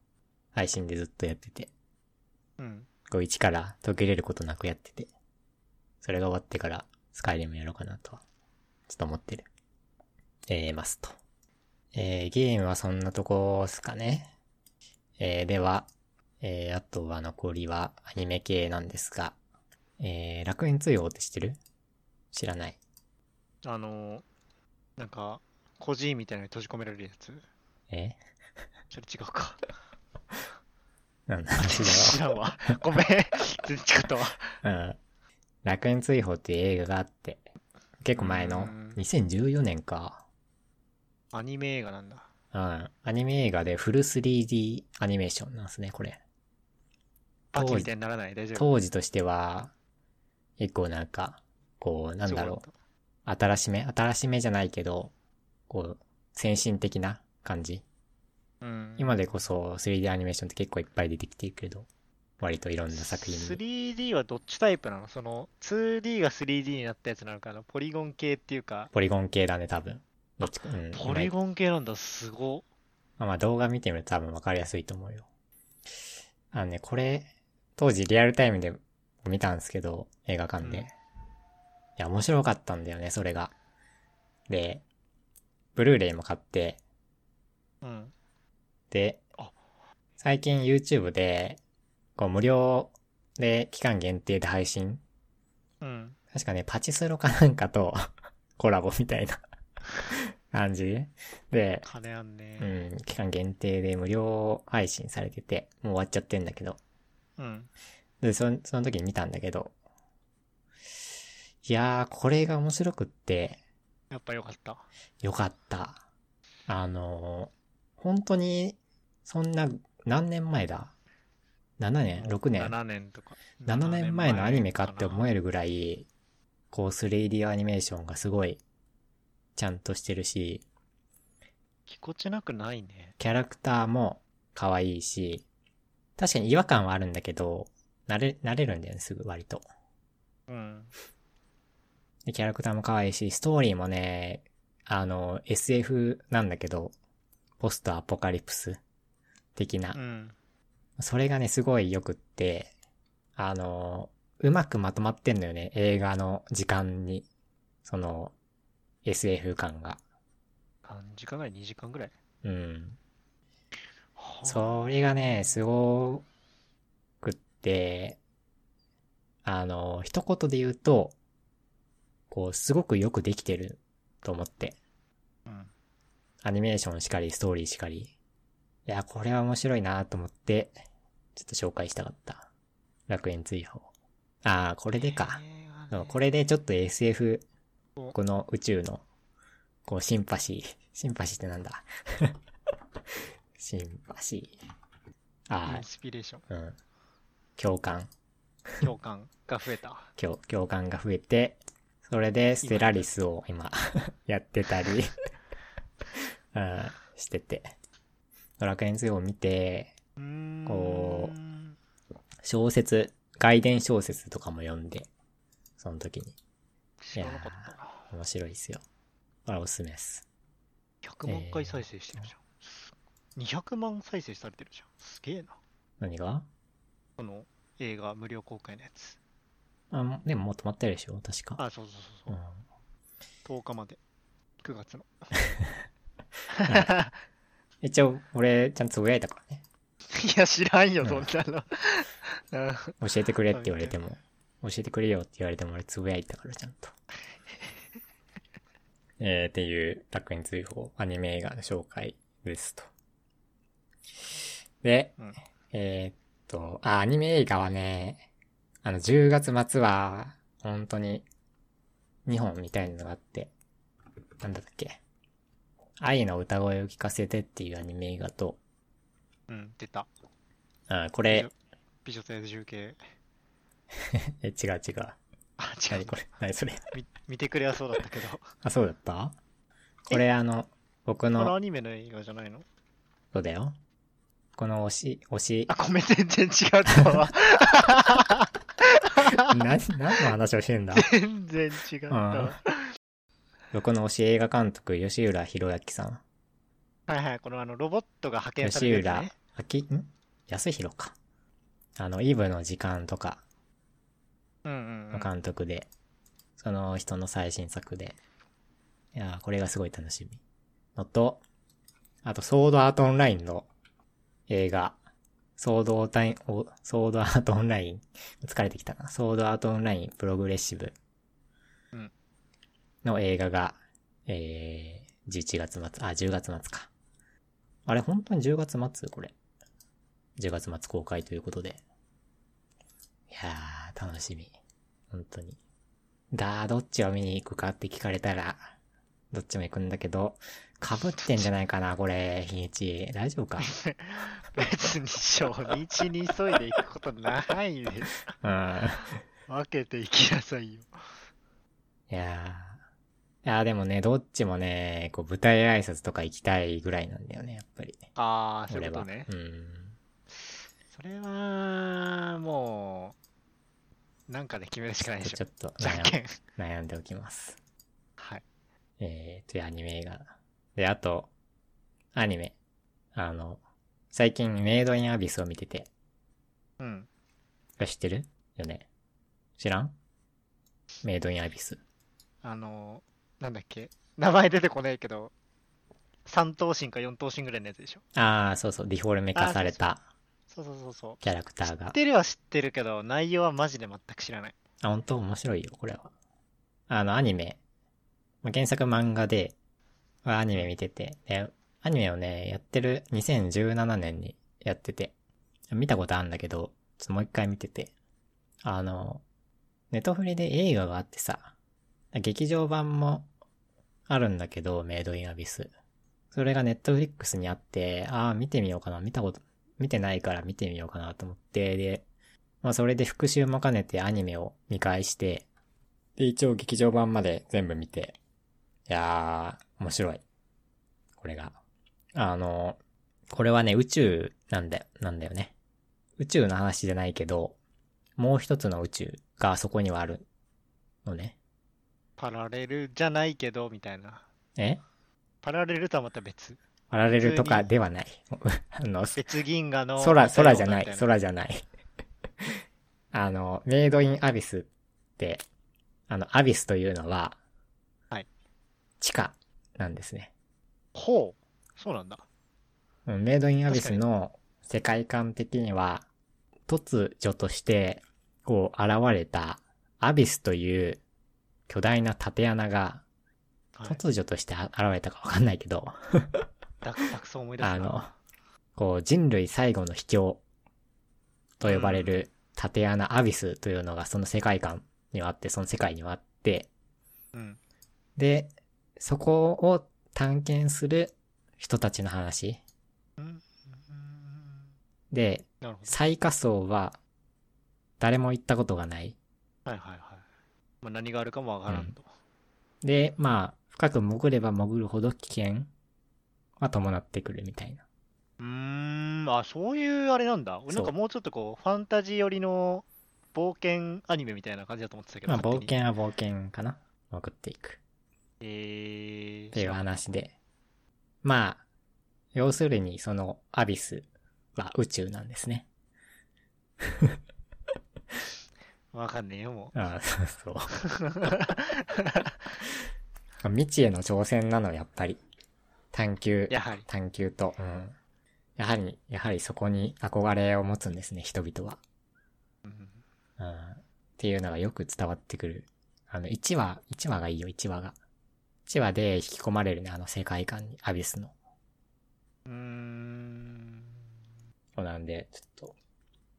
Speaker 1: 配信でずっとやってて、
Speaker 2: うん。
Speaker 1: こう一から途切れることなくやってて、それが終わってからスカイリムやろうかなとは、ちょっと思ってる。えー、ますと。えー、ゲームはそんなとこっすかね。えー、では、えー、あとは残りはアニメ系なんですが、えー、楽園通用って知ってる知らない。
Speaker 2: あのーなんか、孤児院みたいなのに閉じ込められるやつ
Speaker 1: え
Speaker 2: それ違うか。
Speaker 1: なんだ、
Speaker 2: 知
Speaker 1: 違
Speaker 2: らんわ。ごめん。全然違ったわ。
Speaker 1: うわ。うん。楽園追放っていう映画があって、結構前
Speaker 2: う
Speaker 1: の
Speaker 2: ん、
Speaker 1: 2014年か。
Speaker 2: アニメ映画なんだ。
Speaker 1: うん。アニメ映画でフル 3D アニメーションなんですね、これ。
Speaker 2: バキ
Speaker 1: 当
Speaker 2: みた
Speaker 1: 時
Speaker 2: いにならない。大丈夫。
Speaker 1: 当時としては、結構なんか、こう、なんだろ、
Speaker 2: そう
Speaker 1: 新しめ新しめじゃないけど、こう、先進的な感じ。
Speaker 2: うだった。うん。
Speaker 1: 今でこそ 3D アニメーションって結構いっぱい出てきてるけど、割といろんな作品に
Speaker 2: 3D はどっちタイプなのその 2D が 3D になったやつなのかなポリゴン系っていうか、
Speaker 1: ポリゴン系だね、多分。どっちか。うん、
Speaker 2: ポリゴン系なんだ、すご。
Speaker 1: まあまあ動画見てみると多分分かりやすいと思うよ。あのね、これ、当時リアルタイムで見たんですけど、映画館で。
Speaker 2: うん
Speaker 1: いや、面白かったんだよね、それが。で、ブルーレイも買って、
Speaker 2: うん。
Speaker 1: で
Speaker 2: あ、
Speaker 1: 最近 YouTube で、こう無料で期間限定で配信
Speaker 2: うん。
Speaker 1: 確かね、パチスロかなんかとコラボみたいな 感じで、
Speaker 2: 金あん
Speaker 1: う
Speaker 2: ね。
Speaker 1: ん、期間限定で無料配信されてて、もう終わっちゃってんだけど。
Speaker 2: うん。
Speaker 1: で、そんその時に見たんだけど。いやー、これが面白くって、
Speaker 2: やっぱよかった。
Speaker 1: よかった。あのー本当に、そんな、何年前だ ?7 年 ?6 年
Speaker 2: 7年とか。
Speaker 1: 7年前のアニメかって思
Speaker 2: え
Speaker 1: えるぐらい、こう 3D アニメーションがすごい、ちゃんとしてるし、
Speaker 2: ぎこちなくないね。
Speaker 1: キャラクターも可愛いし、確かに違和感はあるんだけど、慣れ、慣れるんだよね、すぐ割と。
Speaker 2: うん。
Speaker 1: で、キャラクターも可愛いし、ストーリーもね、あの、SF なんだけど、ポストアポカリプス的な
Speaker 2: う。ん。
Speaker 1: それがね、すごい良くって、あの、うまくまとまってんのよね、映画の時間に。その、SF 感が。
Speaker 2: 何時間ぐらい ?2 時間ぐらい
Speaker 1: うん。それがね、すごくって、あの、一言で言うと、こう、すごくよくできてると思って。
Speaker 2: う。うん。
Speaker 1: アニメーションしかり、ストーリーしかり。いや、これは面白いなと思って、ちょっと紹介したかった。楽園追放。ああ、これでか。
Speaker 2: 映画ね
Speaker 1: そうこれでちょっと SF、
Speaker 2: お
Speaker 1: この宇宙の、こう、シンパシー。シンパシーってなんだ シンパシー。あ
Speaker 2: インスピレーション、
Speaker 1: あ、うん。共感。
Speaker 2: 共感が増えた。
Speaker 1: 共共感が増えて、それでステラリスを今 やってたり、 うん、してて。ドラクエン2を見て、
Speaker 2: うーん。
Speaker 1: こ小説、外伝小説とかも読んで、その時に。
Speaker 2: 知らなかったな。
Speaker 1: 面白いですよ。これはおすすめです。
Speaker 2: 100万回再生してるじゃん。200万再生されてるじゃん。すげえな。
Speaker 1: 何が
Speaker 2: この映画無料公開のやつ。
Speaker 1: あでももう止まってるでしょ確か。
Speaker 2: あ、そうそ
Speaker 1: う
Speaker 2: うそ
Speaker 1: ん
Speaker 2: う、そう。10日まで。9月の。
Speaker 1: 一応、俺、ちゃんとつぶやいたからね。
Speaker 2: いや、知らんよ、
Speaker 1: う
Speaker 2: そん
Speaker 1: ん
Speaker 2: なの。うん
Speaker 1: 教えてくれって言われても、教えてくれよって言われても俺つぶやいたからちゃん と。えー、っていう楽園追放アニメ映画の紹介ですと。で、
Speaker 2: うん
Speaker 1: えーっと、あ、アニメ映画はね、あの、10月末は、本当に、2本みたいなのがあって、なんだったっけ。愛の歌声を聞かせてっていうアニメ映画と、
Speaker 2: うん、出た。
Speaker 1: あこれ、
Speaker 2: 美女と野獣系。
Speaker 1: え、違う違う。
Speaker 2: あ、違
Speaker 1: 何
Speaker 2: う
Speaker 1: こ。れ、何それ。
Speaker 2: み見てくれはそうだったけど。
Speaker 1: あ、そうだったこれあの、僕
Speaker 2: この
Speaker 1: の
Speaker 2: ア、ニメの映画じゃないの
Speaker 1: そうだよ。この推し、推し
Speaker 2: あ、、ごめん、全然違った わ。
Speaker 1: な、何の話をしてんだ
Speaker 2: 全然違った
Speaker 1: うん
Speaker 2: わ。
Speaker 1: 僕の推し映画監督、吉浦博明さん。
Speaker 2: はいはい、このあの、ロボットが派遣さ
Speaker 1: 吉
Speaker 2: れてる
Speaker 1: 浦
Speaker 2: やつね。、
Speaker 1: あき、ん安弘か。あの、イブの時間とか
Speaker 2: うんうんう
Speaker 1: の
Speaker 2: ん。
Speaker 1: 監督で、その人の最新作で。いやーこれがすごい楽しみ。のと、あと、ソードアートオンラインの映画、ソードオータイン、おソードアートオンライン、疲れてきたな。ソードアートオンラインプログレッシブ
Speaker 2: うん
Speaker 1: の映画が、えー、 11月末、あ、10月末か。あれ、本当に10月末これ。10月末公開ということで。いやー、楽しみ。本当に。だー、どっちを見に行くかって聞かれたら、どっちも行くんだけど、被ってんじゃないかな、これ、日にち。大丈夫か
Speaker 2: 別に初日に急いで行くことないです。
Speaker 1: うん。
Speaker 2: 分けて行きなさいよ。
Speaker 1: いやー。いやーでもね、どっちもね、こう舞台挨拶とか行きたいぐらいなんだよね、やっぱり。
Speaker 2: ああ、そうい
Speaker 1: 俺
Speaker 2: うこ
Speaker 1: は。
Speaker 2: とね。
Speaker 1: うん。
Speaker 2: それは、もう、なんかで決めるしかないでし
Speaker 1: ち
Speaker 2: ょ。
Speaker 1: ょっと
Speaker 2: じゃんけ
Speaker 1: 悩 ん悩
Speaker 2: ん。
Speaker 1: んでおきます。
Speaker 2: はい。
Speaker 1: えー、というアニメ映画。で、あと、アニメ。あの、最近メイドインアビスを見てて、
Speaker 2: うん。
Speaker 1: 知ってるよね。知らんメイドインアビス。
Speaker 2: あの、なんだっけ。名前出てこないけど、3頭身か4頭身ぐらいのやつでしょ。
Speaker 1: あー、そうそう、ディフォルメ化された
Speaker 2: そうそうそうそう。
Speaker 1: キャラクター
Speaker 2: 知
Speaker 1: が
Speaker 2: っ。てるは知ってるけど、内容はマジで全く知らない。
Speaker 1: あ、本当面白いよ、これは。あの、アニメ。まあ原作漫画で、まあアニメ見てて、で、アニメをね、やってる2017年にやってて、見たことあるんだけど、ちょっともう一回見てて、あの、ネトフリで映画があってさ、劇場版もあるんだけど、メイドインアビス。それがネットフリックスにあって、ああ、見てみようかな、見たこと、見てないから見てみようかなと思って、で、まあそれで復習も兼ねてアニメを見返して、で、一応劇場版まで全部見て、いやー、面白い。これが。あの、これはね、宇宙なんだよ、なんだよね。宇宙の話じゃないけど、もう一つの宇宙がそこにはあるのね。
Speaker 2: パラレルじゃないけど、みたいな。
Speaker 1: え
Speaker 2: パラレルとはまた別。
Speaker 1: パラレルとかではない。 あの、
Speaker 2: 別銀河の。
Speaker 1: 空、空じゃない
Speaker 2: みた、な
Speaker 1: 空じゃない。 あの、メイドインアビスって、あの、アビスというのは、
Speaker 2: はい。
Speaker 1: 地下なんですね。
Speaker 2: ほう。そうなんだ。
Speaker 1: うんメイドインアビスの世界観的には、突如として、こう、現れた、アビスという巨大な縦穴が、
Speaker 2: はい
Speaker 1: 突如としてあ現れたかわかんないけど、
Speaker 2: だ くたくそう思い出すな
Speaker 1: あの、 こう、人類最後の秘境と呼ばれる縦穴アビスというのがその世界観にはあって、その世界にはあって、
Speaker 2: うん。
Speaker 1: で、そこを探検する人たちの話。
Speaker 2: うんうん
Speaker 1: で、
Speaker 2: なるほ
Speaker 1: 最下層は誰も行ったことがない。
Speaker 2: ど。はいはいはい。まあ、何があるかもわからんと。
Speaker 1: で、まあ、深く潜れば潜るほど危険は伴ってくるみたいな。
Speaker 2: うーん、あ、そういうあれなんだ。俺なん
Speaker 1: そ
Speaker 2: か
Speaker 1: う
Speaker 2: もうちょっとこう、ファンタジー寄りの冒険アニメみたいな感じだと思ってたけど。
Speaker 1: まあ、冒
Speaker 2: 勝手に。
Speaker 1: 険は冒険かな潜っていく。
Speaker 2: えー、
Speaker 1: っていう
Speaker 2: 知らん
Speaker 1: 話で。まあ、要するにそのアビスは宇宙なんですね。
Speaker 2: わかんねえよ、もう。
Speaker 1: ああ、そうそう。未知への挑戦なの、やっぱり。探求、
Speaker 2: やはり。
Speaker 1: 探求と、うん。やはり、やはりそこに憧れを持つんですね、人々は。
Speaker 2: うん
Speaker 1: うん。っていうのがよく伝わってくる。あの、1話、1話がいいよ、1話が。1話で引き込まれるね、あの世界観に、アビスの。
Speaker 2: うーん。
Speaker 1: そうなんで、ちょっと。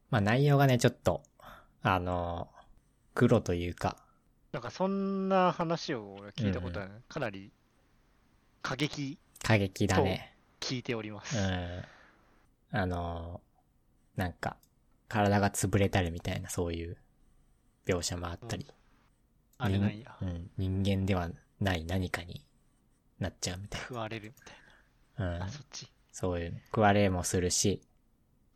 Speaker 1: まあ内容がね、ちょっと、あのー、黒というか、
Speaker 2: なんかそんな話を俺聞いたことあ
Speaker 1: う
Speaker 2: る。かなり過激
Speaker 1: 過激だね。
Speaker 2: 聞いておりま
Speaker 1: う
Speaker 2: す。
Speaker 1: ん。あのー、なんか、体が潰れたりみたいな、そういう描写もあったり、
Speaker 2: あれなんや
Speaker 1: う。ん、人間ではない何かになっちゃうみたい
Speaker 2: 食われるみたい
Speaker 1: な。う
Speaker 2: な。
Speaker 1: ん
Speaker 2: あ、。そっち。
Speaker 1: そういう、食われもするし、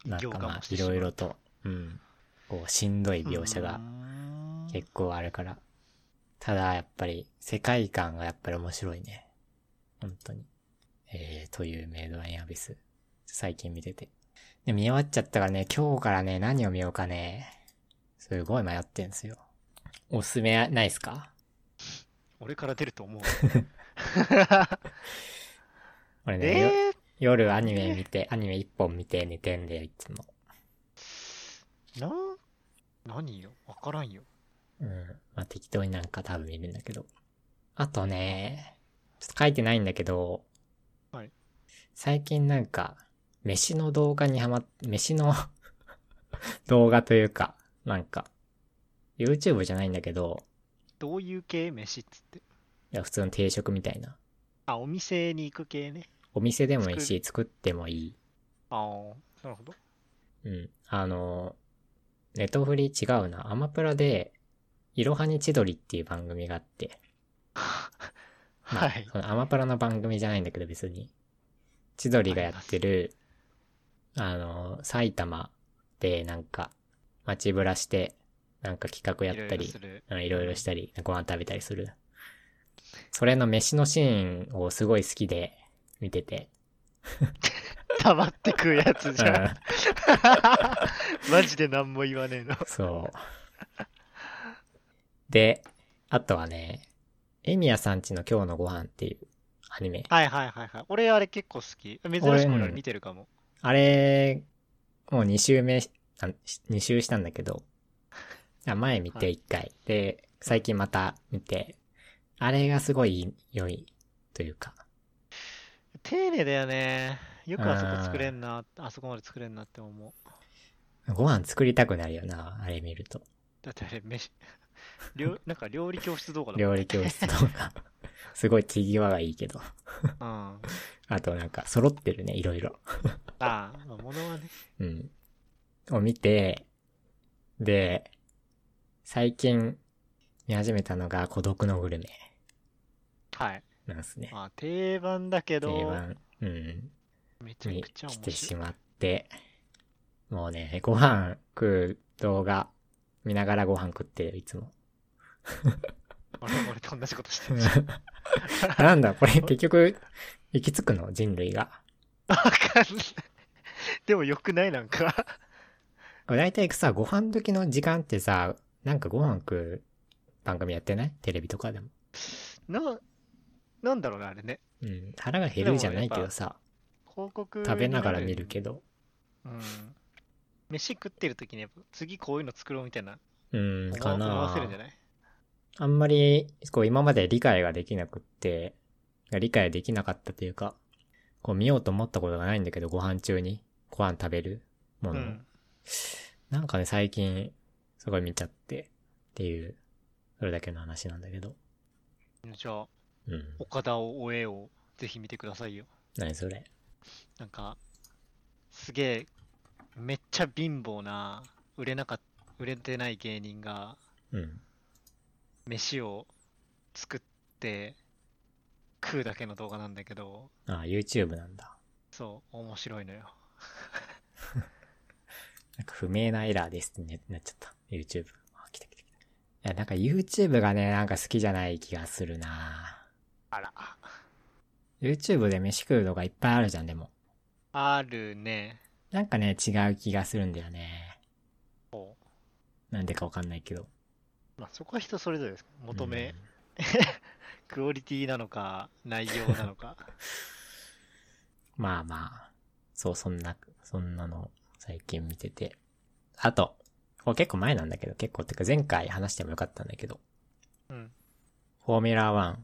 Speaker 1: なん
Speaker 2: 行
Speaker 1: か
Speaker 2: 間
Speaker 1: ま
Speaker 2: も
Speaker 1: あ
Speaker 2: し、て
Speaker 1: い
Speaker 2: しまう
Speaker 1: ろいろと、うん、こう、しんどい描写が
Speaker 2: うーん
Speaker 1: 結構あるから。ただ、やっぱり、世界観がやっぱり面白いね。本当に。えー、というメイドインアビス。最近見てて。で、見終わっちゃったからね、今日からね、何を見ようかね。すごい迷ってんすよ。おすすめないっすか
Speaker 2: 俺から出る と思う。
Speaker 1: 俺ね、よ
Speaker 2: え
Speaker 1: 夜アニメ見て、アニメ一本見て寝てんだよ、いつも。
Speaker 2: ー、な、何よわからんよ。
Speaker 1: うん。まあ、適当になんか多分見るんだけど。あとね、ちょっと書いてないんだけど、
Speaker 2: はい
Speaker 1: 最近なんか、飯の動画にハマっ、飯の 動画というか、なんか、YouTube じゃないんだけど、
Speaker 2: どういう系飯っつって。
Speaker 1: いや普通の定食みたいな。
Speaker 2: あ、お店に行く系ね。
Speaker 1: お店でもいいし、作ってもいい。
Speaker 2: ああ、なるほど。
Speaker 1: うん。あの、ネトフリ違うな。アマプラで、いろはに千鳥っていう番組があって、まあ
Speaker 2: はい。
Speaker 1: そのアマプラの番組じゃないんだけど別に。千鳥がやってる、あの、埼玉でなんか、街ぶらして、なんか企画やった
Speaker 2: いろ
Speaker 1: り
Speaker 2: いろす、る
Speaker 1: うんいろいろしたり、ご飯食べたりする。それの飯のシーンをすごい好きで見てて。
Speaker 2: 黙って食うやつ じゃん。
Speaker 1: う
Speaker 2: マジで何も言わねえの。
Speaker 1: ん、そう。で、あとはね、エミヤさんちの今日のご飯っていうアニメ。
Speaker 2: はいはいはいはい。俺あれ結構好き。珍しく
Speaker 1: 俺
Speaker 2: 俺
Speaker 1: うん
Speaker 2: あれ見てるかも。
Speaker 1: あれ、もう2週目、あ2週したんだけど、あ前見て
Speaker 2: は
Speaker 1: 1回、で、最近また見て、あれがすごい良いというか、
Speaker 2: 丁寧だよね。よくあそ
Speaker 1: あー
Speaker 2: こ作れんな、あそこまで作れんなって思う。
Speaker 1: ご飯作りたくなるよな、あれ見ると。
Speaker 2: だってあれ、飯、 料なんか料理教室動画だもん
Speaker 1: 料理教室とか、 すごい手際がいいけど。
Speaker 2: うん。あ
Speaker 1: あとなんか揃ってるね、いろいろ。
Speaker 2: あ、まあ物はね。
Speaker 1: うん。を見て、で、最近見始めたのが孤独のグルメ
Speaker 2: はい。
Speaker 1: なんですね。
Speaker 2: まあ定番だけ
Speaker 1: 定
Speaker 2: ど、
Speaker 1: 番。うん。
Speaker 2: めちゃ
Speaker 1: に
Speaker 2: くちゃ面白い。
Speaker 1: 来てしまって、もうね、ご飯食う動画見ながらご飯食ってる、いつも。
Speaker 2: 俺俺と同じこと してる
Speaker 1: なんだ、これ結局、行き着くの人類が。
Speaker 2: わかんない。でもよくないなんか。
Speaker 1: 大体さ、ご飯時の時間ってさ、なんかご飯食う番組やってないテレビとかでも。
Speaker 2: な、なんだろうね、あれね。
Speaker 1: うん。腹が減るじゃないけどさ、
Speaker 2: 広告
Speaker 1: 食べながら見る
Speaker 2: ど。
Speaker 1: けど。
Speaker 2: うん。飯食ってる時にやっぱ次こういうの作ろうみたいな。
Speaker 1: うん、か
Speaker 2: 思わ
Speaker 1: な
Speaker 2: せるんじゃない
Speaker 1: あんまり、こう今まで理解ができなくって、理解できなかったというか、こう見ようと思ったことがないんだけど、ご飯中にご飯食べるも
Speaker 2: う
Speaker 1: の。
Speaker 2: ん。
Speaker 1: なんかね、最近、すごい見ちゃって、っていう、それだけの話なんだけど。
Speaker 2: じゃあ、
Speaker 1: うん。
Speaker 2: 岡田を追えをぜひ見てくださいよ。
Speaker 1: 何それ。
Speaker 2: なんか、すげえ、めっちゃ貧乏な、売れなかっ売れてない芸人が、
Speaker 1: うん。
Speaker 2: 飯を作って食うだけの動画なんだけど、
Speaker 1: ああ、YouTube なんだ。
Speaker 2: そう、面白いのよ。
Speaker 1: なんか不明なエラーですってなっちゃった。YouTube。あ、来た来た来た。いや、なんか YouTube がね、なんか好きじゃない気がするな
Speaker 2: あら。
Speaker 1: YouTube で飯食うのがいっぱいあるじゃん、でも。
Speaker 2: あるね。
Speaker 1: なんかね、違う気がするんだよね。
Speaker 2: ほ
Speaker 1: なんでかわかんないけど。
Speaker 2: うまあ、そこは人それぞれです。求
Speaker 1: う
Speaker 2: め、
Speaker 1: ん
Speaker 2: クオリティなのか、内容なの か。
Speaker 1: まあまあ。そう、そんな、そんなの、最近見てて。あと、これ結構前なんだけど、結構ってか前回話してもよかったんだけど、
Speaker 2: うん。
Speaker 1: フォーミュラー1、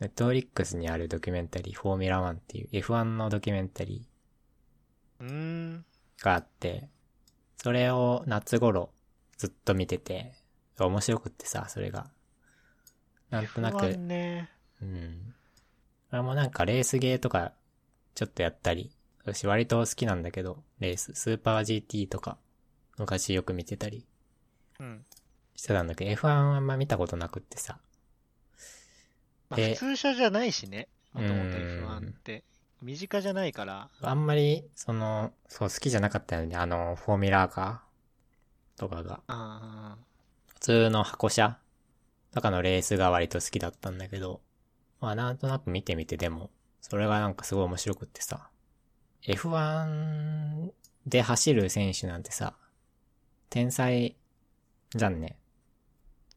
Speaker 1: ネットフリックスにあるドキュメンタリー、フォーミュラー1っていう F1 のドキュメンタリ
Speaker 2: うーん。
Speaker 1: ーがあって、それを夏頃ずっと見てて、面白くってさ、それが。なんとなく、
Speaker 2: F1 ね。
Speaker 1: うん。俺もなんかレースゲーとか、ちょっとやったり、私割と好きなんだけど、レース、スーパー GT とか、昔よく見てたり
Speaker 2: うん。
Speaker 1: してたんだけど、F1 はあんま見たことなくってさ。
Speaker 2: まあ、
Speaker 1: で
Speaker 2: 普通車じゃないしね。もともと
Speaker 1: うーん
Speaker 2: F1 って。身近じゃないから。
Speaker 1: あんまり、その、そう、好きじゃなかったよね。あの、フォーミュラーカーとかが。
Speaker 2: あ
Speaker 1: 普通の箱車とかのレースが割と好きだったんだけど、まあなんとなく見てみてでも、それがなんかすごい面白くってさ、F1 で走る選手なんてさ、天才じゃんね。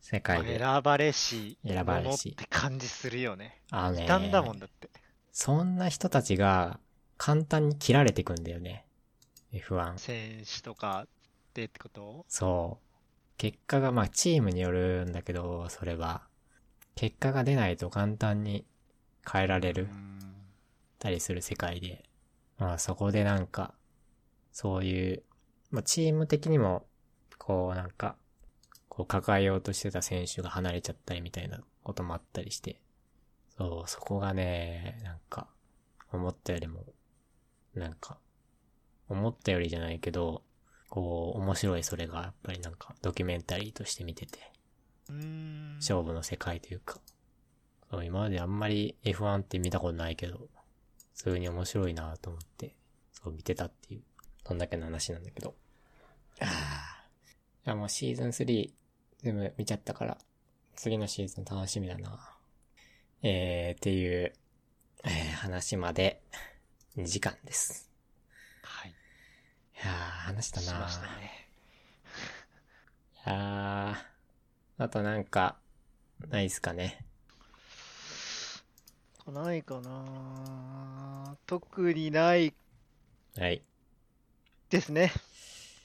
Speaker 1: 世
Speaker 2: あ、
Speaker 1: 界で。
Speaker 2: 選ばれし、
Speaker 1: 選ばれし
Speaker 2: ものって感じするよね。
Speaker 1: あのね
Speaker 2: いたんだもんだって。
Speaker 1: そんな人たちが簡単に切られてくんだよね。F1。
Speaker 2: 選手とかでってこと
Speaker 1: そう。結果が、まあ、チームによるんだけど、それは。結果が出ないと簡単に変えられる
Speaker 2: うん
Speaker 1: ったりする世界で、まあそこでなんか、そういう、まあチーム的にも、こうなんか、こう抱えようとしてた選手が離れちゃったりみたいなこともあったりして、そう、そこがね、なんか、思ったよりも、なんか、思ったよりじゃないけど、こう、面白いそれが、やっぱりなんか、ドキュメンタリーとして見てて、
Speaker 2: うん
Speaker 1: 勝負の世界というか、そう今まであんまり F1 って見たことないけど、普通に面白いなと思って、そう見てたっていう、そんだけの話なんだけど。ああ。いやもうシーズン3全部見ちゃったから、次のシーズン楽しみだな。えー、っていう、えー話まで2時間です。
Speaker 2: はい。
Speaker 1: いやー、話したな
Speaker 2: しましたね。
Speaker 1: いやー、あとなんか、ないっすかね。
Speaker 2: ないかな特にない
Speaker 1: はい。
Speaker 2: ですね。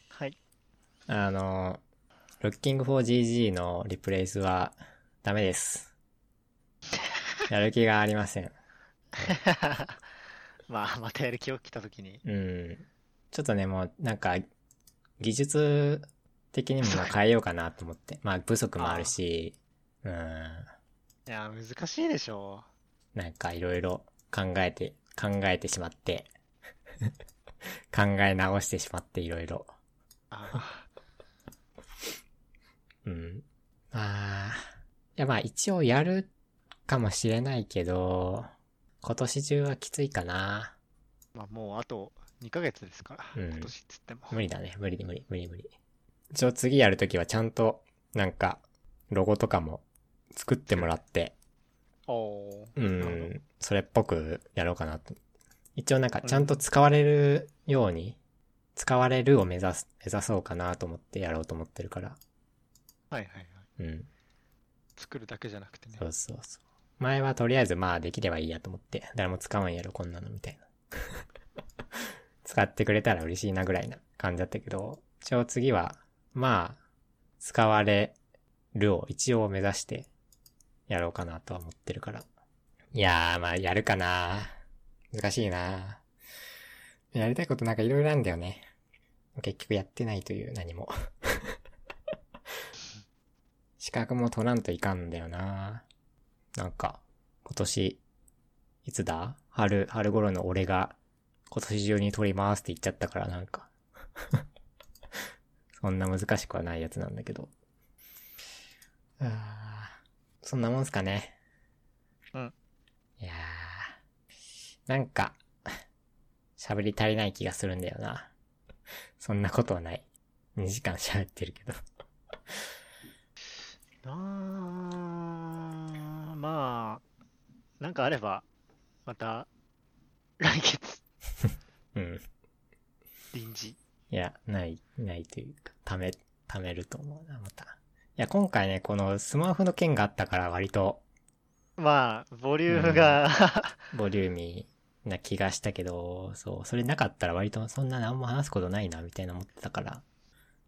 Speaker 2: はい。
Speaker 1: あの、Looking for GG のリプレイスはダメです。やる気がありません。
Speaker 2: まあ、またやる気を来たときに。
Speaker 1: うん。ちょっとね、もうなんか、技術的にもまあ変えようかなと思って。まあ、不足もあるし、うん。
Speaker 2: いや、難しいでしょ
Speaker 1: なんかいろいろ考えて、考えてしまって、 考え直してしまっていろいろ。
Speaker 2: あ
Speaker 1: うん。まあ、いやまあ一応やるかもしれないけど、今年中はきついかな。
Speaker 2: まあ、もうあと2ヶ月ですから、
Speaker 1: うん
Speaker 2: 今年っつっても。
Speaker 1: 無理だね。無理無理無理無理。一応次やるときはちゃんと、なんか、ロゴとかも作ってもらって、
Speaker 2: おー
Speaker 1: う
Speaker 2: なるほど
Speaker 1: ん、それっぽくやろうかなと。一応なんかちゃんと使われるように、使われるを目指す、目指そうかなと思ってやろうと思ってるから。
Speaker 2: はいはいはい。
Speaker 1: うん。
Speaker 2: 作るだけじゃなくてね。
Speaker 1: そうそうそう。前はとりあえずまあできればいいやと思って、誰も使わんやろこんなのみたいな。 使ってくれたら嬉しいなぐらいな感じだったけど、一応次は、まあ、使われるを一応目指してやろうかなとは思ってるから。いやーまあやるかな難しいなやりたいことなんかいろいろなんだよね。結局やってないという何 も。資格も取らんといかんだよななんか、今年、いつだ春、春頃の俺が、今年中に取りますって言っちゃったから、なんか。 そんな難しくはないやつなんだけど。あーそんなもんすかね。
Speaker 2: うん。
Speaker 1: いやーなんか、喋り足りない気がするんだよな。そんなことはない。2時間喋ってるけど。
Speaker 2: なあまあ、なんかあれば、また、来月、
Speaker 1: うん。
Speaker 2: 臨時。
Speaker 1: いや、ない、ないというか、ため、ためると思うな、また。いや、今回ね、このスマホの件があったから割と
Speaker 2: まあ、ボリュームが、
Speaker 1: ボリューミーな気がしたけど、そう、それなかったら割とそんな何も話すことないな、みたいな思ってたから、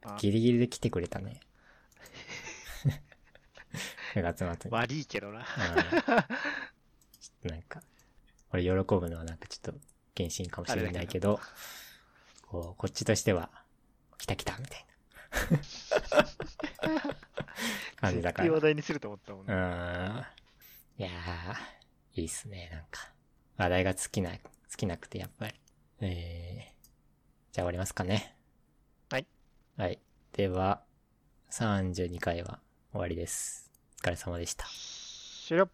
Speaker 2: あ
Speaker 1: ギリギリで来てくれたね。9月末に。うん
Speaker 2: 悪いけどな。
Speaker 1: ちょっとなんか、俺喜ぶのはなんかちょっと、原神かもしれないけど、こう、こっちとしては、来た来た、みたい な感じだから
Speaker 2: 絶対。話題にすると思ったも
Speaker 1: う
Speaker 2: んね。
Speaker 1: ーん。いやー、いいっすね、なんか。話題が尽きな、尽きなくて、やっぱり。えー、じゃあ終わりますかね。
Speaker 2: はい。
Speaker 1: はい。では、32回は終わりです。お疲れ様でした。
Speaker 2: 終了